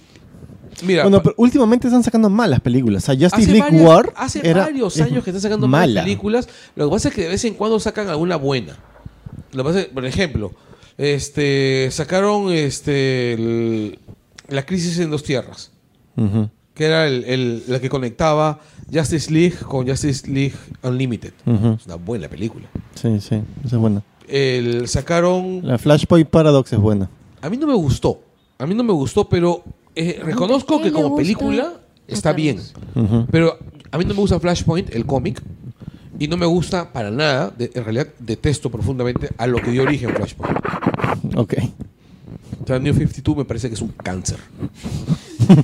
Mira,
Bueno,
pa-
pero últimamente están sacando malas películas. O sea, Justice
hace,
League
varias-
War
hace
era-
varios
es
años que están sacando
mala.
malas películas. Lo que pasa es que de vez en cuando sacan alguna buena. Lo que pasa es, por ejemplo, este sacaron este el- la crisis en dos tierras,
Ujú.
que era el- el- la que conectaba Justice League con Justice League Unlimited.
Ujú.
Es una buena película.
Sí, sí, esa es buena.
El, sacaron
La Flashpoint Paradox es buena.
A mí no me gustó. A mí no me gustó, pero eh, reconozco
qué
que
le
como
gusta
película está
a Carlos?
bien. Pero a mí no me gusta Flashpoint, el cómic. Y no me gusta para nada, de- en realidad detesto profundamente a lo que dio origen Flashpoint.
Ok.
O sea, New 52 me parece que es un cáncer.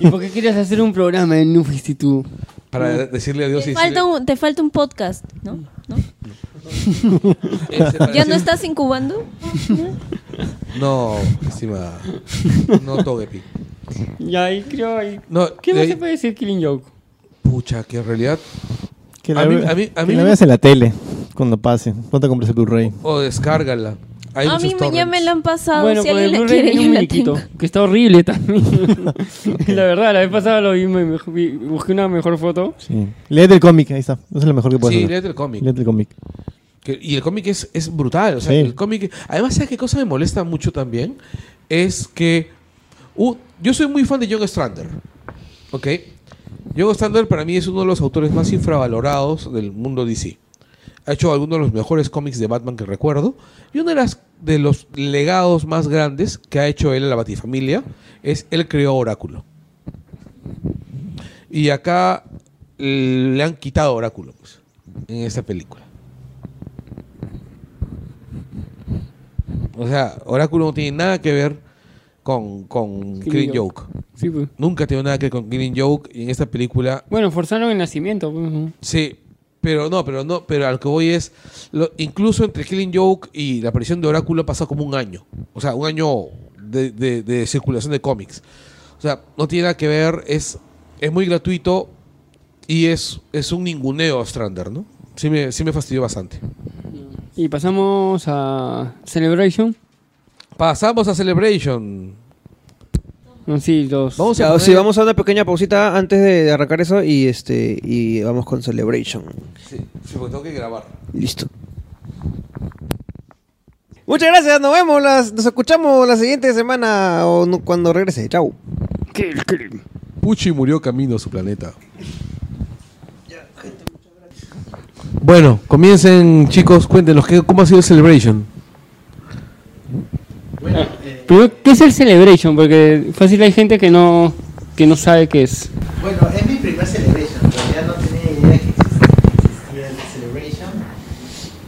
¿Y por qué querías hacer un programa en un instituto?
Para decirle adiós y
Mm. Te falta,
decirle-
un, te falta un podcast, ¿no?
Mm.
¿No?
Ese para
¿Ya no
decir-
estás incubando?
No, estimada. No, Togepi.
Y ahí creo, ahí.
No,
¿Qué
de
más
ahí-
se puede decir Killing Joke?
Pucha, que en realidad.
Que
A
la,
mí-
ve-
a mí- a
que
mí
la
me-
veas en la tele cuando pase. ¿Cuánto compras el Blu-ray?
O oh, descárgala. Hay
a
muchos
mí me- ya
torrents.
me la han pasado.
bueno,
si
con
alguien
el
la
Blu-ray
quiere,
viene
yo
un
la tengo.
muñequito, que está horrible también. La verdad, la vez pasada lo vi, me- me- vi- busqué una mejor foto.
Sí. Léete el cómic, ahí está. Eso es lo mejor que puedes
Sí,
hacer.
léete el cómic.
Léete el cómic.
Que- y el cómic es, es brutal. O sea,
Sí.
el cómic. Además, ¿sabes qué cosa me molesta mucho también? Es que. uh, yo soy muy fan de John Strander. ¿Ok? John Strander para mí es uno de los autores más infravalorados del mundo DC. Ha hecho algunos de los mejores cómics de Batman que recuerdo. Y uno de, las, de los legados más grandes que ha hecho él a la Batifamilia es él creó Oráculo. Y acá eh, le han quitado Oráculo pues, en esta película. O sea, Oráculo no tiene nada que ver con, con
Killing
Killing
Joke.
Joke.
Sí, pues.
Nunca tiene nada que ver con Killing Joke. Y en esta película
Bueno, forzaron el nacimiento. pues, ¿no?
Sí, pero no, pero no, pero a lo que voy es, lo- incluso entre Killing Joke y la aparición de Oráculo ha pasado como un año, o sea, un año de, de- de circulación de cómics. O sea, no tiene nada que ver, es, es muy gratuito y es, es un ninguneo a Strander, ¿no? Sí me, sí me fastidió bastante.
Y pasamos a Celebration.
Pasamos a Celebration.
No, sí, los.
Vamos a
Ya,
poner-
sí, vamos a una pequeña pausita antes de de arrancar eso y este y vamos con Celebration.
Sí, sí, porque tengo que grabar.
Listo. Muchas gracias, nos vemos, las, nos escuchamos la siguiente semana o no- cuando regrese. Chau.
Kill, kill.
Pucci murió camino a su planeta. Bueno, comiencen chicos, cuéntenos ¿qué- cómo ha sido Celebration.
Primero, ¿qué es el Celebration? Porque fácil hay gente que no, que no sabe qué es.
Bueno, es mi primer celebration, en realidad no tenía idea que exist- existía el celebration.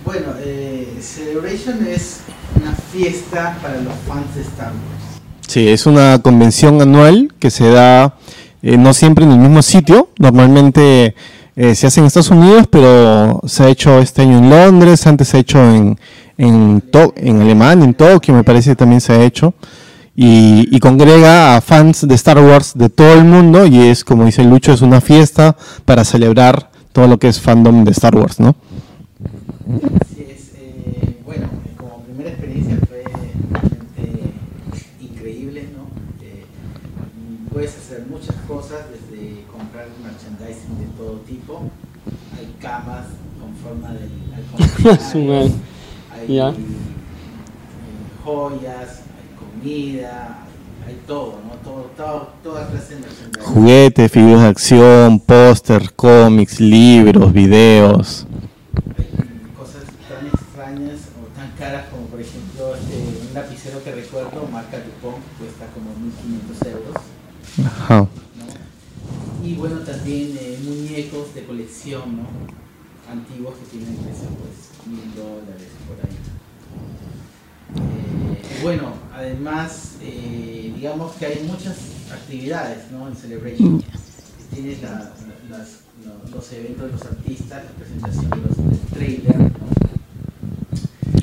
Bueno, eh, celebration es una fiesta para los fans de Star Wars.
Sí, es una convención anual que se da eh, no siempre en el mismo sitio. Normalmente eh, se hace en Estados Unidos, pero se ha hecho este año en Londres, antes se ha hecho en, en, To- en Alemania, en Tokio, me parece que también se ha hecho. Y, y congrega a fans de Star Wars de todo el mundo y es, como dice Lucho, es una fiesta para celebrar todo lo que es fandom de Star Wars, ¿no?
Así es, eh, bueno, eh, como primera experiencia fue realmente increíble, ¿no? Eh, mm, puedes hacer muchas cosas, desde comprar merchandising de todo tipo, hay camas con forma de
Su madre.
halcones, hay
Ya.
eh, joyas, hay comida, hay, hay todo, ¿no? Todo, todo, toda clase de merchandising.
Juguetes, figuras de acción, póster, cómics, libros, videos.
hay cosas tan extrañas o tan caras como por ejemplo este, un lapicero que recuerdo marca Dupont cuesta como 1500 euros
Ajá.
¿no? y bueno también eh, muñecos de colección ¿no? antiguos que tienen precio pues mil dólares por ahí Eh, bueno además eh, digamos que hay muchas actividades ¿no? en Celebration tienes la- la- las- lo- los eventos de los artistas la presentación de los del trailer ¿no?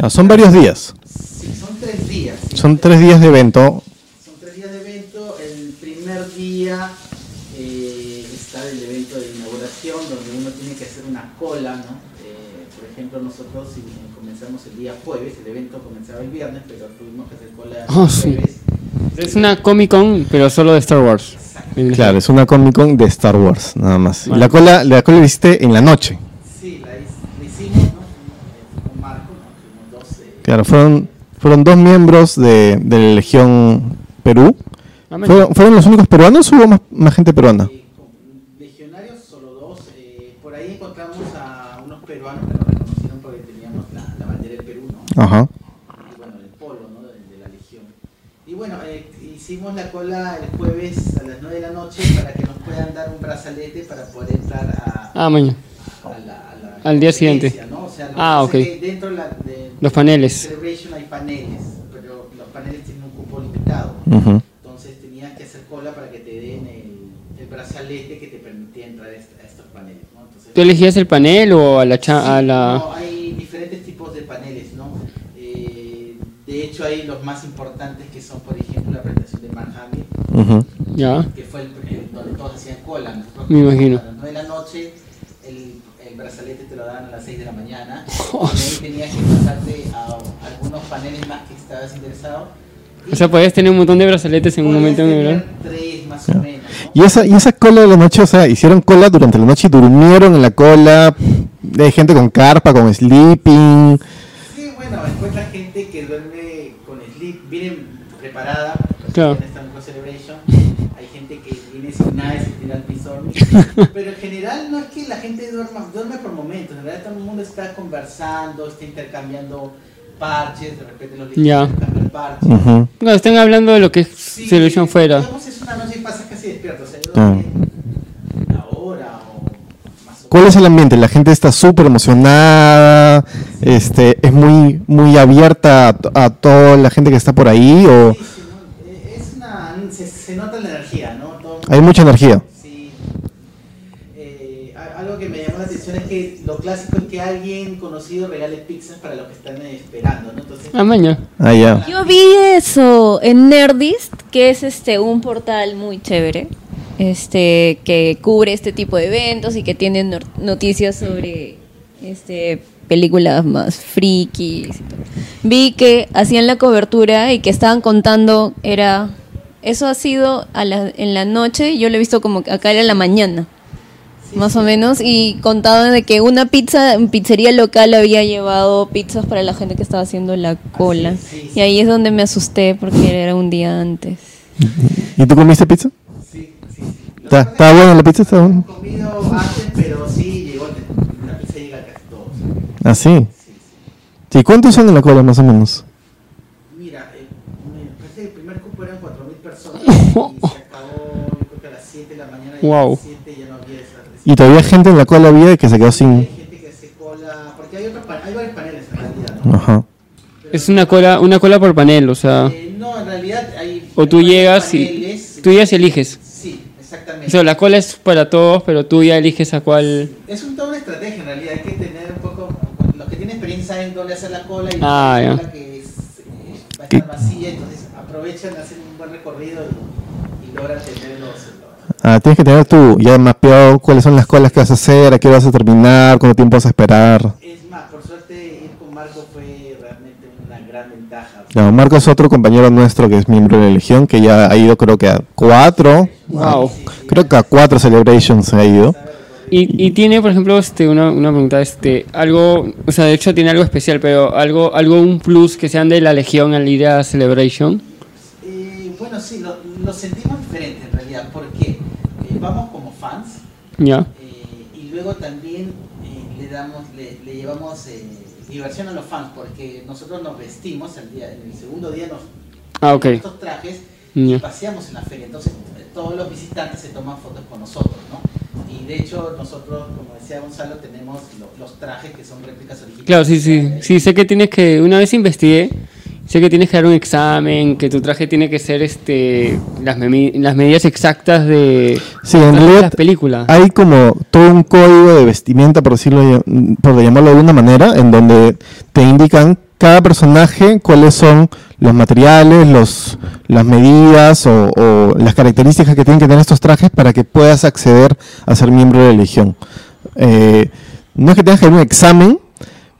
Ah, son varios días.
Sí, son tres días. sí.
Son tres días de evento.
Son tres días de evento. El primer día eh, está el evento de inauguración, donde uno tiene que hacer una cola, ¿no? Eh, por ejemplo, nosotros si bien comenzamos el día jueves, el evento comenzaba el viernes, pero tuvimos que hacer cola el
Ah, sí.
jueves.
Es una Comic Con, pero solo de Star Wars.
Claro, es una Comic Con de Star Wars, nada más. Y
Vale.
la cola, la cola la hiciste en la noche.
Sí, la, his- la hicimos, ¿no? Eh, Con Marco, ¿no? Fuimos dos, eh,
Claro, fueron, fueron dos miembros de, de la Legión Perú.
Ah, men.
¿Fueron, fueron los únicos peruanos o hubo más, más gente peruana?
Eh, con legionarios solo dos. eh, por ahí encontramos a unos peruanos que nos reconocieron porque teníamos la, la bandera del Perú, ¿no?
Ajá.
Y, bueno, el polo, ¿no? De, de la legión. Y bueno, eh, hicimos la cola el jueves a las 9 de la noche para que nos puedan dar un brazalete para poder entrar a,
Ah, mañana.
a la- a la
Al día siguiente.
conferencia, ¿no? O sea, lo
Ah,
que pasa
ok.
es que dentro de la- de-
Los paneles.
de Celebration hay paneles, pero los paneles tienen un cupo limitado.
Ujú.
Entonces tenías que hacer cola para que te den el, el brazalete que te permitía entrar a est- a estos paneles. ¿no? Entonces,
¿Tú elegías el panel o a la... cha-
Sí,
a la...
no, hay diferentes tipos de paneles, ¿no? Eh, de hecho, hay los más importantes que son, por ejemplo, la presentación de Mark Hamill,
Ujú.
Ya.
que fue el, el- donde todos hacían cola. Nosotros
Me imagino.
A las 9 de la noche, el, el brazalete te lo daban a las 6 de la mañana. Y ahí tenías que pasarte a algunos paneles más que estabas interesado. Y
O sea, podías tener un montón de brazaletes en un
podías
momento, ¿verdad?
tener tres más o menos. ¿no?
Y esa, y esa cola de la noche, o sea, hicieron cola durante la noche y durmieron en la cola. Hay gente con carpa, con sleeping.
Sí, bueno, después la gente que duerme con sleep, viene preparada, porque
Claro.
en esta Micro Celebration, hay gente que viene sin nada y se tira al piso, pero en general no es que la gente duerma, duerme por momentos, en realidad todo el mundo está conversando, está intercambiando parches, de repente los niños
Ya.
intercambian parches.
Ujú.
No, están hablando de lo que es
Sí,
Solution fuera.
digamos, es una noche y pasas casi despierto, o sea, yo
Claro.
dormí una hora o más o
¿Cuál es el ambiente? La gente está súper emocionada, este, es muy, muy abierta a, to- a toda la gente que está por ahí o
Sí, sí, ¿no? Eh, Es una, se, se nota la energía, ¿no? Todo el
hay mucha energía.
Sí. Eh, a- algo que me llamó la atención es que lo clásico es que alguien conocido regale pizzas para los que están eh, esperando, ¿no? Entonces,
Ah, mañana.
Ah, ya.
Yo vi eso en Nerdist, que es este un portal muy chévere, este que cubre este tipo de eventos y que tiene nor- noticias sobre este películas más frikis. y todo. Vi que hacían la cobertura y que estaban contando era eso ha sido a la- en la noche, yo lo he visto como que acá era la mañana. Más o menos, y contado de que una pizza, pizzería local había llevado pizzas para la gente que estaba haciendo la cola.
sí, sí.
Y ahí es donde me asusté porque era un día antes.
¿Y tú comiste pizza?
sí, sí, sí. Lo
¿Está,
que pasa
está buena la pizza? ¿Está buena?
es que hemos comido antes, pero sí llegó, la pizza llega a casi todos.
Ah, sí.
Sí, sí.
¿Y cuántos son en la cola más o menos?
Mira, eh, me parece que el primer cupo eran 4.000 personas y se acabó, yo creo que a las 7 de la mañana y a
Wow.
las 7 ya no había esa esa-
Y todavía hay gente en la cola había que se quedó
Hay
sin...
gente que se cola, porque hay, otros pa- hay varios paneles en realidad, ¿no?
Ajá.
Ah. Es una cola, una cola por panel, o sea...
Eh, no, en realidad hay.
O tú
hay
llegas y...
paneles.
Tú llegas y eliges.
Sí,
O
exactamente.
sea, la cola es para todos, pero tú ya eliges a cuál...
Es un, toda una estrategia en realidad. Hay que tener un poco. Los que tienen experiencia saben dónde hacer la cola y
Ah,
la
ya.
cola que es, eh, va a estar vacía. Entonces aprovechan, hacen un buen recorrido y, y logran tener los. los-
Ah, tienes que tener tú ya mapeado cuáles son las colas que vas a hacer, a qué vas a terminar, cuánto tiempo vas a esperar.
Es más, por suerte ir con Marco fue realmente una gran ventaja. O sea,
No, Marco es otro compañero nuestro que es miembro de la Legión, que ya ha ido creo que a cuatro.
Wow.
Creo que a cuatro celebrations ha ido.
Y, y tiene, por ejemplo, este, una, una pregunta, este, algo, o sea, de hecho tiene algo especial, pero algo, algo un plus que sean de la Legión al ir a Celebration.
eh, bueno, sí, lo, lo sentimos diferente en realidad porque eh, vamos como fans.
Ya.
Eh, y luego también eh, le damos le, le llevamos eh, diversión a los fans porque nosotros nos vestimos el día en el segundo día nos
Ah, ok.
estos trajes y
Ya.
paseamos en la feria entonces eh, todos los visitantes se toman fotos con nosotros ¿no? y de hecho nosotros como decía Gonzalo tenemos lo- los trajes que son réplicas originales Eh,
Claro, sí, sí, sí, sé que tienes que, una vez investigué, sé que tienes que dar un examen, que tu traje tiene que ser, este, las, memi- las medidas exactas de,
Sí, en
de
realidad
las películas.
hay como todo un código de vestimenta, por decirlo, por llamarlo de alguna manera, en donde te indican cada personaje cuáles son los materiales, los, las medidas o, o las características que tienen que tener estos trajes para que puedas acceder a ser miembro de la Legión. Eh, no es que tengas que hacer un examen,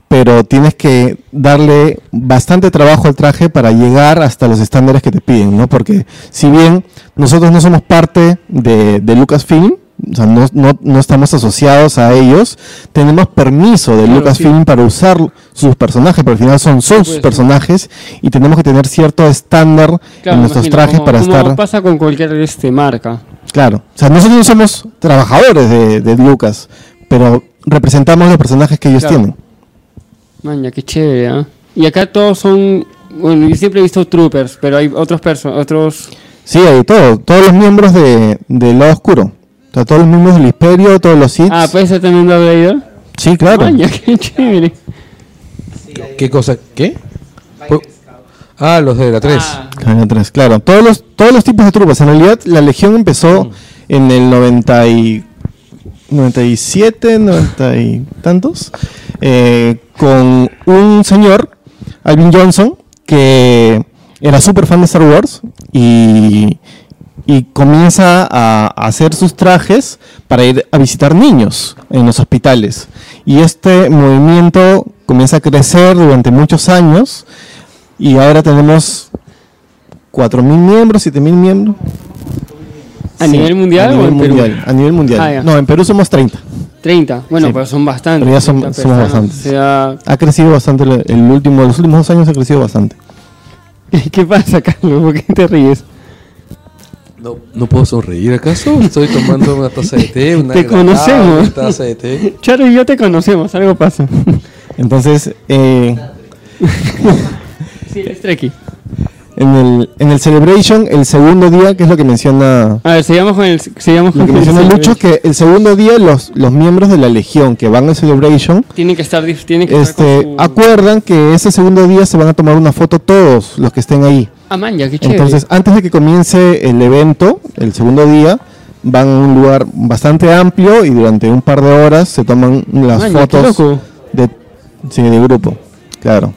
pero tienes que darle bastante trabajo al traje para llegar hasta los estándares que te piden, ¿no? Porque si bien nosotros no somos parte de, de Lucasfilm, o sea, no, no- no estamos asociados a ellos, tenemos permiso de
Claro,
Lucasfilm para usar sus personajes, pero al final son, son
Sí,
sus
pues,
personajes y tenemos que tener cierto estándar
Claro,
en
me
nuestros
imagino,
trajes
como-
para
como
estar...
pasa con cualquier, este, marca.
Claro, o sea, nosotros no somos trabajadores de, de Lucas, pero representamos los personajes que ellos
Claro.
tienen.
Maña, qué chévere, ¿ah? Y acá todos son Bueno, yo siempre he visto Troopers, pero hay otros perso otros
Sí, hay todo. Todos los miembros de, del lado oscuro. O sea, todos los miembros del Imperio, todos los Sith.
Ah, puede ser también Darth Vader.
Sí, claro.
Vaya, qué chévere. Eh,
¿Qué cosa? ¿Qué? Ah, los de la 3.
Ah,
Cadena tres, claro. Todos los, todos los tipos de tropas. En realidad, la Legión empezó en el 90 y 97, 90 y tantos, eh, con un señor, Alvin Johnson, que era súper fan de Star Wars y, y comienza a hacer sus trajes para ir a visitar niños en los hospitales. Y este movimiento comienza a crecer durante muchos años y ahora tenemos 4.000 miembros, 7.000 miembros.
¿A
Sí,
nivel mundial
a nivel
o en Perú?
mundial, A nivel mundial.
Ah, ya.
no, en Perú somos 30.
30. Bueno,
Sí.
pero son bastantes.
Pero ya son-
30
somos
personas,
bastantes.
O sea,
Ha crecido bastante el, el último, los últimos dos años ha crecido bastante.
¿qué pasa, Carlos? ¿Por qué te ríes?
No, ¿No puedo sonreír acaso? Estoy tomando una taza de té, una
Te
granada,
conocemos.
una taza de té.
Charo y yo te conocemos, algo pasa.
Entonces, eh,
Sí, el Streki.
en, el, en el Celebration, el segundo día, que es lo que menciona,
A ver, sigamos con el. Sigamos
lo
con
que
el este.
menciona
Celebration.
mucho, que el segundo día los, los miembros de la Legión que van al Celebration
Tienen que estar. dif- Tienen que estar
este,
con su-
acuerdan que ese segundo día se van a tomar una foto todos los que estén ahí.
Ah, man, ya, qué chévere.
Entonces, antes de que comience el evento, el segundo día, van a un lugar bastante amplio y durante un par de horas se toman las
Maña, qué
fotos
loco.
de, sí, de grupo. Claro.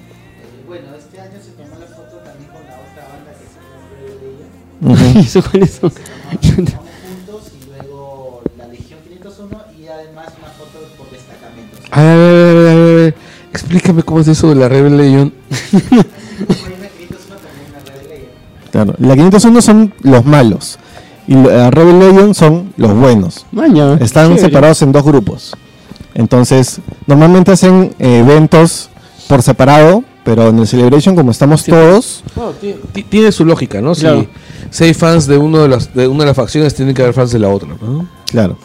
¿Y eso cuáles son?
juntos y luego la Legión 501 y además una foto por destacamentos.
A ver, a ver, a ver, a ver, a ver. Explícame cómo es eso de la Rebel Legion.
Hay una 501 también una red de ley.
claro. La 501 son los malos y la Rebel Legion son los buenos.
Maña.
Están
Ah, chévere.
separados en dos grupos. Entonces, normalmente hacen eh, eventos por separado, pero en el Celebration, como estamos todos,
Ti- Tiene su lógica, ¿no? Si,
Claro.
si hay fans de, uno de, las, de una de las facciones, tienen que haber fans de la otra, ¿no?
claro.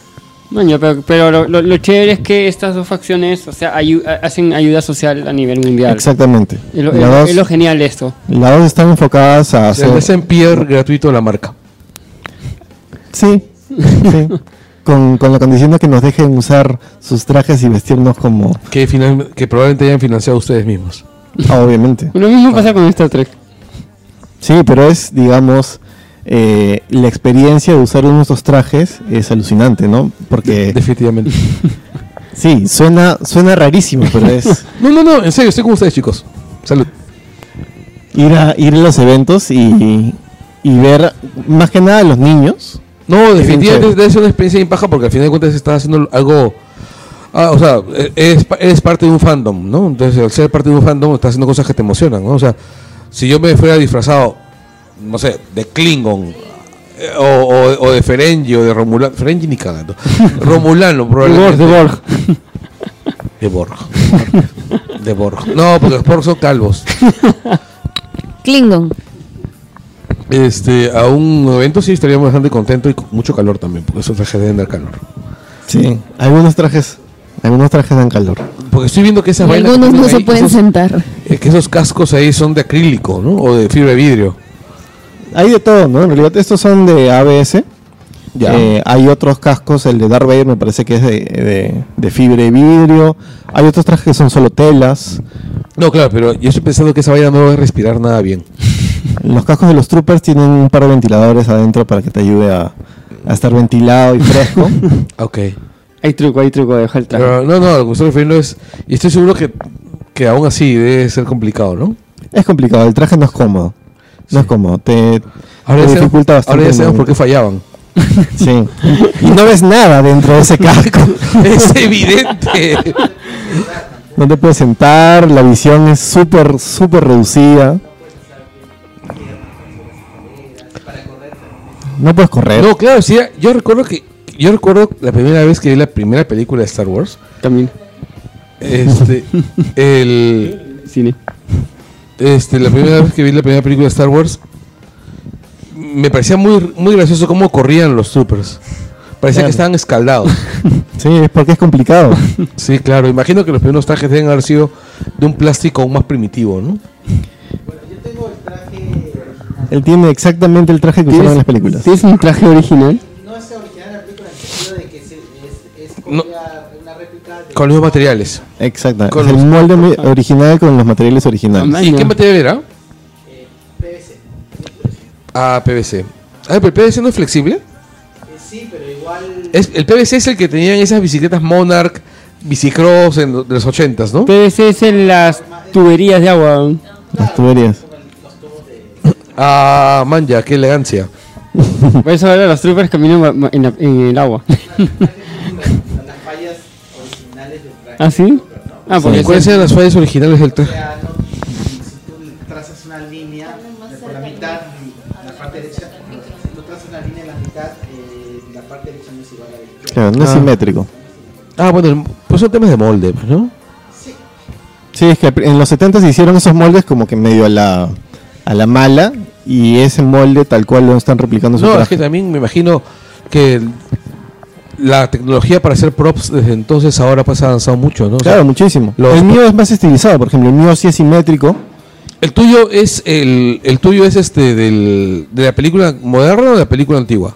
Maña, pero, pero lo, lo- lo chévere es que estas dos facciones, o sea, ayu- a- hacen ayuda social a nivel mundial.
Exactamente.
Es lo,
Las
es lo-
dos-
es lo genial de esto.
Las dos están enfocadas a
Se le
hacer.
hacen pier gratuito a la marca.
Sí. sí. Con, con la condición de que nos dejen usar sus trajes y vestirnos como.
Que, final- que probablemente hayan financiado ustedes mismos.
Ah, obviamente.
Lo mismo pasa con Star Trek.
Sí, pero es, digamos. eh, la experiencia de usar uno de estos trajes es alucinante, ¿no?
Eh.
Porque
Definitivamente.
sí, suena, suena rarísimo, pero es
No, no, no, en serio, estoy con ustedes, chicos. Salud.
ir a, ir a los eventos y, y ver más que nada a los niños.
No,
bien
definitivamente
chévere.
debe ser una experiencia bien paja porque al final de cuentas estás haciendo algo. Ah, o sea, e- eres, pa- eres parte de un fandom, ¿no? Entonces, al ser parte de un fandom, estás haciendo cosas que te emocionan, ¿no? O sea, si yo me fuera disfrazado, no sé, de Klingon. eh, O, o- o de Ferengi o de Romulano. Ferengi ni cagando. Romulano, probablemente.
De Borg,
De Borg. De Borg. No, porque los Borg son calvos.
Klingon.
Este, a un evento sí estaríamos bastante contentos y con mucho calor también, porque esos trajes deben dar calor.
Sí, algunos trajes, algunos trajes dan calor.
Porque estoy viendo que esas
Y
vainas que
algunos
ponen
no se
ahí,
pueden
esos-
sentar.
Es que esos cascos ahí son de acrílico, ¿no? O de fibra de vidrio.
Hay de todo, ¿no? En realidad estos son de ABS. Eh, hay otros cascos, el de Darth Vader me parece que es de, de- de fibra de vidrio. Hay otros trajes que son solo telas.
No, claro, pero yo estoy pensando que esa vaina no va a respirar nada bien.
Los cascos de los troopers tienen un par de ventiladores adentro para que te ayude a, a estar ventilado y fresco.
Ok.
Hay truco, hay truco, deja el traje.
Pero, no, no, lo que me estoy refiriendo es. Y estoy seguro que, que aún así debe ser complicado, ¿no?
es complicado, el traje no es cómodo. No es cómodo, te,
Ahora
te
ya, sabemos,
dificulta bastante.
ahora ya
el
sabemos por qué
movimiento.
fallaban.
Sí. Y no ves nada dentro de ese casco.
es evidente.
No te puedes sentar, la visión es súper, súper reducida. No puedes correr.
No, claro, sí, yo recuerdo que. Yo recuerdo la primera vez que vi la primera película de Star Wars.
También,
Este. el.
cine.
este, la primera vez que vi la primera película de Star Wars, me parecía muy, muy gracioso cómo corrían los troopers. Parecía
Claro.
que estaban escaldados.
Sí, es porque es complicado.
sí, claro. Imagino que los primeros trajes deben haber sido de un plástico aún más primitivo, ¿no?
Bueno, yo tengo
Él tiene exactamente el traje que usaron en las películas.
¿Tienes un traje original?
No es original la película en el sentido de que se- es, es
No.
copia- una réplica de
Con los materiales.
Exactamente.
Con
Es el
los-
molde mi- original con los materiales originales.
¿Y
Maña.
qué material era?
eh, PVC.
Ah, PVC. Ah, pero el PVC no es flexible.
Eh, sí, pero igual
Es, el PVC es el que tenían esas bicicletas Monarch, Bicicross en lo- de los 80s, ¿no?
PVC es en las tuberías de agua.
Las tuberías.
Ah, man, ya, qué elegancia.
Por eso ahora los troopers caminan ma- ma- en, la- en el agua.
las fallas originales del traje. pues,
¿Ah, sí? Ah, porque
¿Cuáles
se-
eran las fallas originales del
O
traje?
sea, no, si tú trazas una línea de por la mitad, la parte derecha, si tú trazas una línea en la mitad, eh, la parte derecha no es igual a la izquierda.
Claro, no es
Ah.
simétrico.
Ah, bueno, el- pues son temas de molde, pues, ¿no?
Sí, es que en los 70 se hicieron esos moldes como que medio a la, a la mala y ese molde tal cual lo están replicando en su
No, es
traje.
que también me imagino que el- la tecnología para hacer props desde entonces ahora pues ha avanzado mucho, ¿no? O sea,
Claro, muchísimo.
los-
el mío es más estilizado, por ejemplo, el mío sí es simétrico.
el tuyo es el, el tuyo es este del, de la película moderna o de la película antigua.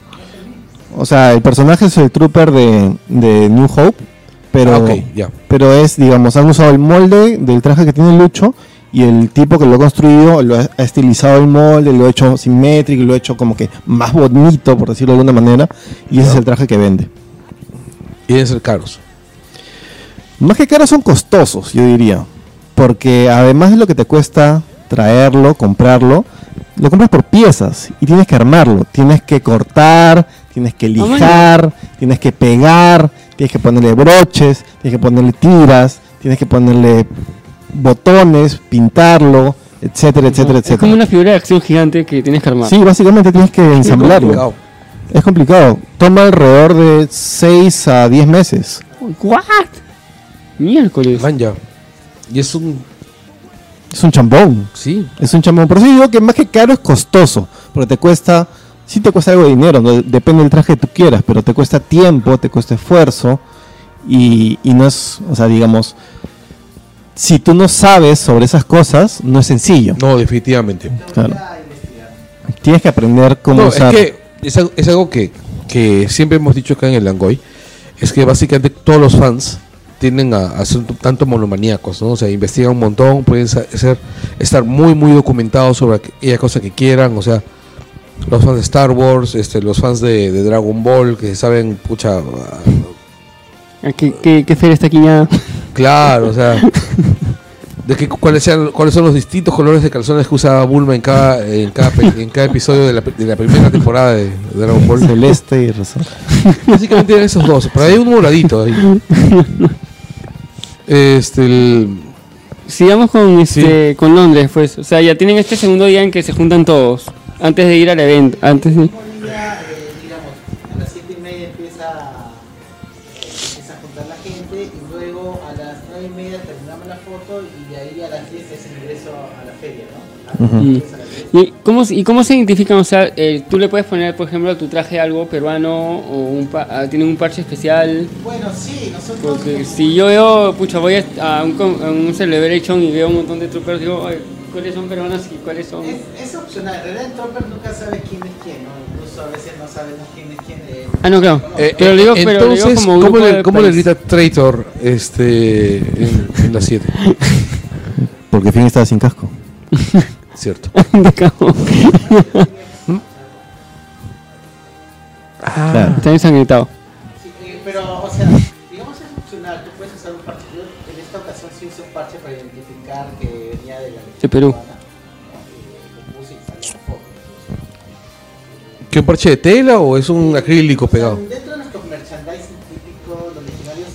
O sea, el personaje es el trooper de, de New Hope, pero,
Ah, ok, ya.
pero es, digamos, han usado el molde del traje que tiene Lucho y el tipo que lo ha construido lo ha ha estilizado el molde, lo ha hecho simétrico, lo ha hecho como que más bonito, por decirlo de alguna manera, y ese es el traje que vende.
Y deben ser caros.
Más que caros son costosos, yo diría, porque además de lo que te cuesta traerlo, comprarlo, lo compras por piezas y tienes que armarlo, tienes que cortar, tienes que
bueno.
lijar, tienes que pegar, tienes que ponerle broches, tienes que ponerle tiras, tienes que ponerle botones, pintarlo, etcétera, etcétera,
Es como
etcétera.
una figura de acción gigante que tienes que armar.
Sí, básicamente tienes que ensamblarlo.
Complicado.
Es complicado. Toma alrededor de 6 a 10 meses.
¿What? Miércoles.
Man, ya. Y es un
Es un chambón.
sí,
Es un chamón. Por eso digo que más que caro es costoso. Porque te cuesta. Sí te cuesta algo de dinero. ¿no? Depende del traje que tú quieras. Pero te cuesta tiempo, te cuesta esfuerzo. Y, y no es. O sea, digamos. Si tú no sabes sobre esas cosas, no es sencillo.
no definitivamente.
Claro. Tienes que aprender cómo
no,
usar.
es que es, al- es algo que, que siempre hemos dicho acá en el Langoy, es que básicamente todos los fans tienden a, a ser un tanto monomaníacos, ¿no? O sea, investigan un montón, pueden sa- ser, estar muy, muy documentados sobre aquella cosa que quieran, o sea, los fans de Star Wars, este, los fans de, de Dragon Ball, que saben, pucha, ah,
Ah, ¿Qué, qué, qué ser está aquí ya?
claro, o sea, de que, cu- cuáles, sean, cuáles son los distintos colores de calzones que usaba Bulma en cada, en cada, pe- en cada episodio de la, pe- de la primera temporada de, de Dragon Ball.
Celeste y rosa.
Básicamente eran esos dos, pero hay un moradito ahí. Este, el-
Sigamos con, este, con Londres, pues. O sea, ya tienen este segundo día en que se juntan todos. Antes de ir al evento. Antes de...
Un día, eh, digamos, a las 7 y media empieza, empieza a juntar la gente y luego a las 9 y media terminamos la foto y de ahí a las 10 es ingreso a la feria, ¿no? A-
Mm.
es a las 10.
¿Y cómo, se- ¿Y cómo se identifican? O sea, eh, tú le puedes poner, por ejemplo, a tu traje algo peruano o un pa- ah, tienen un parche especial.
Bueno, sí, nosotros...
Porque si yo veo, pucha, voy a, a un, con- a un celebration y veo un montón de troopers, digo, "Ay, ¿cuáles son peruanos y cuáles son?
Es, es opcional, en realidad en Tropper nunca sabes quién es quién, ¿no? incluso a veces no sabemos quién es quién. eh,
Ah, no, claro.
eh,
Pero digo- pero digo
entonces,
como
¿cómo,
grupo
le,
de
cómo le
país.
grita Traitor este, en, en las 7?
Porque Finn estaba sin casco.
Cierto.
De cabo.
Claro.
Está ensangrentado.
sí, eh, pero, o sea, digamos es opcional, tú puedes usar un parche. Yo en esta ocasión sí usé un parche para identificar que venía de la
De Perú.
peruana, ¿no? Y lo puse y salió la foto.
¿Qué un parche de tela o es un acrílico
O sea,
pegado?
dentro de nuestro merchandising típico, los legionarios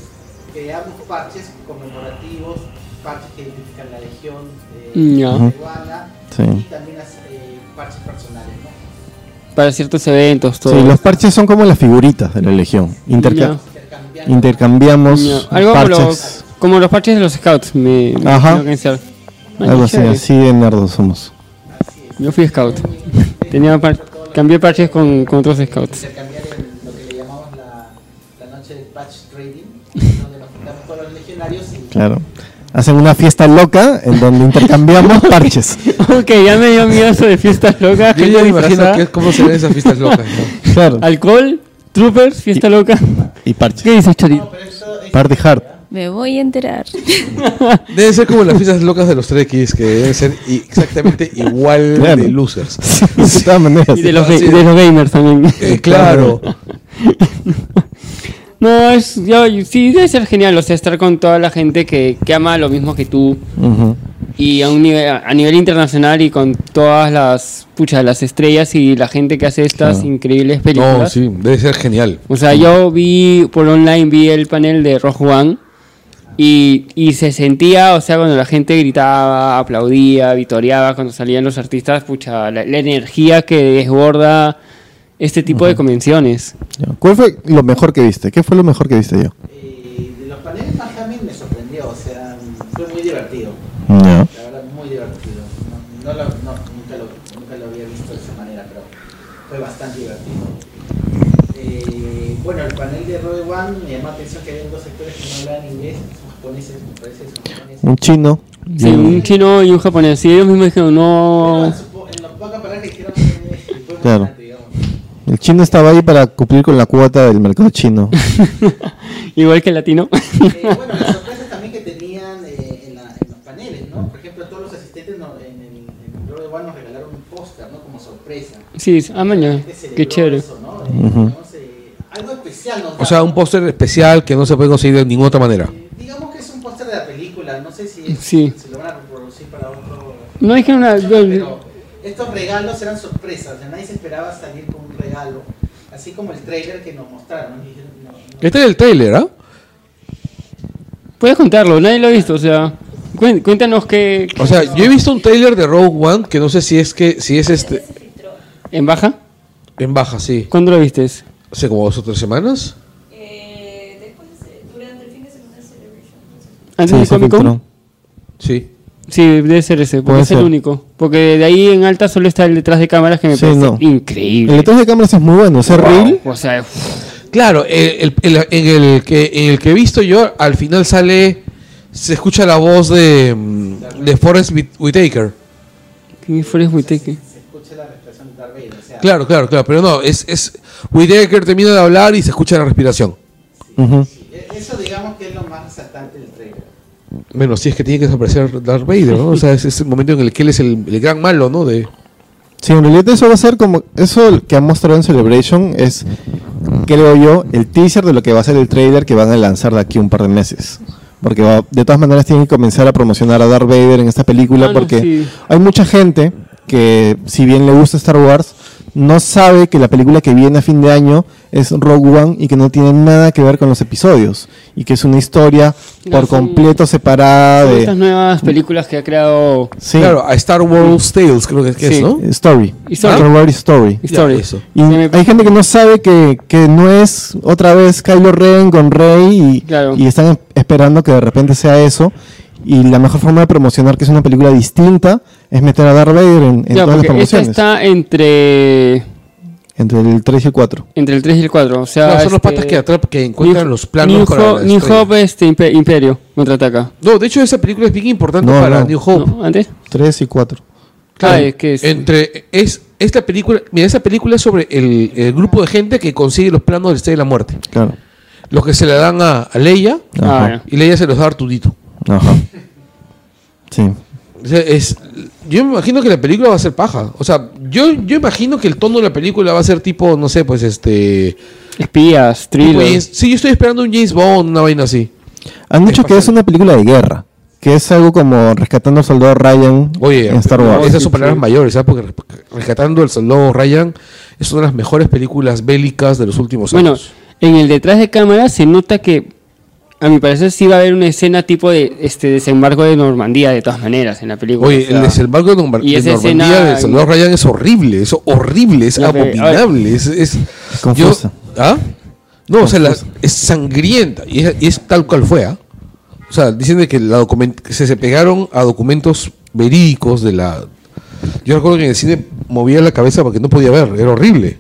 creamos parches conmemorativos, parches que identifican la legión eh,
Mm, Ya.
peruana
Sí.
y también las, eh, parches personales, ¿no?
Para ciertos eventos, todo.
Sí, los parches son como las figuritas de la legión. Interca- Intercambiamos
Ya. Algo como
parches.
los, como los parches de los scouts. Me, me
Ajá.
imagino que sea. Ay,
Algo
qué
así,
chévere.
así de nerdos somos.
Yo fui scout. Tenía par- cambié parches con, con otros scouts.
intercambiar en lo que le llamamos la, la noche de patch trading, donde nos juntamos con los legionarios y
Claro. Hacen una fiesta loca en donde intercambiamos parches.
Ok, ya me dio miedo eso de fiestas locas.
Yo
gente
ya me imagino
disfrazada.
que es como se ven esas fiestas locas. ¿no?
Claro.
Alcohol, troopers, fiesta loca.
Y
¿Qué
parches.
dices, Chorito?
Ah,
Party hard.
Me voy a enterar.
Deben ser como las fiestas locas de los trekkies, que deben ser i- exactamente igual
Claro.
de losers.
De todas maneras.
Y de los,
Ah, sí.
de los gamers también.
Eh, claro.
No, es, yo, yo- sí, debe ser genial, o sea, estar con toda la gente que, que ama lo mismo que tú
Ujú.
y a, un nivel, a nivel internacional y con todas las, pucha, las estrellas y la gente que hace estas
Claro.
increíbles películas.
No, sí, debe ser genial.
O sea, yo vi por online, vi el panel de Rojo One y, y se sentía, o sea, cuando la gente gritaba, aplaudía, vitoreaba, cuando salían los artistas, pucha, la, la energía que desborda este tipo de convenciones.
Ya. ¿Cuál fue lo mejor que viste? ¿Qué fue lo mejor que viste yo?
Eh, de los paneles Benjamin me sorprendió, o sea, fue muy divertido.
No.
La verdad, muy divertido. No, no lo- no, nunca, lo, nunca lo había visto de esa manera, pero fue bastante divertido. Eh, bueno, el panel de Rogue One me llamó la atención que había dos sectores que no hablaban inglés, son japoneses, me parece, son japoneses.
Un chino.
Sí, un chino y un japonés. Sí, ellos mismos dijeron,
Pero en,
no.
su po- en las pocas palabras que dijeron eh, fue bastante,
Claro.
digamos.
El chino estaba ahí para cumplir con la cuota del mercado chino.
Igual que el latino.
Eh, bueno, las sorpresas también que tenían eh, en, la- en los paneles, ¿no? Por ejemplo, todos los asistentes no- en el en Rogue One nos regalaron un póster, ¿no? Como sorpresa.
sí, sí. ah, mañana.
Gente celebró
Qué chévere.
eso, ¿no? Eh,
Ujú.
digamos, eh, algo especial nos
O sea,
da.
un póster especial que no se puede conseguir de ninguna otra manera.
Eh, Digamos que es un póster de la película, no sé si,
Sí.
si lo van a reproducir para otro.
No dijeron nada.
Pero estos regalos eran sorpresas, o sea, nadie se esperaba salir con un regalo, así como el trailer que nos mostraron. y dijeron, no, no.
Este es el trailer, ¿ah?
Puedes contarlo, nadie lo ha visto, o sea. cuen- Cuéntanos que.
O sea, yo he visto un trailer de Rogue One que no sé si es que si es este
¿En baja?
en baja, sí.
¿Cuándo lo viste?
Hace como dos o tres semanas.
¿Antes de
se
Comic
filtró.
Con?
Sí.
Sí, debe ser ese, porque
Puede
es el
ser.
único. Porque de ahí en alta solo está el detrás de cámaras que me
Sí,
parece
no. El
increíble.
detrás de cámaras es muy bueno. Ese reel
O sea, uff,
Claro, el- el- el- en, el que, en el que he visto yo, al final sale, se escucha la voz de, mm, de Forrest Whit- Whitaker.
¿qué Forrest Whitaker?
Se escucha la respiración de Darth Vader, o sea,
Claro, claro, claro, pero no, es, es Whitaker termina de hablar y se escucha la respiración.
Ujú.
eh, eso digamos que es lo más resaltante del trailer.
Bueno, sí es que tiene que desaparecer Darth Vader, ¿no? O sea, es, es el momento en el que él es el, el gran malo, ¿no? De,
Sí, en realidad eso va a ser como. Eso que han mostrado en Celebration es, creo yo, el teaser de lo que va a ser el trailer que van a lanzar de aquí un par de meses. Porque va- de todas maneras tienen que comenzar a promocionar a Darth Vader en esta película
Ah, no,
porque
sí.
hay mucha gente que, si bien le gusta Star Wars, no sabe que la película que viene a fin de año es Rogue One y que no tiene nada que ver con los episodios. Y que es una historia
No,
por
son-
completo separada
Son Estas
de.
nuevas películas que ha creado
Sí,
Claro, a Star Wars Tales creo que es, que es,
Sí.
¿no?
Story.
Y Story.
Star Wars Story.
Story.
eso.
Y hay gente que no sabe que, que no es otra vez Kylo Ren con Rey y,
Claro.
y están esperando que de repente sea eso. Y la mejor forma de promocionar que es una película distinta es meter a Darth Vader en, en
Ya,
todas las
porque esta
promociones.
está entre,
Entre el 3 y el 4.
entre el 3 y el 4. O sea,
No, son los
este,
patas que, atrap- que
New-
encuentran los planos
New,
para
Hope-
la
New
estrella.
Hope, este, Impe- Imperio, contraataca.
No, de hecho esa película es bien importante
No,
para
no.
New Hope.
¿No? ¿Antes?
3 y 4.
Claro, es que es-
Entre es esta película, mira, esa película es sobre el, el grupo de gente que consigue los planos del Estrella de la Muerte.
Claro.
Los que se la dan a, a Leia
Ah,
Ajá.
ya.
y Leia se los da a Arturito.
Ajá. Sí.
O sea, es, yo me imagino que la película va a ser paja. O sea, yo, yo imagino que el tono de la película va a ser tipo, no sé, pues este.
Espías,
tipo
thriller.
James- sí, yo estoy esperando un James Bond, una vaina así.
Han dicho que es una película de guerra. Que es algo como rescatando al soldado Ryan
Oye,
en Star Wars.
esas son
Sí,
palabras
sí.
mayores, ¿sabes? Porque re- Rescatando el Soldado Ryan es una de las mejores películas bélicas de los últimos
Bueno,
años.
en el detrás de cámara se nota que, a mi parecer, sí va a haber una escena tipo de este desembarco de Normandía, de todas maneras, en la película.
Oye,
o sea,
el desembarco de, Normar-
y
de
esa
Normandía
escena-
del Soldado Ryan es horrible, es horrible, es
Ya, pero,
abominable, es, es-
Confusa.
yo- ¿Ah? No, o sea, la-
Confusa.
es sangrienta y es, y es tal cual fue, ¿ah? O sea, dicen de que la document- que se, se pegaron a documentos verídicos de la... Yo recuerdo que en el cine movía la cabeza porque no podía ver, era horrible.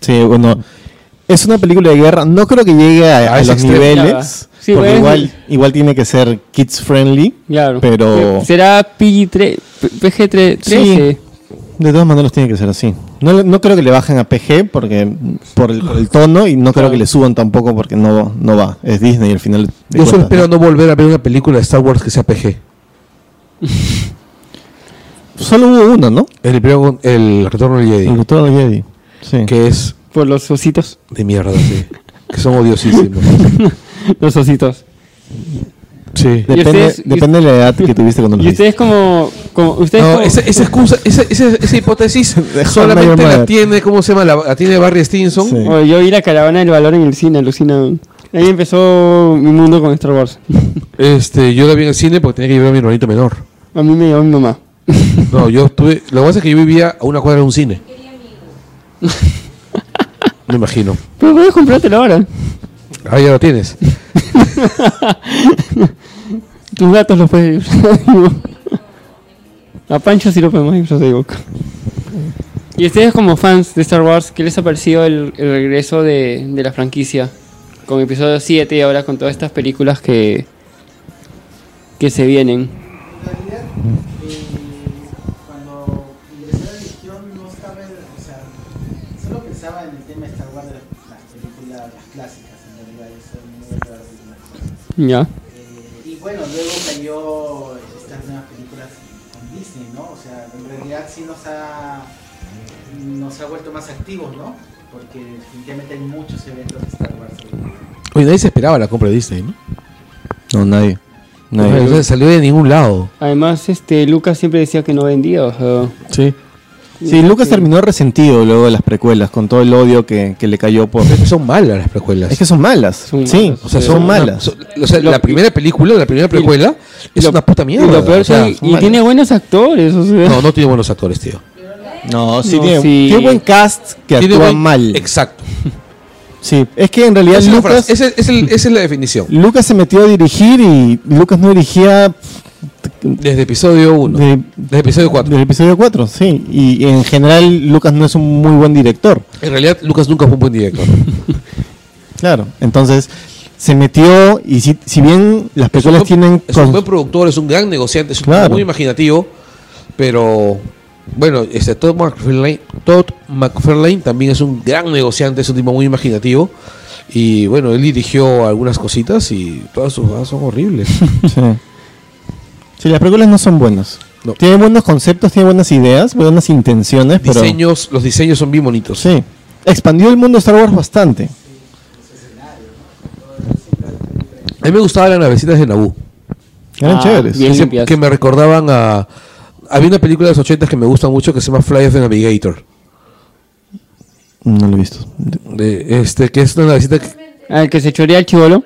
Sí, bueno. Es una película de guerra. No creo que llegue a,
A
a
ese
los
extremo.
niveles.
Sí,
porque
bueno.
igual, igual tiene que ser kids friendly.
Claro.
Pero-
Será PG-13. PG-13.
Sí. De todas maneras tiene que ser así. No, le- no creo que le bajen a PG porque por el, por el tono y no creo que le suban tampoco porque no, no va. Es Disney al final. de
Yo solo
cuentas,
espero no volver a ver una película de Star Wars que sea PG.
¿no? Solo hubo uno, ¿no?
El primero, el retorno del
El
Jedi,
Retorno de Jedi. Sí.
que es
Por los ositos.
de mierda, sí. que son odiosísimos.
Los ositos.
Sí.
¿Y
Depende,
ustedes- y-
depende de la edad que tuviste cuando lo
Y
viste.
ustedes como... como ustedes
No,
como-
esa, esa excusa, esa, esa, esa hipótesis
Mayer
solamente la
Mayer.
tiene, ¿cómo se llama? La, la tiene Barry Stinson.
Sí.
Oye, yo vi la caravana del valor en el cine, alucina. Ahí empezó mi mundo con Star Wars.
Este, yo la vi en el cine porque tenía que llevar a mi hermanito menor.
A mí me llevó mi mamá.
No, yo tuve. Lo que pasa es que yo vivía a una cuadra de un cine. Me imagino.
Pero puedes comprártela ahora.
Ah, ya lo tienes.
Tus gatos los puedes A Pancho sí lo podemos disfrazar de Boca. Y ustedes como fans de Star Wars, ¿qué les ha parecido el, el regreso de, de la franquicia? Con episodio 7 y ahora con todas estas películas que, que se vienen.
realidad, eh, cuando ingresé a la religión no estaba, en- o sea, solo pensaba en el tema de Star Wars de las, las películas, las clásicas, en realidad, yo soy muy de las películas clásicas.
Ya.
Eh, y bueno, luego cayó estas nuevas películas con Disney, ¿no? O sea, en realidad sí nos ha, nos ha vuelto más activos, ¿no? Porque definitivamente hay muchos eventos de Star Wars.
Oye, nadie se esperaba la compra de Disney, ¿no?
No, nadie.
No,
Nadie.
se salió de ningún lado.
Además, este Lucas siempre decía que no vendía. o sea,
Sí. Sí, Lucas terminó resentido luego de las precuelas con todo el odio que, que le cayó por.
Es que son malas las precuelas.
Es que son malas.
Son
sí,
malas.
o sea,
Sí.
son
Son
malas.
Una- so- o sea, la primera película, la primera precuela, es
lo-
una puta mierda.
y lo peor
o sea,
que-
son
y
malos.
tiene buenos actores. O sea.
no, no tiene buenos actores, tío.
No, sí,
No,
tiene,
sí.
tiene buen cast que
Tiene
actúa
buen-
mal.
Exacto.
Sí, es que en realidad
Esa es la
Lucas,
frase, esa es- esa es- esa es la definición.
Lucas se metió a dirigir y Lucas no dirigía
Desde episodio 1.
de-
Desde episodio 4.
del episodio 4, sí. Y en general Lucas no es un muy buen director,
En realidad, Lucas nunca fue un buen director.
claro. Entonces se metió y si, si bien las películas
es un, buen-
tienen...
es un
cos-
buen productor, es un gran negociante, es un
Claro.
muy imaginativo, pero bueno, este Todd McFarlane, Todd McFarlane también es un gran negociante, es un tipo muy imaginativo y bueno, él dirigió algunas cositas y todas sus cosas son horribles.
Sí. Sí, las películas no son buenas.
No.
Tiene buenos conceptos, tiene buenas ideas, buenas intenciones, pero...
diseños, los diseños son bien bonitos.
Sí. Expandió el mundo de Star Wars bastante.
A mí me gustaban las navecitas de Naboo,
Eran
Ah,
chéveres.
bien
que, se-
limpias.
que me recordaban a había una película de los 80 que me gusta mucho que se llama Fly of the Navigator,
No lo he visto.
de, este que es una navecita que,
Ah, el que se chorea el chivolo.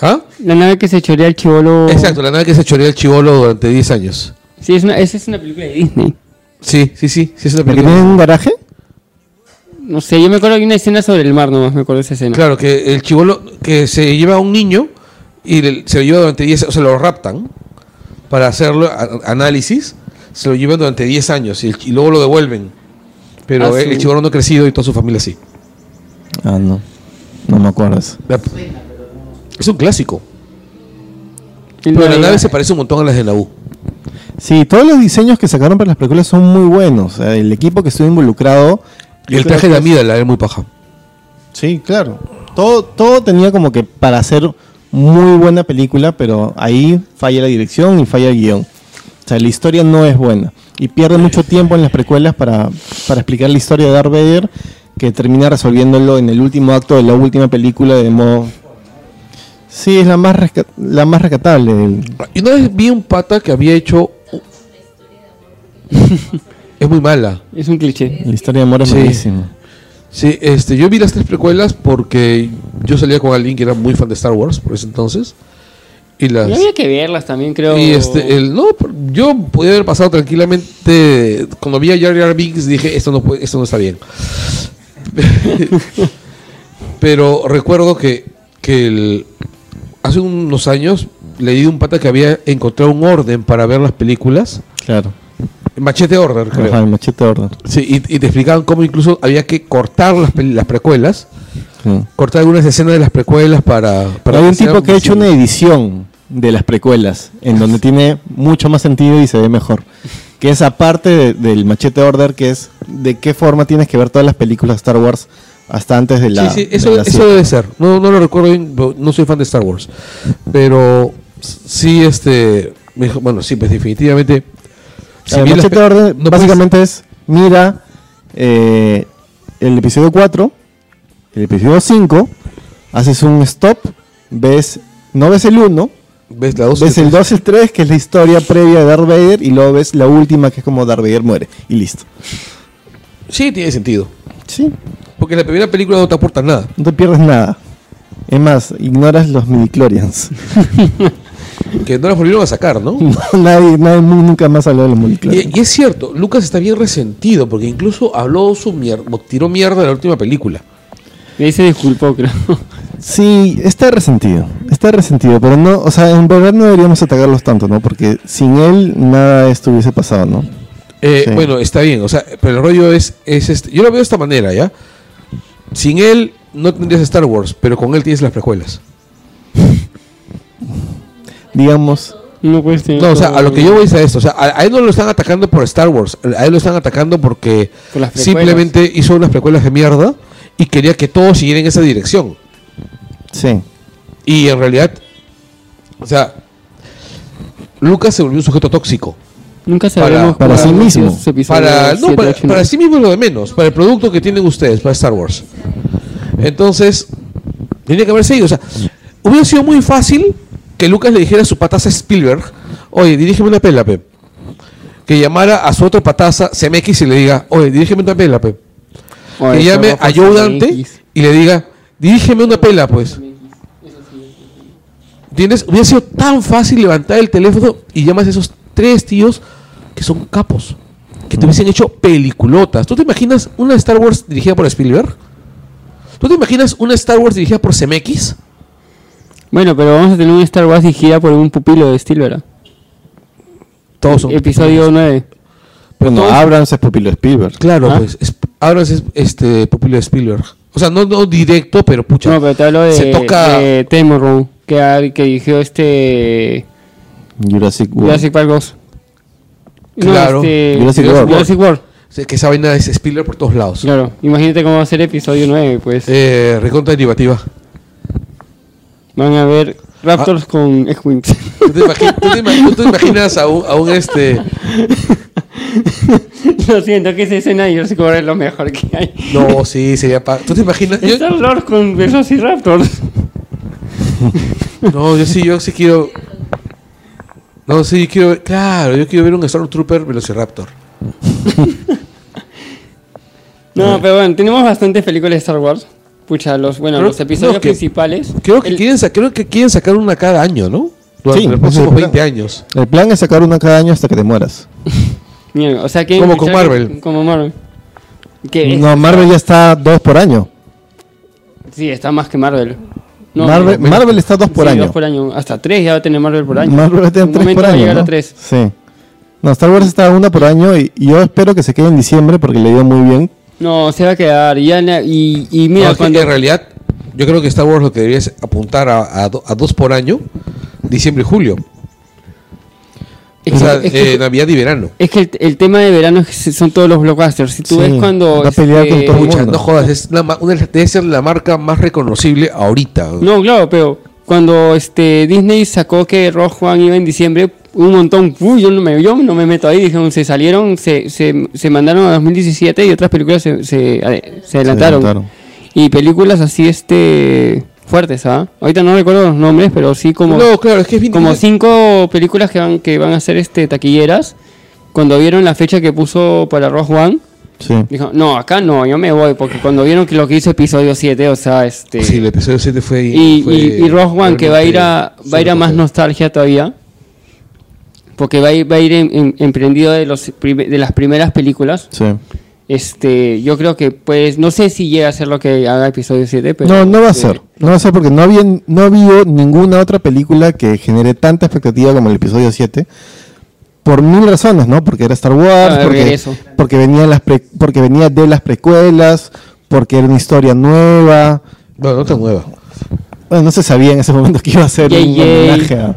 ¿Ah?
La nave que se chorea el chivolo.
Exacto, la nave que se chorea el chivolo durante 10 años.
Sí, es una, esa es una película de Disney.
Sí, sí, sí, sí es una
¿Porque
película.
tienen un garaje?
No sé, yo me acuerdo de una escena sobre el mar nomás, me acuerdo de esa escena.
Claro, que el chivolo que se lleva a un niño y le- se lo lleva durante 10 o sea, lo raptan para hacerlo a- análisis, se lo llevan durante 10 años y, el chi- y luego lo devuelven. Pero e,
Ah,
el,
su-
chivolo no ha crecido y toda su familia sí.
Ah, no. No me acuerdo eso.
La- Es un clásico.
Y
Pero la
navega-
nave se parece un montón a las de Naboo.
Sí, todos los diseños que sacaron para las películas son muy buenos. Eh, El equipo que estuvo involucrado.
Y
yo
el
creo
traje de
que es-
Amidala es muy paja.
Sí, claro. Todo, todo tenía como que para hacer muy buena película, pero ahí falla la dirección y falla el guión. O sea, la historia no es buena. Y pierde mucho tiempo en las precuelas para, para explicar la historia de Darth Vader, que termina resolviéndolo en el último acto de la última película de modo... Sí, es la más, resca- la más rescatable. del-
Ah, Y una vez vi un pata que había hecho. es muy mala.
Es un cliché.
La historia de amor es
Sí.
malísima.
Sí, este, yo vi las tres precuelas porque yo salía con alguien que era muy fan de Star Wars por ese entonces. Y las.
Y había que verlas también, creo.
Y este, el, no, por- yo podía haber pasado tranquilamente. Cuando vi a Jar Jar Binks dije, esto no, puede- esto no está bien. Pero recuerdo que, que el- hace unos años leí de un pata que había encontrado un orden para ver las películas.
Claro.
Machete Order, creo.
Ajá, el machete de orden.
Sí, y, y te explicaban cómo incluso había que cortar las, pel- las precuelas
Claro.
Cortar algunas escenas de las precuelas para... para
Hay un
sea
tipo que ha hecho
posible.
una edición de las precuelas, en donde tiene mucho más sentido y se ve mejor. Que es aparte de- del machete order, que es de qué forma tienes que ver todas las películas de Star Wars hasta antes de la...
sí, sí,
de
eso,
la
eso
siete.
debe ser. No, no lo recuerdo bien, pero no soy fan de Star Wars. Pero sí, este. me dijo- Bueno, sí, pues definitivamente. si
el
bien las
machete
pe-
order
no puedes-
básicamente es, mira eh, el episodio 4, el episodio 5, haces un stop, ves, no ves el 1,
ves la dos
ves
que-
el 2, el 3, que es la historia previa de Darth Vader, y luego ves la última, que es como Darth Vader muere, y listo.
Sí, tiene sentido.
Sí,
Porque la primera película no te aporta nada.
no te pierdes nada. Es más, ignoras los midichlorians.
Que no las volvieron a sacar, ¿no?
Mm, nadie, nadie mu- nunca más habló de los midichlorians.
Y, y es cierto, Lucas está bien resentido porque incluso habló su mierda, tiró mierda de la última película.
Y ahí se disculpó, creo.
Sí, está resentido, está resentido, pero no, o sea, en verdad no deberíamos atacarlos tanto, ¿no? Porque sin él nada de esto hubiese pasado, ¿no?
Eh,
Sí.
Bueno, está bien, o sea, pero el rollo es, es este, yo lo veo de esta manera, ¿ya? Sin él no tendrías Star Wars, pero con él tienes las precuelas.
Digamos,
No puedes tener
No, o sea,
todo
a lo que yo voy es a esto. O sea, a, a él no lo están atacando por Star Wars. A él lo están atacando porque
Por las precuelas.
simplemente hizo unas precuelas de mierda y quería que todos siguieran en esa dirección.
sí,
Y en realidad, o sea, Lucas se volvió un sujeto tóxico.
Nunca
Para-
sabremos
para sí
cuándo han sido
mismo.
sus episodios
Para, no,
siete,
para,
ocho y
para
nueve.
sí mismo es lo de menos. Para el producto que tienen ustedes, para Star Wars. Entonces, tenía que haber seguido. O sea, hubiera sido muy fácil que Lucas le dijera a su pataza Spielberg, oye, dirígeme una pela, Pep. Que llamara a su otro pataza CMX y le diga, oye, dirígeme una pela, Pep.
O
que
eso,
llame
Rafa
a Joe Dante
Zemeckis.
y le diga, dirígeme una pela, pues. ¿Entiendes? Hubiera sido tan fácil levantar el teléfono y llamas a esos tres tíos que son capos. Que
Mm.
te hubiesen hecho peliculotas. ¿Tú te imaginas una Star Wars dirigida por Spielberg? ¿Tú te imaginas una Star Wars dirigida por Zemeckis?
Bueno, pero vamos a tener un Star Wars dirigida por un pupilo de Spielberg.
Todos son.
Episodio 9.
pero no,
todos-
Abrams es pupilo de Spielberg.
Claro,
¿Ah?
pues. es- ahora es este pupilo de Spielberg. O sea, no, no directo, pero pucha.
No, pero te hablo de,
se toca.
de Temurro, que, ha- que dirigió este
Jurassic World.
Jurassic Park 2.
Claro.
este,
Jurassic World.
Jurassic World.
se- Que esa vaina es Spielberg por todos lados.
Claro, imagínate cómo va a ser episodio 9, pues.
Eh, recontra derivativa.
Van a ver Raptors
Ah.
con X-Wings.
¿Tú te, imagi- tú te ima- tú te imaginas a un, a un, este.
Lo siento, que esa escena de Jurassic World es lo mejor que hay.
No, sí, sería. pa- ¿Tú te imaginas? Yo-
Star Lord con Velociraptors.
No, yo sí, yo sí quiero. No, sí, quiero. Claro, yo quiero ver un Stormtrooper Velociraptor.
Eh.
No, pero bueno, tenemos bastantes películas de Star Wars. Pucha, los, bueno,
Creo-
los episodios
no, que-
principales.
Creo que,
El-
quieren, sa- creo que quieren sacar una cada año, ¿no? Durante
Sí,
los
ese es
próximos
el
20 años.
El plan es sacar una cada año hasta que te mueras.
mierda, o sea, que
Como con Marvel.
Como Marvel. Que es-
No, Marvel ya está dos por año.
Sí, está más que Marvel. No,
Marvel,
mira,
Marvel está dos por
sí,
año.
dos por año. Hasta tres ya va a tener Marvel por año.
Marvel va a tener
Un
tres
momento
por
va a
año.
llegar a
¿no?
tres.
Sí. No, Star Wars está una por año y, y yo espero que se quede en diciembre porque le dio muy bien.
No, se va a quedar. Y, ya na- y, y
No,
mira,
es que
eh,
cuando.
en realidad, yo creo que Star Wars lo que debería es apuntar a, a do- a dos por año, diciembre y julio.
es
O
que-
sea,
es que-
eh, Navidad y verano.
es que el, el tema de verano es que se- son todos los blockbusters. Si tú
Sí,
ves cuando. este,
va a pelear con todo el
Pucha,
mundo.
no jodas, es la ma- una, debe ser la marca más reconocible ahorita.
No, claro, pero cuando este Disney sacó que Rock One iba en diciembre, un montón, uy, yo no me, yo no me meto ahí, dijeron, se salieron, se, se, se mandaron a 2017 y otras películas se, se, ade- se adelantaron.
adelantaron.
Y películas así este fuertes, ¿ah? Ahorita no recuerdo los nombres, pero sí como
No, claro, es que es bien
como
difícil.
cinco películas que van que van a ser este taquilleras. Cuando vieron la fecha que puso para Rock One,
Sí.
dijo, "No, acá no, yo me voy porque cuando vieron que lo que hizo episodio 7, o sea, este
Sí, el episodio 7 fue.
y,
fue
y, y Rogue One, que va a ir a,
realmente
va a, ir a más nostalgia todavía. Porque va a ir, va a ir em- em- emprendido de, los, prime- de las primeras películas.
Sí.
Este, yo creo que, pues, no sé si llega a ser lo que haga episodio 7, pero.
no, no va a
eh,
ser. No va a ser porque no había, no ha habido ninguna otra película que genere tanta expectativa como el episodio 7. Por mil razones, ¿no? Porque era Star Wars,
Ah,
porque,
regreso.
porque, venía las pre- porque venía de las precuelas, porque era una historia nueva,
Bueno, no te muevas.
Bueno, no se sabía en ese momento que iba a ser
Yay,
un
yay.
homenaje a-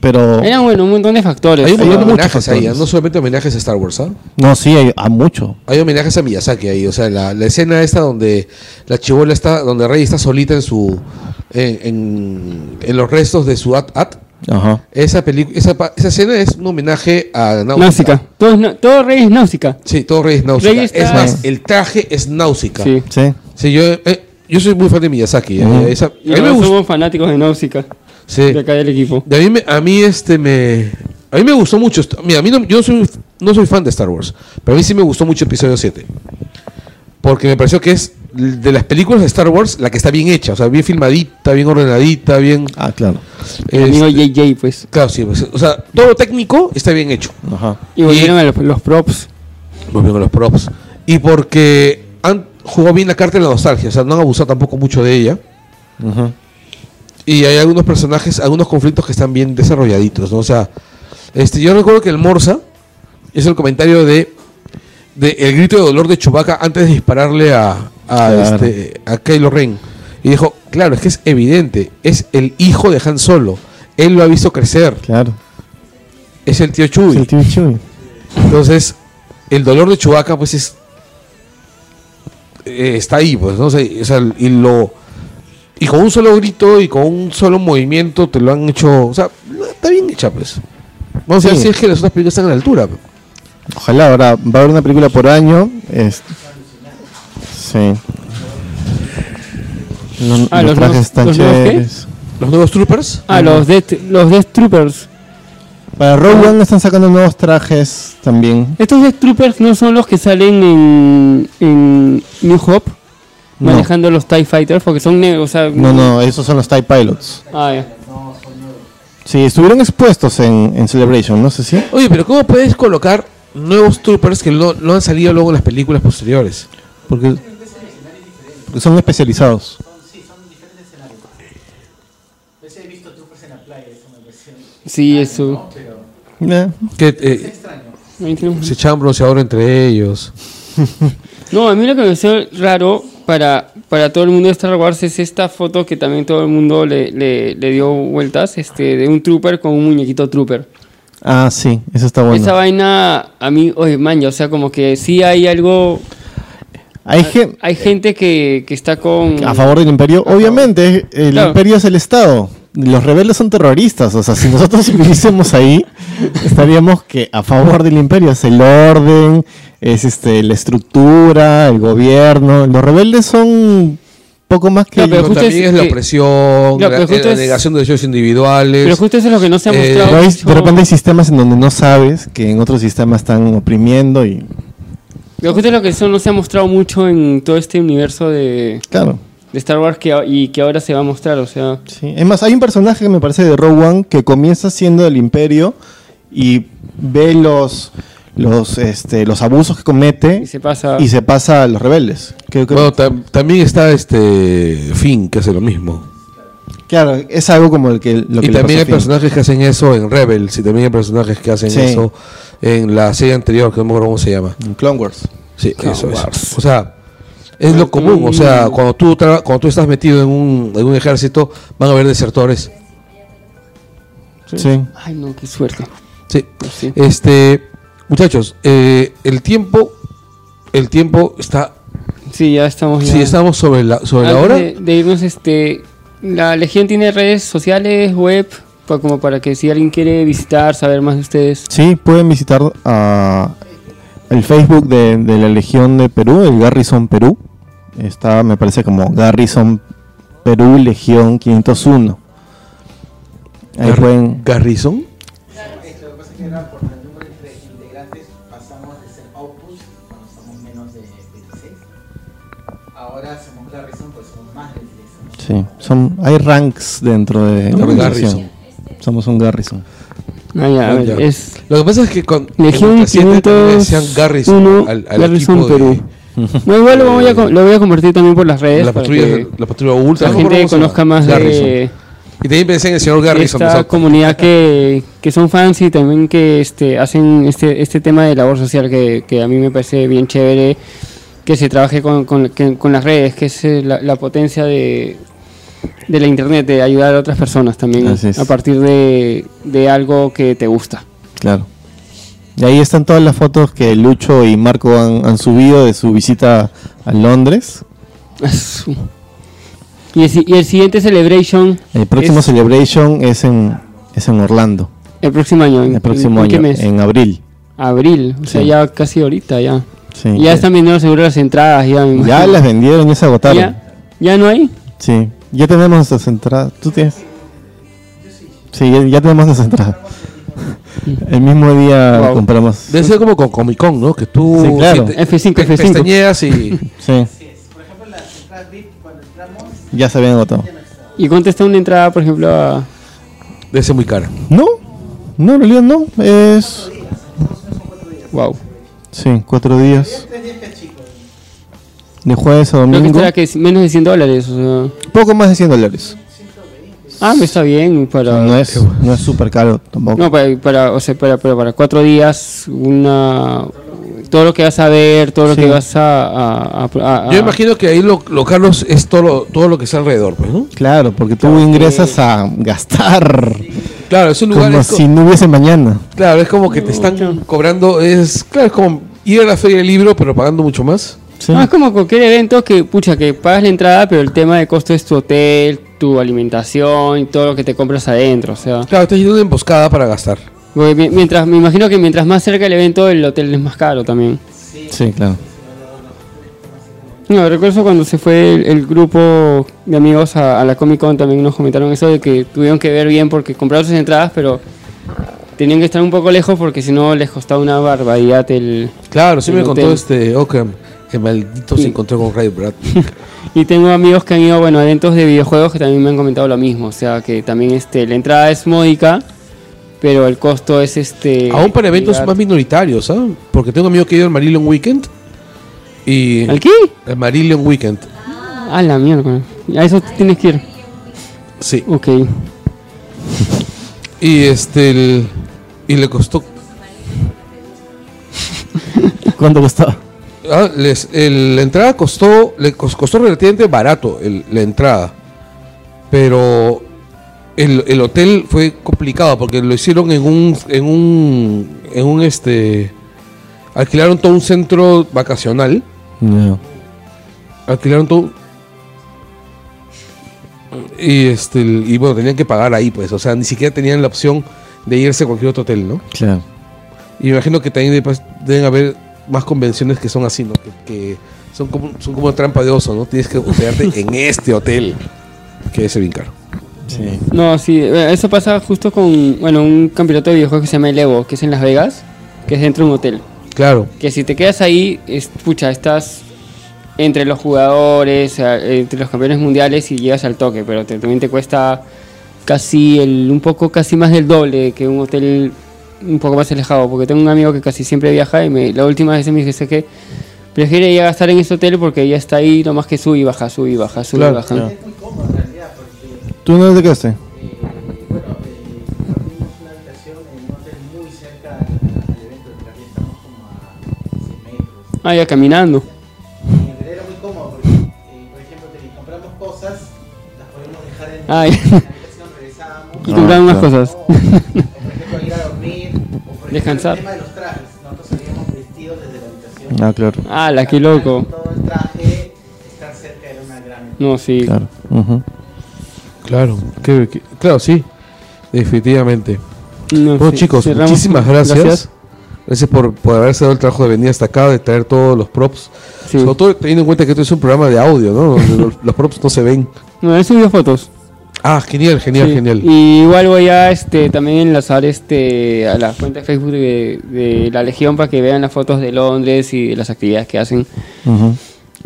Pero.
Eran, bueno, un montón de factores.
Hay un montón de
muchos
homenajes ahí, ¿ah?
factores.
no solamente homenajes a Star Wars, ¿ah?
No, sí, hay- a mucho.
Hay homenajes a Miyazaki ahí, o sea, la, la escena esta donde la chivola está, donde Rey está solita en su, en, en- en los restos de su at, at
Ajá.
esa película, esa, pa- esa escena es un homenaje a Náusica.
Náusica. Todo, es na- todo Rey es Náusica.
Sí, todo Rey es Náusica.
Rey está-
Es más, el traje es Náusica.
Sí.
Sí.
Sí, yo, eh, yo soy muy fan de Miyazaki. eh, esa- a
Y
mí me
nosotros
gustó.
somos fanáticos de Náusica.
Sí.
De acá del equipo.
De a, mí, me- a mí, este me a mí me gustó mucho. esta- Mira, a mí no, yo no soy, no soy fan de Star Wars, pero a mí sí me gustó mucho episodio 7. Porque me pareció que es l- de las películas de Star Wars la que está bien hecha, o sea, bien filmadita, bien ordenadita, bien
Ah, claro.
El amigo
este,
JJ, pues.
Claro, sí, pues, o sea, todo lo técnico está bien hecho.
Ajá.
Y volvieron a los, los props.
Volviendo a los props. Y porque han jugado bien la carta de la nostalgia, o sea, no han abusado tampoco mucho de ella.
Ajá.
Y hay algunos personajes, algunos conflictos que están bien desarrolladitos, ¿no? O sea, este, yo recuerdo que el Morsa es el comentario de, de el grito de dolor de Chewbacca antes de dispararle a, a,
Claro.
este, a Kylo Ren. Y dijo, claro, es que es evidente, es el hijo de Han Solo. Él lo ha visto crecer,
Claro.
es el tío Chewie.
Es el tío Chewie.
Entonces, el dolor de Chewbacca, pues es. eh, está ahí, pues, no sé. o sea, y lo. Y con un solo grito y con un solo movimiento te lo han hecho. O sea, está bien hecha, pues. Vamos a ver
Sí.
si es que las otras películas están a la altura. pues.
Ojalá ahora va a haber una película por año. es- Sí. No-
Ah,
los
los
trajes
nuevos-
están
los nuevos qué?
chéveres.
Los nuevos Troopers.
Ah, los Death, los Death Troopers.
Para Rogue One están sacando nuevos trajes también.
Estos Death Troopers no son los que salen en, en New Hope
No.
manejando los TIE Fighters porque son negros. O sea,
No, no, esos son los TIE Pilots.
Ah, ya.
Sí, estuvieron expuestos en, en Celebration, ¿no sé si?
Oye, pero ¿cómo puedes colocar nuevos Troopers que no, no han salido luego en las películas posteriores?
Porque, porque son especializados.
Sí, eso.
Eh,
Que eh,
Ahí tenemos-
se echaban bronceador entre ellos.
No, a mí lo que me pareció raro para, para todo el mundo de Star Wars es esta foto que también todo el mundo le, le- le dio vueltas, este, de un trooper con un muñequito trooper.
Ah, sí, eso está bueno.
Esa vaina, a mí, oye, man, ya, o sea, como que sí hay algo, Ah.
Hay gente
hay gente que, que está con...
a favor del imperio,
favor.
obviamente, el
Claro.
imperio es el Estado. Los rebeldes son terroristas, o sea, si nosotros viviésemos ahí, estaríamos que a favor del imperio, es el orden, es este la estructura, el gobierno. Los rebeldes son poco más que
Claro, pero
Pero
justo
también
es
es la
que-
opresión,
Claro,
la,
pero justo
la
es-
negación de derechos individuales.
Pero justo eso es lo que no se ha
Eh,
mostrado.
Pero hay-
mucho.
de repente hay sistemas en donde no sabes que en otros sistemas están oprimiendo y
Pero justo es lo que eso no se ha mostrado mucho en todo este universo de,
claro.
de Star Wars que, a- y que ahora se va a mostrar, o sea...
Sí. Es más, hay un personaje que me parece de Rogue One que comienza siendo del imperio y ve los los este los abusos que comete
Y se pasa...
y se pasa a los rebeldes. Creo que-
Bueno, tam- también está este Finn que hace lo mismo.
claro, es algo como el que lo que
y
le
también hay
pasó a Finn.
personajes que hacen eso en Rebels y también hay personajes que hacen
Sí.
eso en la serie anterior, que no me acuerdo cómo se llama.
En Clone Wars.
Sí, eso es. O sea, es lo común. O sea,
Mm.
cuando tú, tra- cuando tú estás metido en un, en un ejército, van a haber desertores.
Sí.
Ay, no, qué suerte. Pues
Sí.
Sí.
Este, muchachos, eh, el tiempo, el tiempo está.
Sí, ya estamos ya.
Si estamos sobre la, sobre la
Antes
hora,
De, de irnos, este, la Legión tiene redes sociales, web, pa- como para que si alguien quiere visitar, saber más de ustedes.
Sí, pueden visitar ah, el Facebook de, de la Legión de Perú, el Garrison Perú. Está, me parece, como Garrison Perú Legión 501. Ahí
Gar-
pueden.
Garrison.
Lo que pasa es que era por el número de integrantes pasamos de ser Opus, cuando somos menos de 26. Ahora somos la razón, pues somos más de 26. somos
Sí, son, hay ranks dentro de la
Somos
organización. Somos un Garrison.
Ah, ya, a
Ah,
ver,
ya.
es
Lo que pasa es que con
Legión
en
500
Ultrasiete también le decían Garrison al, al
Garrison
equipo de-
Perú. No, igual lo voy, a, co- lo voy a compartir también por las redes
La
para
patrulla,
que
la patrulla ultra.
la
no me acuerdo
gente
cómo se
conozca
llama.
más
Garrison.
de,
Y también pensé en el señor
de
Garrison.
esta
pensaba,
comunidad que, que son fans y también que este, hacen este, este tema de labor social que, que a mí me parece bien chévere que se trabaje con, con- que- con las redes, que es eh, la, la potencia de, de la internet, de ayudar a otras personas también
Así es.
a partir de, de algo que te gusta.
Claro. Y ahí están todas las fotos que Lucho y Marco han, han subido de su visita a Londres.
Y el, si- y el siguiente celebration
El próximo
es
Celebration es en, es en Orlando,
el próximo año. ¿en-
el próximo
en qué
año,
mes?
en abril.
Abril, o sea,
Sí.
ya casi ahorita ya.
Sí.
Ya están vendiendo seguro las entradas, ya me
Ya
imagino.
las vendieron, ya se agotaron.
¿Ya? ¿Ya no hay?
Sí, ya tenemos nuestras entradas. ¿Tú tienes? Sí, ya, ya tenemos nuestras entradas. El mismo día
Wow.
compramos.
Debe ser como con Comic Con, ¿no? Que tú
Sí, claro.
que te-
F5,
pe-
F5.
pestañeas y
Sí, ya se habían agotado.
Y contesta una entrada, por ejemplo, a...
debe ser muy cara.
No, no, en realidad no. Es.
Wow.
Sí, cuatro días. De jueves a
Lo que
domingo.
estará que es menos de 100 dólares. o sea.
Poco más de 100 dólares.
Ah, me está bien. Para,
No es no es súper caro tampoco.
No, para, para, o sea, para, para, para cuatro días, una, todo lo que vas a ver, todo lo
Sí.
que vas a... a- a- a- a-
Yo imagino que ahí lo, lo Carlos es todo lo, todo lo que está alrededor, pues, ¿no?
Claro, porque tú ingresas a gastar
Claro, es un lugar.
como
es co-
si no hubiese mañana.
Claro, es como que te están cobrando. Es claro, es como ir a la feria del libro, pero pagando mucho más.
Sí.
No, Ah, es como cualquier evento que, pucha, que pagas la entrada, pero el tema de costo es tu hotel, tu alimentación y todo lo que te compras adentro, o sea...
Claro, estás yendo una emboscada para gastar.
porque mi- mientras, me imagino que mientras más cerca el evento, el hotel es más caro también.
Sí, claro.
No, recuerdo cuando se fue el, el grupo de amigos a, a la Comic Con también nos comentaron eso de que tuvieron que ver bien porque compraron sus entradas, pero tenían que estar un poco lejos porque si no les costaba una barbaridad el...
Claro, sí
El
me contó
hotel.
este Ockham. Que maldito se
Sí.
encontró con Ray Brad.
Y tengo amigos que han ido, bueno, a eventos de videojuegos que también me han comentado lo mismo, o sea que también este, la entrada es módica, pero el costo es este...
Aún para eventos
llegar-
más minoritarios, ¿sabes? Porque tengo un amigo que ha ido al Marillion Weekend. Y.
¿Al qué?
Al Marillion Weekend.
A la mierda. A eso tienes que ir.
Sí.
Ok.
Y este. el- y le costó.
¿Cuánto costaba?
ah, les- el- la entrada costó. Le cos- costó relativamente barato el- la entrada. Pero. El, el hotel fue complicado porque lo hicieron en un. En un. En un este. Alquilaron todo un centro vacacional.
No.
alquilaron todo y este y bueno tenían que pagar ahí pues o sea ni siquiera tenían la opción de irse a cualquier otro hotel no
Claro.
y me imagino que también después deben haber más convenciones que son así no que, que son como son como trampa de oso no tienes que hospedarte en este hotel que es el bien caro
Sí.
No, sí, eh, eso pasa justo con, bueno, un campeonato de videojuegos que se llama el Evo, que es en Las Vegas, que es dentro de un hotel.
claro
Que si te quedas ahí, es, pucha, estás entre los jugadores, a- entre los campeones mundiales y llegas al toque, pero te- también te cuesta casi el, un poco, casi más del doble que un hotel un poco más alejado, porque tengo un amigo que casi siempre viaja y me, la última vez me dice que prefiere ya gastar en ese hotel porque ya está ahí, nomás que sube y baja, sube y baja, sube y
Claro,
baja.
claro. ¿Tú no te quedaste?
Eh, bueno, eh, compartimos una habitación en un hotel muy cerca al al evento, de aquí estamos como a 100 metros.
Ah, ya caminando.
Y en realidad era muy cómodo porque, eh, por ejemplo, te compramos cosas, las podemos dejar en
Ah, ya.
en la habitación, regresábamos.
Y
Ah,
compraron unas
claro.
cosas.
O, por ejemplo, ir a dormir, o por ejemplo,
Descansar.
el tema de los trajes. Nosotros salíamos vestidos desde la habitación.
Ah, claro.
Ah, la que loco.
Todo el traje, estar cerca era una gran.
No, sí.
Claro. Ujú.
claro que- que- claro sí definitivamente
No,
Bueno,
sí,
chicos,
cerramos.
muchísimas gracias.
Gracias.
Gracias, por, por haberse dado el trabajo de venir hasta acá, de traer todos los props.
Sí.
Sobre todo teniendo en cuenta que esto es un programa de audio, ¿no? Donde los, los props no se ven.
No, he subido fotos.
Ah, genial, genial,
Sí.
genial.
Y igual voy a este, también enlazar este, a la cuenta de Facebook de, de la Legión para que vean las fotos de Londres y de las actividades que hacen.
Ujú.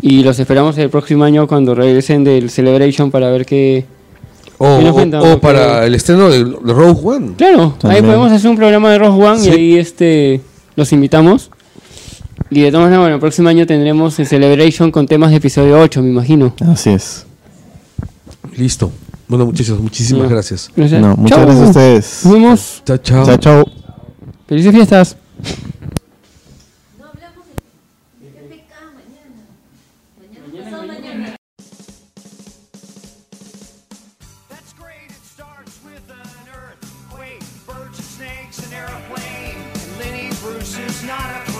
Y los esperamos el próximo año cuando regresen del Celebration para ver qué...
O,
y no
o-
cuentan,
o
porque-
Oh, para el estreno de, de Rogue One.
Claro, ahí
También.
podemos hacer un programa de Rogue One
Sí.
y ahí este, los invitamos. Y de todas maneras, bueno, el próximo año tendremos el Celebration con temas de episodio 8, me imagino.
Así es.
Listo. Bueno, muchachos, muchísimas
Pues Ya.
gracias.
Gracias.
No, muchas
Chao.
gracias a
Nos
ustedes.
vemos.
Chao, chao.
Chao, chao.
Felices fiestas.
not a